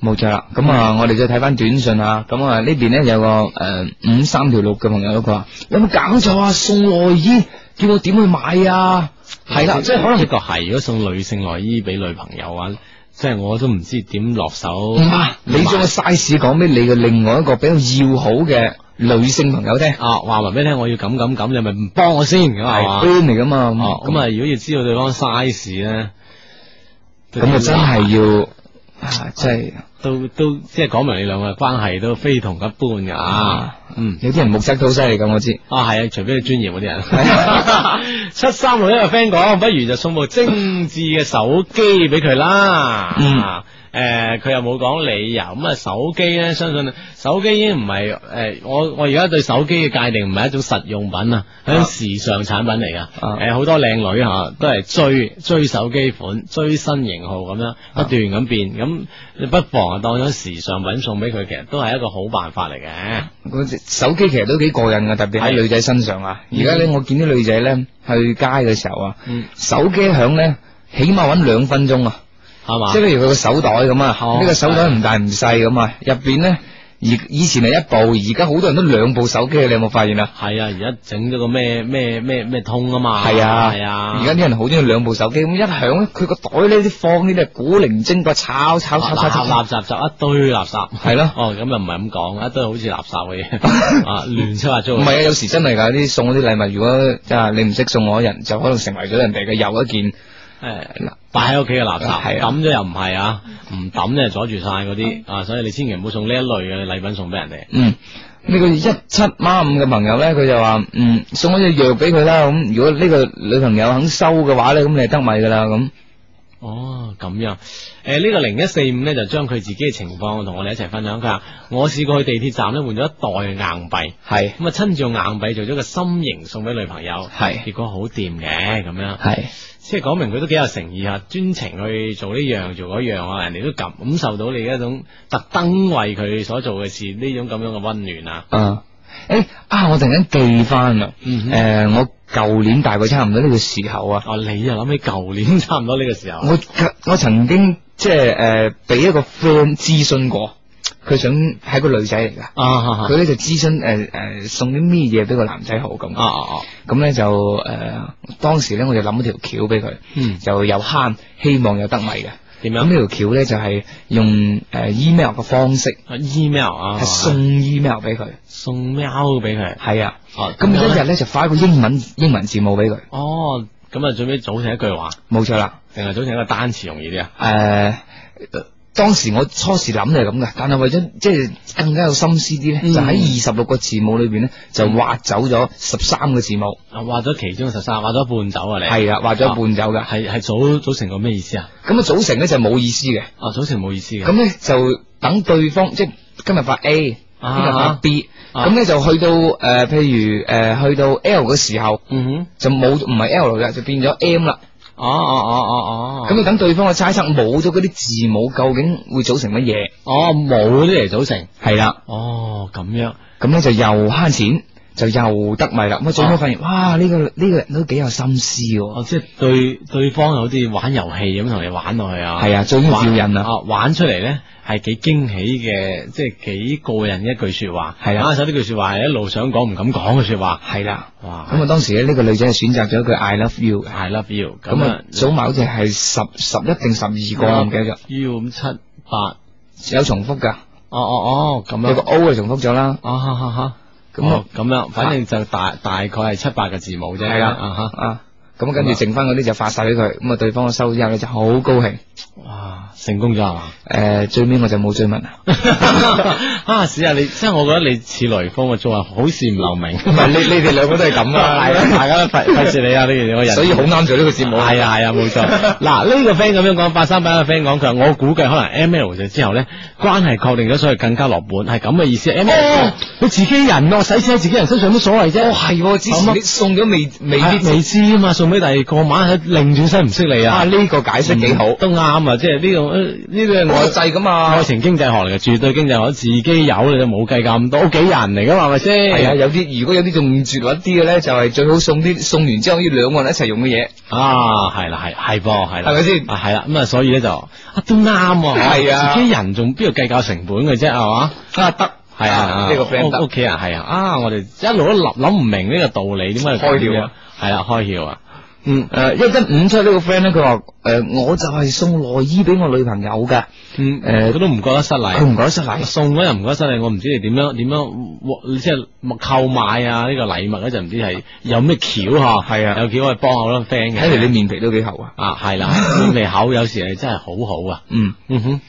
冇錯啦，咁啊，我哋再睇翻短信啊，咁啊呢邊咧有個誒五三條六嘅朋友，佢話有冇搞錯啊？送內衣叫我點去買啊？係啦，即係可能
呢個係，如果送女性內衣俾女朋友啊，即係我都唔知點落手。
唔
啊
係嗯你將個 size 講俾你嘅另外一個比較要好嘅女性朋友聽，係
啊，話埋俾你聽，我要咁咁咁，你咪唔幫我先咁啊？
friend 嚟噶嘛？
哦，咁
啊，
啊，如果要知道對方 size 啊咧，
咁啊真係要啊，真係。
都都即係講明你兩個嘅關係都非同一般噶啊。嗯，
有啲人目測都好犀利咁，我知。
啊係啊，除非你專業嗰啲 人。 七三六一個 friend 講，不如就送部精緻嘅手機俾佢啦。
嗯
啊。诶，佢、又冇講理由，咁啊手機咧，相信手機已經唔係诶，我我而家對手機嘅界定唔係一種實用品啊，係一種時尚產品嚟
啊
噶。诶、好多靚女吓、都係追追手機款、追新型號咁樣
啊
不斷咁變，咁你不妨啊當咗時尚品送俾佢，其實都係一個好辦法嚟嘅。
嗰隻手機其實都幾過癮噶，特別喺女仔身上啊！而家咧，我見啲女仔咧去街嘅時候啊，
嗯
手機響咧，起碼揾兩分鐘啊！
係嘛？
即係譬如佢個手袋咁啊，
哦
呢個手袋唔大唔細咁啊，入邊咧，而以前係一部，而家好多人都兩部手機，你有冇發現啊？
系啊，而家整咗个咩咩咩咩通啊嘛，
係啊，
系啊，
而家啲人好中意兩部手機，咁一響咧，佢個袋呢啲放呢啲係古靈精怪，炒炒炒炒炒炒，
垃圾垃圾圾一堆垃圾，
係咯
哦，咁又唔係咁講，一堆好似垃圾嘅 嘢啊，亂七八糟。
唔係啊，有時真係㗎，啲送嗰啲禮物，如果即係你唔識送我嗰人，就可能成為咗人哋嘅又一件。
诶，
嗱
摆喺屋企嘅垃圾，
係啊
抌咗又唔係啊，唔抌咧阻住晒嗰啲啊，所以你千祈唔好送呢一類嘅禮品送俾人哋。
嗯，呢、個一七孖五嘅朋友咧，佢就話嗯送咗隻藥俾佢啦，咁如果呢個女朋友肯收嘅話咧，咁你係得米噶啦咁。
哦，咁樣，诶、呢、個零一四五咧就將佢自己嘅情況同我哋一齊分享。佢話我試過去地鐵站咧換咗一袋硬幣。
係
咁啊，親自用硬幣做咗個心形送俾女朋友，
係
結果好掂嘅咁樣，
係
即係講明佢都幾有誠意啊，專程去做呢樣做嗰樣啊，人哋都感感受到你一種特登為佢所做嘅事呢種咁樣嘅溫暖啊，
啊，誒啊，我突然間記翻啦，誒、
嗯哼
我舊年大概差唔多呢個時候啊，
哦，你又諗起舊年差唔多呢個時候，啊
呃我我曾經即係誒俾一個 friend 諮詢過，佢想係個女仔嚟㗎，
啊
佢咧就諮詢誒誒送啲咩嘢俾個男仔好咁，
啊啊啊，
咁咧就誒、呃、當時咧我就諗咗條橋俾佢，
嗯
就又慳，希望又得米嘅。
點
樣？咁呢條橋咧就係用誒 email 嘅方式
，email 啊，
係送 email 俾佢，
送 mail 俾佢，
係啊，
哦
咁
然
一
後呢
日咧就發一個英文英文字母俾佢，
哦，咁啊，最尾組成一句話，
冇錯啦。
定係組成一個單詞容易啲啊？
誒、呃當時我初時諗就係咁嘅，但係為咗即係更加有心思啲咧，
嗯
就喺二十六個字母裏邊咧，就劃走咗十三個字母，
啊，畫咗其中嘅十三，畫咗一半走啊你？
係啊，劃咗一半走㗎。
係係組組成個咩意思啊？
咁啊，組成咧就冇意思嘅。
啊，組成冇意思嘅。
咁咧就等對方即係今日發 A，聽日
啊
發 B，咁咧就去到誒，譬如誒去到 L 嘅時候，就冇唔係 L 啦，就變咗 M 啦。
哦哦哦哦哦。
咁你等對方嘅猜測冇咗嗰啲字母，究竟會組成乜嘢？
哦，冇啲嚟組成。
係啦。
哦，咁樣。
咁咧就又慳錢，就又得米啦。咁啊，最
啊
尾發現，哇！呢、個呢、個人都幾有心思喎。
哦，即係對對方好似玩遊戲咁同你玩落去啊。
係啊最緊要
玩
吊人啊
哦玩出嚟咧係幾驚喜嘅，即係幾過癮嘅一句說話。
係啊
手呢句說話係一路想講唔敢講嘅說話。
係啦。
哇。
咁啊，當時咧呢、個女仔係選擇咗佢 I love you 嘅。
I love you。
咁啊，嗯組埋好似係十十一定十二個，我唔記得咗，
啊 U 咁七八。
有重複㗎。
哦哦哦，咁樣。
有個 O 就重複咗啦。
啊哈哈哈。
咁
咁
啊
咁樣，反正就大大概係七八個字母啫。
係啦
啊哈。
啊，咁跟住剩翻嗰啲就發晒俾佢，咁啊對方收咗之後咧就好高興。
哇！成功咗係嘛？
啊 誒，最尾我就冇追問 啦。
啊，試下你，即係我覺得你似雷鋒啊，做話好事唔留名。唔
係你你哋兩個都係咁啊
係大家 都費費事你啊呢件嘢，我人
所以好啱做呢個節目
係啊係啊，冇錯。 嗱呢個 friend 咁樣講，八三八嘅 friend 講佢話，我估計可能 M L 就之後咧，關係確定咗，所以更加落本，係咁嘅意思。M L 佢哎自己人咯，使錢喺自己人身上有乜所謂啫？
哦，係喎，之前你送咗未未必
係未知啊啊嘛，送俾第二個晚喺擰轉身唔識你
啊
啊！
呢個解釋幾好，
都啱啊！即係呢個呃呢個
我制㗎嘛
愛情經濟學嚟嘅，絕對經濟學，自己有你就冇計較咁多，屋企人嚟噶嘛，係咪先？
係啊，有啲如果有啲仲絕核啲嘅咧，就係最好送啲送完之後要兩個人一齊用嘅嘢，
啊，係啦，係係噃，係啦，
係咪先
啊係啦，咁啊，所以咧就啊都啱 喎，
係啊
自己人仲邊度計較成本嘅啫，係嘛？
啊得
係啊，
呢個 friend
屋
得
屋企人係啊，啊我哋一路都諗諗唔明呢個道理，點解要咁
開竅
樣
啊？
係啦，開竅啊！
嗯誒一一五出呢個 friend 咧，佢話誒我就係送內衣俾我女朋友㗎，
嗯，
誒
佢都唔覺得失禮，
佢唔覺得失禮
送嗰人唔覺得失禮，我唔知你點樣點樣，即係購買啊呢個禮物嗰陣，唔知係有咩橋嗬？
係啊
有橋可以幫好多 friend 嘅。
睇嚟你面皮都幾厚啊，
啊，係啦，面皮口有時係真係好好啊。
嗯。
嗯哼，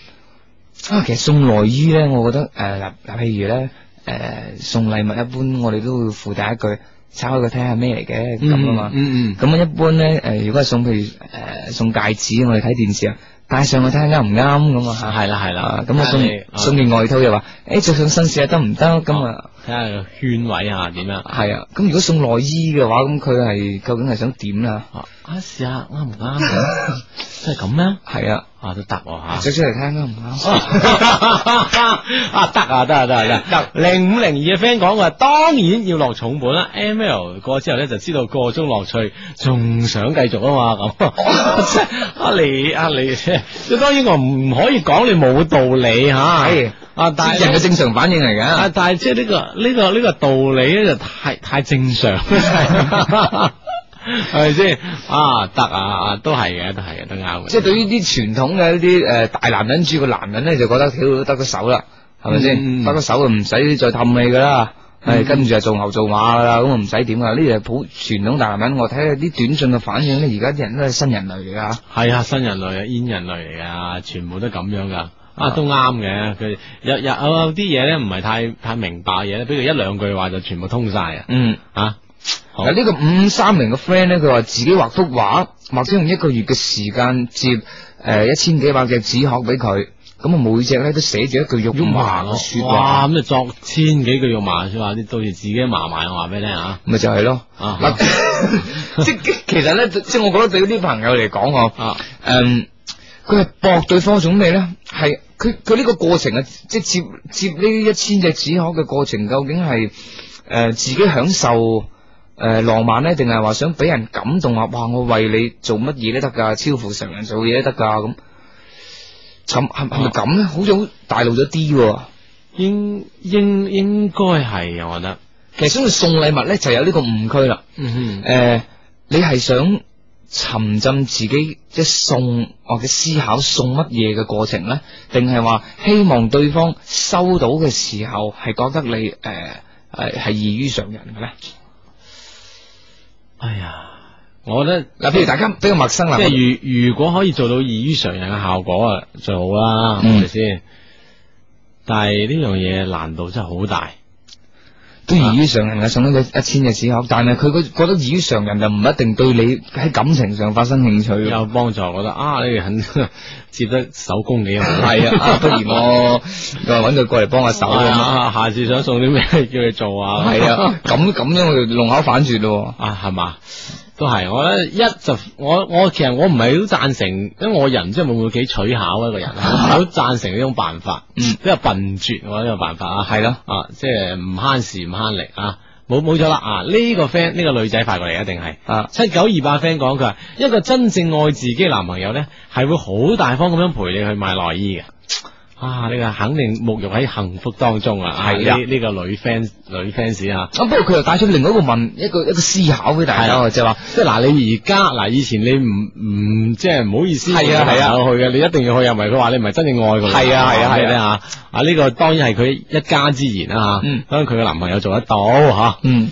啊，其實送內衣咧，我覺得誒嗱嗱，譬如咧誒送禮物，一般我哋都會附帶一句抄開佢睇下咩嚟嘅咁啊嘛。
嗯嗯
咁啊，一般咧誒，如果係送譬如誒送戒指，我哋睇電視啊，戴上去睇下啱唔啱咁啊
嗯，
嚇。
係啦係啦
啊，。咁啊
睇
送送
下你
件外套又話，誒着上身試下得唔得？咁啊
睇下個圈位啊點樣。
係啊，咁如果送內衣嘅話，咁佢係究竟係想點啦？
啊試下啱唔啱啊？真係咁咩？
係啊，
啊都得喎
着
嚇。
出嚟睇下啱唔啱？
啊得啊得啊得啊得，零五零二嘅 friend 講話，當然要落重本啦。M L 過之後咧就知道個中樂趣，仲想繼續啊嘛咁。 即係啊你啊你，即係當然我唔可以講你冇道理吓。
係
啊，但係
人嘅正常反應嚟
啊
㗎，，
但係即係呢個呢個呢個道理咧就太太 正常，係咪先？啊得啊啊都係嘅，都係嘅，都啱嘅。
即係對於啲傳統嘅一啲誒大男人主嘅男人咧，就覺得屌都得個手啦，係咪
嗯
先？得個手就唔使再氹你噶啦，
嗯
係跟住就做牛做馬噶啦，咁啊唔使點噶。呢啲係普傳統大男人，我睇下啲短信嘅反應咧，而家啲人都係新人類嚟噶。
係啊，新人類啊，煙人類嚟噶，全部都咁樣噶。啊，都啱嘅。佢有有有啲嘢咧，唔係太太明白嘅嘢咧，俾佢一兩句話就全部通晒啊。
嗯，
啊，好
嗱呢個五三零嘅 friend 咧，佢話自己畫幅畫，或者用一個月嘅時間接呃誒一千幾百隻紙鶴俾佢，咁啊每隻咧都寫住一句肉麻嘅説
哇，
話，
咁就作千幾句肉麻說話，你到時自己麻埋我話俾你聽啊。
咪就係咯。
啊
嗱， 即其實咧，即係我覺得對於啲朋友嚟講，嗯我
啊，
誒，佢係搏對方種咩咧？係佢佢呢個過程啊，即係接接呢一千隻紙鶴嘅過程，究竟係誒、呃自己享受誒、呃浪漫咧，定係話想俾人感動啊？哇！我為你做乜嘢都得㗎，超乎常
啊
人做嘢都得㗎咁。咁係係咪咁咧？好似好大路咗啲喎。
应应应该系，我觉得。
其實所以送禮物咧就有呢個誤區啦。
嗯
诶、呃你係想沉浸自己即係送或者思考送乜嘢嘅過程咧，定係話希望對方收到嘅時候係覺得你诶诶係異於常人
啊
嘅咧？
哎呀，我覺得
嗱譬如大家比較陌生啦
即係如如果可以做到異於常人嘅效果啊，最好啦，
嗯
係咪先？但係呢樣嘢難度真係好大。
都異於常人嘅送一個一千嘅紙盒，但係佢嗰覺得異於常人就唔一定對你喺感情上發生興趣。
有幫助，我覺得啊，你哋肯 接得手工幾好。
係啊啊不如 我又揾佢過嚟幫下手啊
啊！下次想送啲咩 叫佢做啊？
係啊，咁咁樣我就弄巧反拙咯。
啊，係嘛？都係，我覺得一就我我其實我唔係好贊成，因為我人真係冇幾取巧一 個人，啊我唔係好贊成呢種辦法，比較笨拙我覺得呢個辦法啊，
嗯係咯，
啊，即係唔慳時唔慳力啊。冇冇咗啦啊！呢、個 friend 呢個女仔發過嚟一定係
啊
七九二八 friend 講佢話一個真正愛自己嘅男朋友咧，係會好大方咁樣陪你去買內衣嘅。啊！呢、個肯定沐浴喺幸福當中啊！啊
係啊
呢呢個女 fans 女 fans 啊，
咁不過佢又帶出另外一個問一個一個思考俾大家
係
喎，
啊
就係話
即係嗱，你而家嗱，以前你唔唔即係唔好意思，
係啊係啊
去嘅，你一定要去，又唔係佢話你唔係真正愛佢，
係啊係啊係啊
係啊，啊呢個當然係佢一家之言啦
嗯
嚇，當然佢嘅男朋友做得到嚇，
嗯，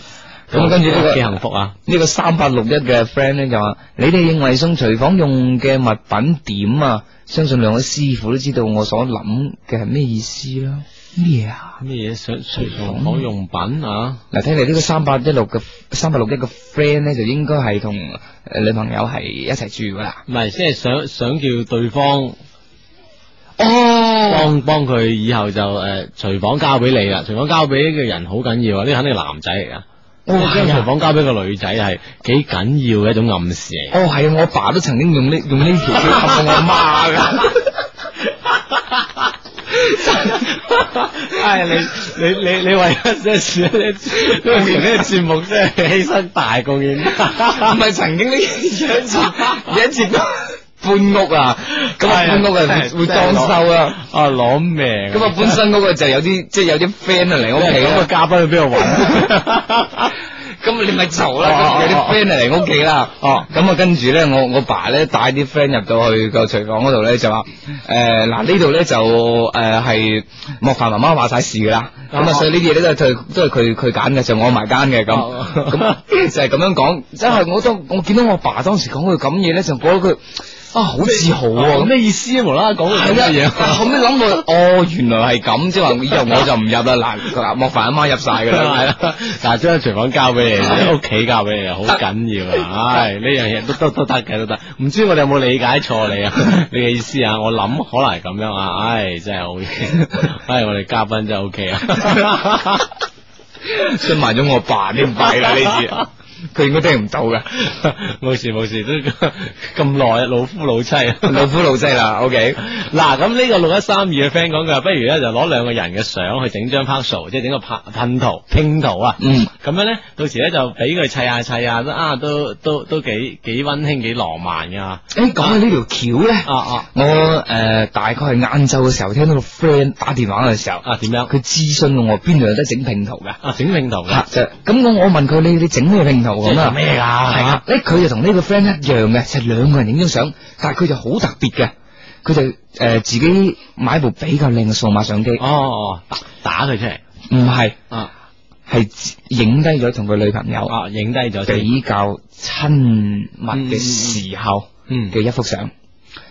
咁跟住呢個
幾幸福啊！
呢個三八六一嘅 friend 咧就話：你哋認為送廚房用嘅物品點啊？相信兩位師傅都知道我所諗嘅係咩意思啦。咩啊？
咩嘢想廚房用品啊？
嗱，睇嚟呢個三八一六嘅三八六一嘅 friend 咧，就應該係同誒女朋友係一齊住噶啦。
唔係，即係想想叫對方
哦，
幫幫佢以後就誒廚房交俾你啦，廚房交俾呢個人好緊要啊！呢個肯定係男仔嚟噶。即
哦
係將
係啊
廚房交俾個女仔係幾緊要嘅一種暗示嚟。
哦，係啊，我阿爸都曾經用呢用呢條表氹過我媽 噶。哎
哎唉，你你你你为一些事呢 個呢個節目真係犧牲大貢獻。
唔係曾經呢有一次有一次 搬屋啊，咁啊
係啊
搬屋啊
真係
會會裝修啊，
啊攞命！
咁啊本身嗰個就有啲即係有啲 friend 啊嚟屋企
咁個
啦，
嘉賓去邊度揾？
咁你咪嘈
哦
啦，有
哦
啲 friend 啊嚟屋企啦，哦，咁啊跟住咧我我爸咧帶啲 friend 入到去個廚房嗰度咧就話誒嗱呢度咧就誒係莫凡媽媽話晒事噶啦，咁啊
哦
所以呢啲嘢咧都係佢都係佢佢揀嘅，就我埋單嘅咁。咁就係咁樣講，真係我當我見到我爸當時講佢咁嘢咧，就覺得佢啊好自豪喎、
哦
咁
咩意思啊？無啦啦講到咁嘅
係
嘢
啊，。但後尾諗到， 哦，原來係咁，即係話以後我就唔入啦。嗱嗱，
啊
莫凡阿媽入晒㗎
係
啦
啦，，嗱，將廚房交俾
啊
你，屋企交俾你，好緊要啊！唉，呢樣嘢都都都得嘅，都得。唔知我哋有冇理解 錯你啊？你嘅意思啊？我諗可能係咁樣啊！唉，真係好嘢，唉，我哋嘉賓真係 O K 啊！
信埋咗我爸添，弊啦呢次，佢應該聽唔到㗎。
冇事冇事，都咁耐，啊老夫老妻，
老夫老妻 啦，OK，
嗱，咁呢個六一三二嘅 friend 講佢話，不如咧就攞兩個人嘅相去整張 pastel，即係整個拍噴圖拼圖啊。
嗯，
咁樣咧，到時咧就俾佢砌下砌下，都啊都都都幾幾温馨幾浪漫噶。啊
誒講起呢條橋咧，
啊
我誒、呃大概係晏晝嘅時候聽到個 friend 打電話嘅時候，
啊！點樣？
佢諮詢我邊度有得整拼圖㗎。
啊，整拼圖
吓
嘅，
就咁我我問佢你你整咩拼圖咁
即係
啊
做？咩㗎
係啊，咧佢就同呢個 friend 一樣嘅，就兩個人影張相，但係佢就好特別嘅，佢就诶自己買部比較靚嘅數碼相機，
哦哦，打打佢出嚟
唔係
啊
係影低咗同佢女朋友
啊，影低咗先。
比較親密嘅時候
嗯
嘅一幅相。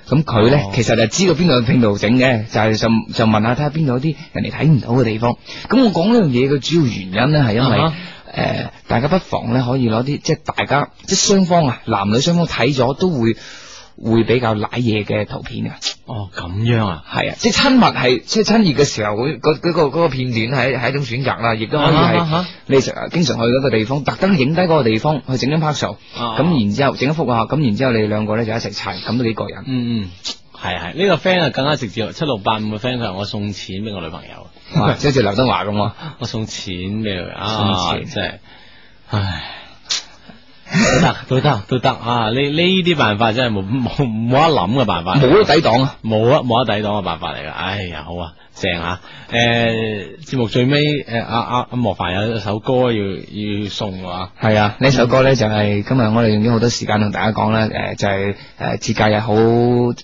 咁佢咧
哦
其實就知道邊度有拼圖整嘅，就係就就問下睇下邊度有啲人哋睇唔到嘅地方。咁我講呢樣嘢嘅主要原因咧係因為。
啊哈
誒、大家不妨咧可以攞啲即係大家即係雙方啊，男女雙方睇咗都會會比較舐嘢嘅圖片啊，
哦，咁樣啊。
係啊，即係親密係即係親熱嘅時候，嗰嗰嗰個嗰個片段係係一種選擇啦，亦都可以係、
啊哈啊哈
你成日經常去嗰個地方，特登影低嗰個地方去整張拍手，
啊
咁、然之後整一幅啊，咁然之後你哋兩個咧就一齊砌，咁都幾過癮。
嗯嗯，係係，呢個 friend 啊更加直接，七六八五嘅 friend 佢話我送錢俾我女朋友，
哇！即係好似劉德華咁啊，
我送錢俾佢
送
啊，
錢
真係，唉，都得都得都得啊！呢呢啲辦法真係冇冇冇得諗嘅辦法，
冇得抵擋
啊！冇啊冇得抵擋嘅辦法嚟啦！哎呀，好啊，正啊！誒節目最尾誒阿阿阿莫凡有首歌要要送啊！
系啊，呢首歌咧就係今日我哋用咗好多時間同大家講啦，誒、就係、誒節假日好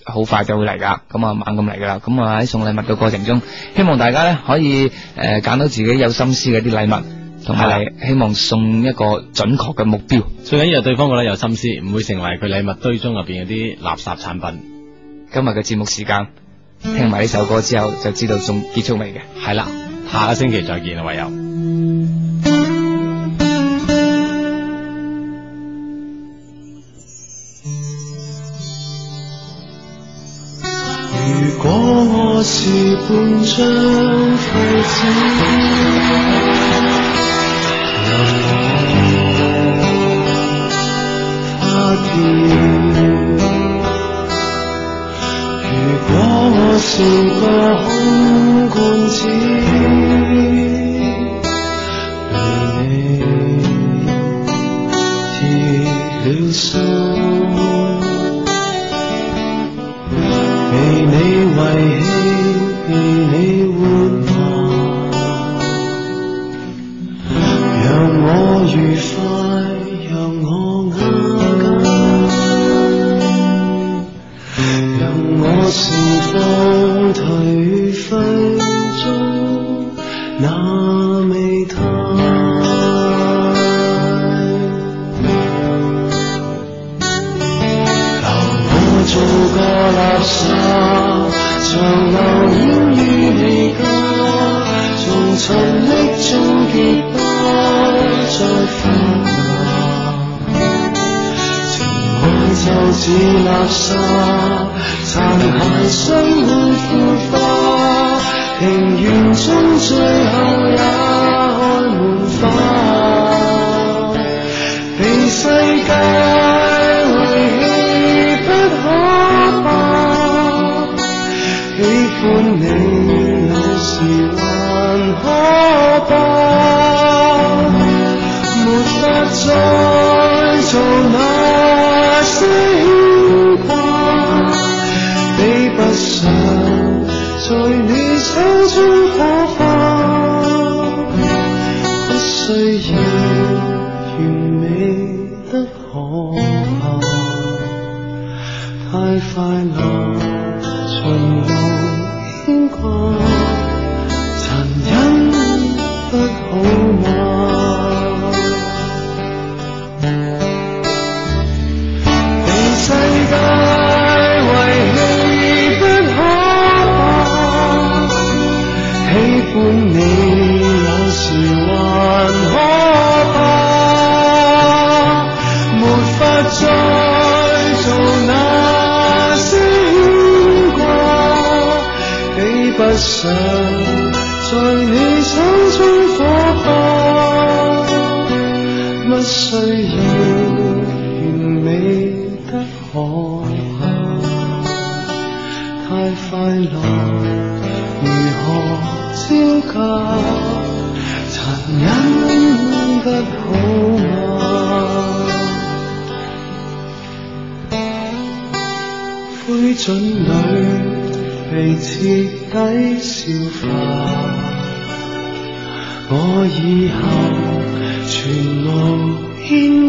好快就會嚟噶，咁啊猛咁嚟噶啦，咁啊喺送禮物嘅過程中，希望大家咧可以誒揀、到自己有心思嘅啲禮物，同埋希望送一個準確嘅目標。
啊最緊要係對方覺得有心思，唔會成為佢禮物堆中入邊嗰啲垃圾產品。
今日嘅節目時間，聽埋呢首歌之後就知道仲結束未嘅。
係啦，下個星期再見啦，唯有。
如果我是半張廢紙，任我發現。如果我是個空罐子，被你鐵了心。被你遺棄，被你活埋，讓我愉快，讓我握緊，讓我盛放頹廢中那味態。我做個垃圾，長流澆於你家，從沉溺中結疤，再繁華。情愛就似垃圾，殘骸生活腐化，庭園中最後也開滿花，被世界遺棄不可怕。喜歡你有時還可怕，沒法再做那些牽掛，比不上在你手中火花，不需要完美得可怕，太快樂從無牽掛，殘忍不好嗎？被世界遺棄不可怕，喜歡你有時還可怕，沒法再做那些牽掛，比不上在你手中火花，不需要。完美得可怕，太快樂如何招架？殘忍不好嗎？灰燼裏被徹底消化，我以後全無牽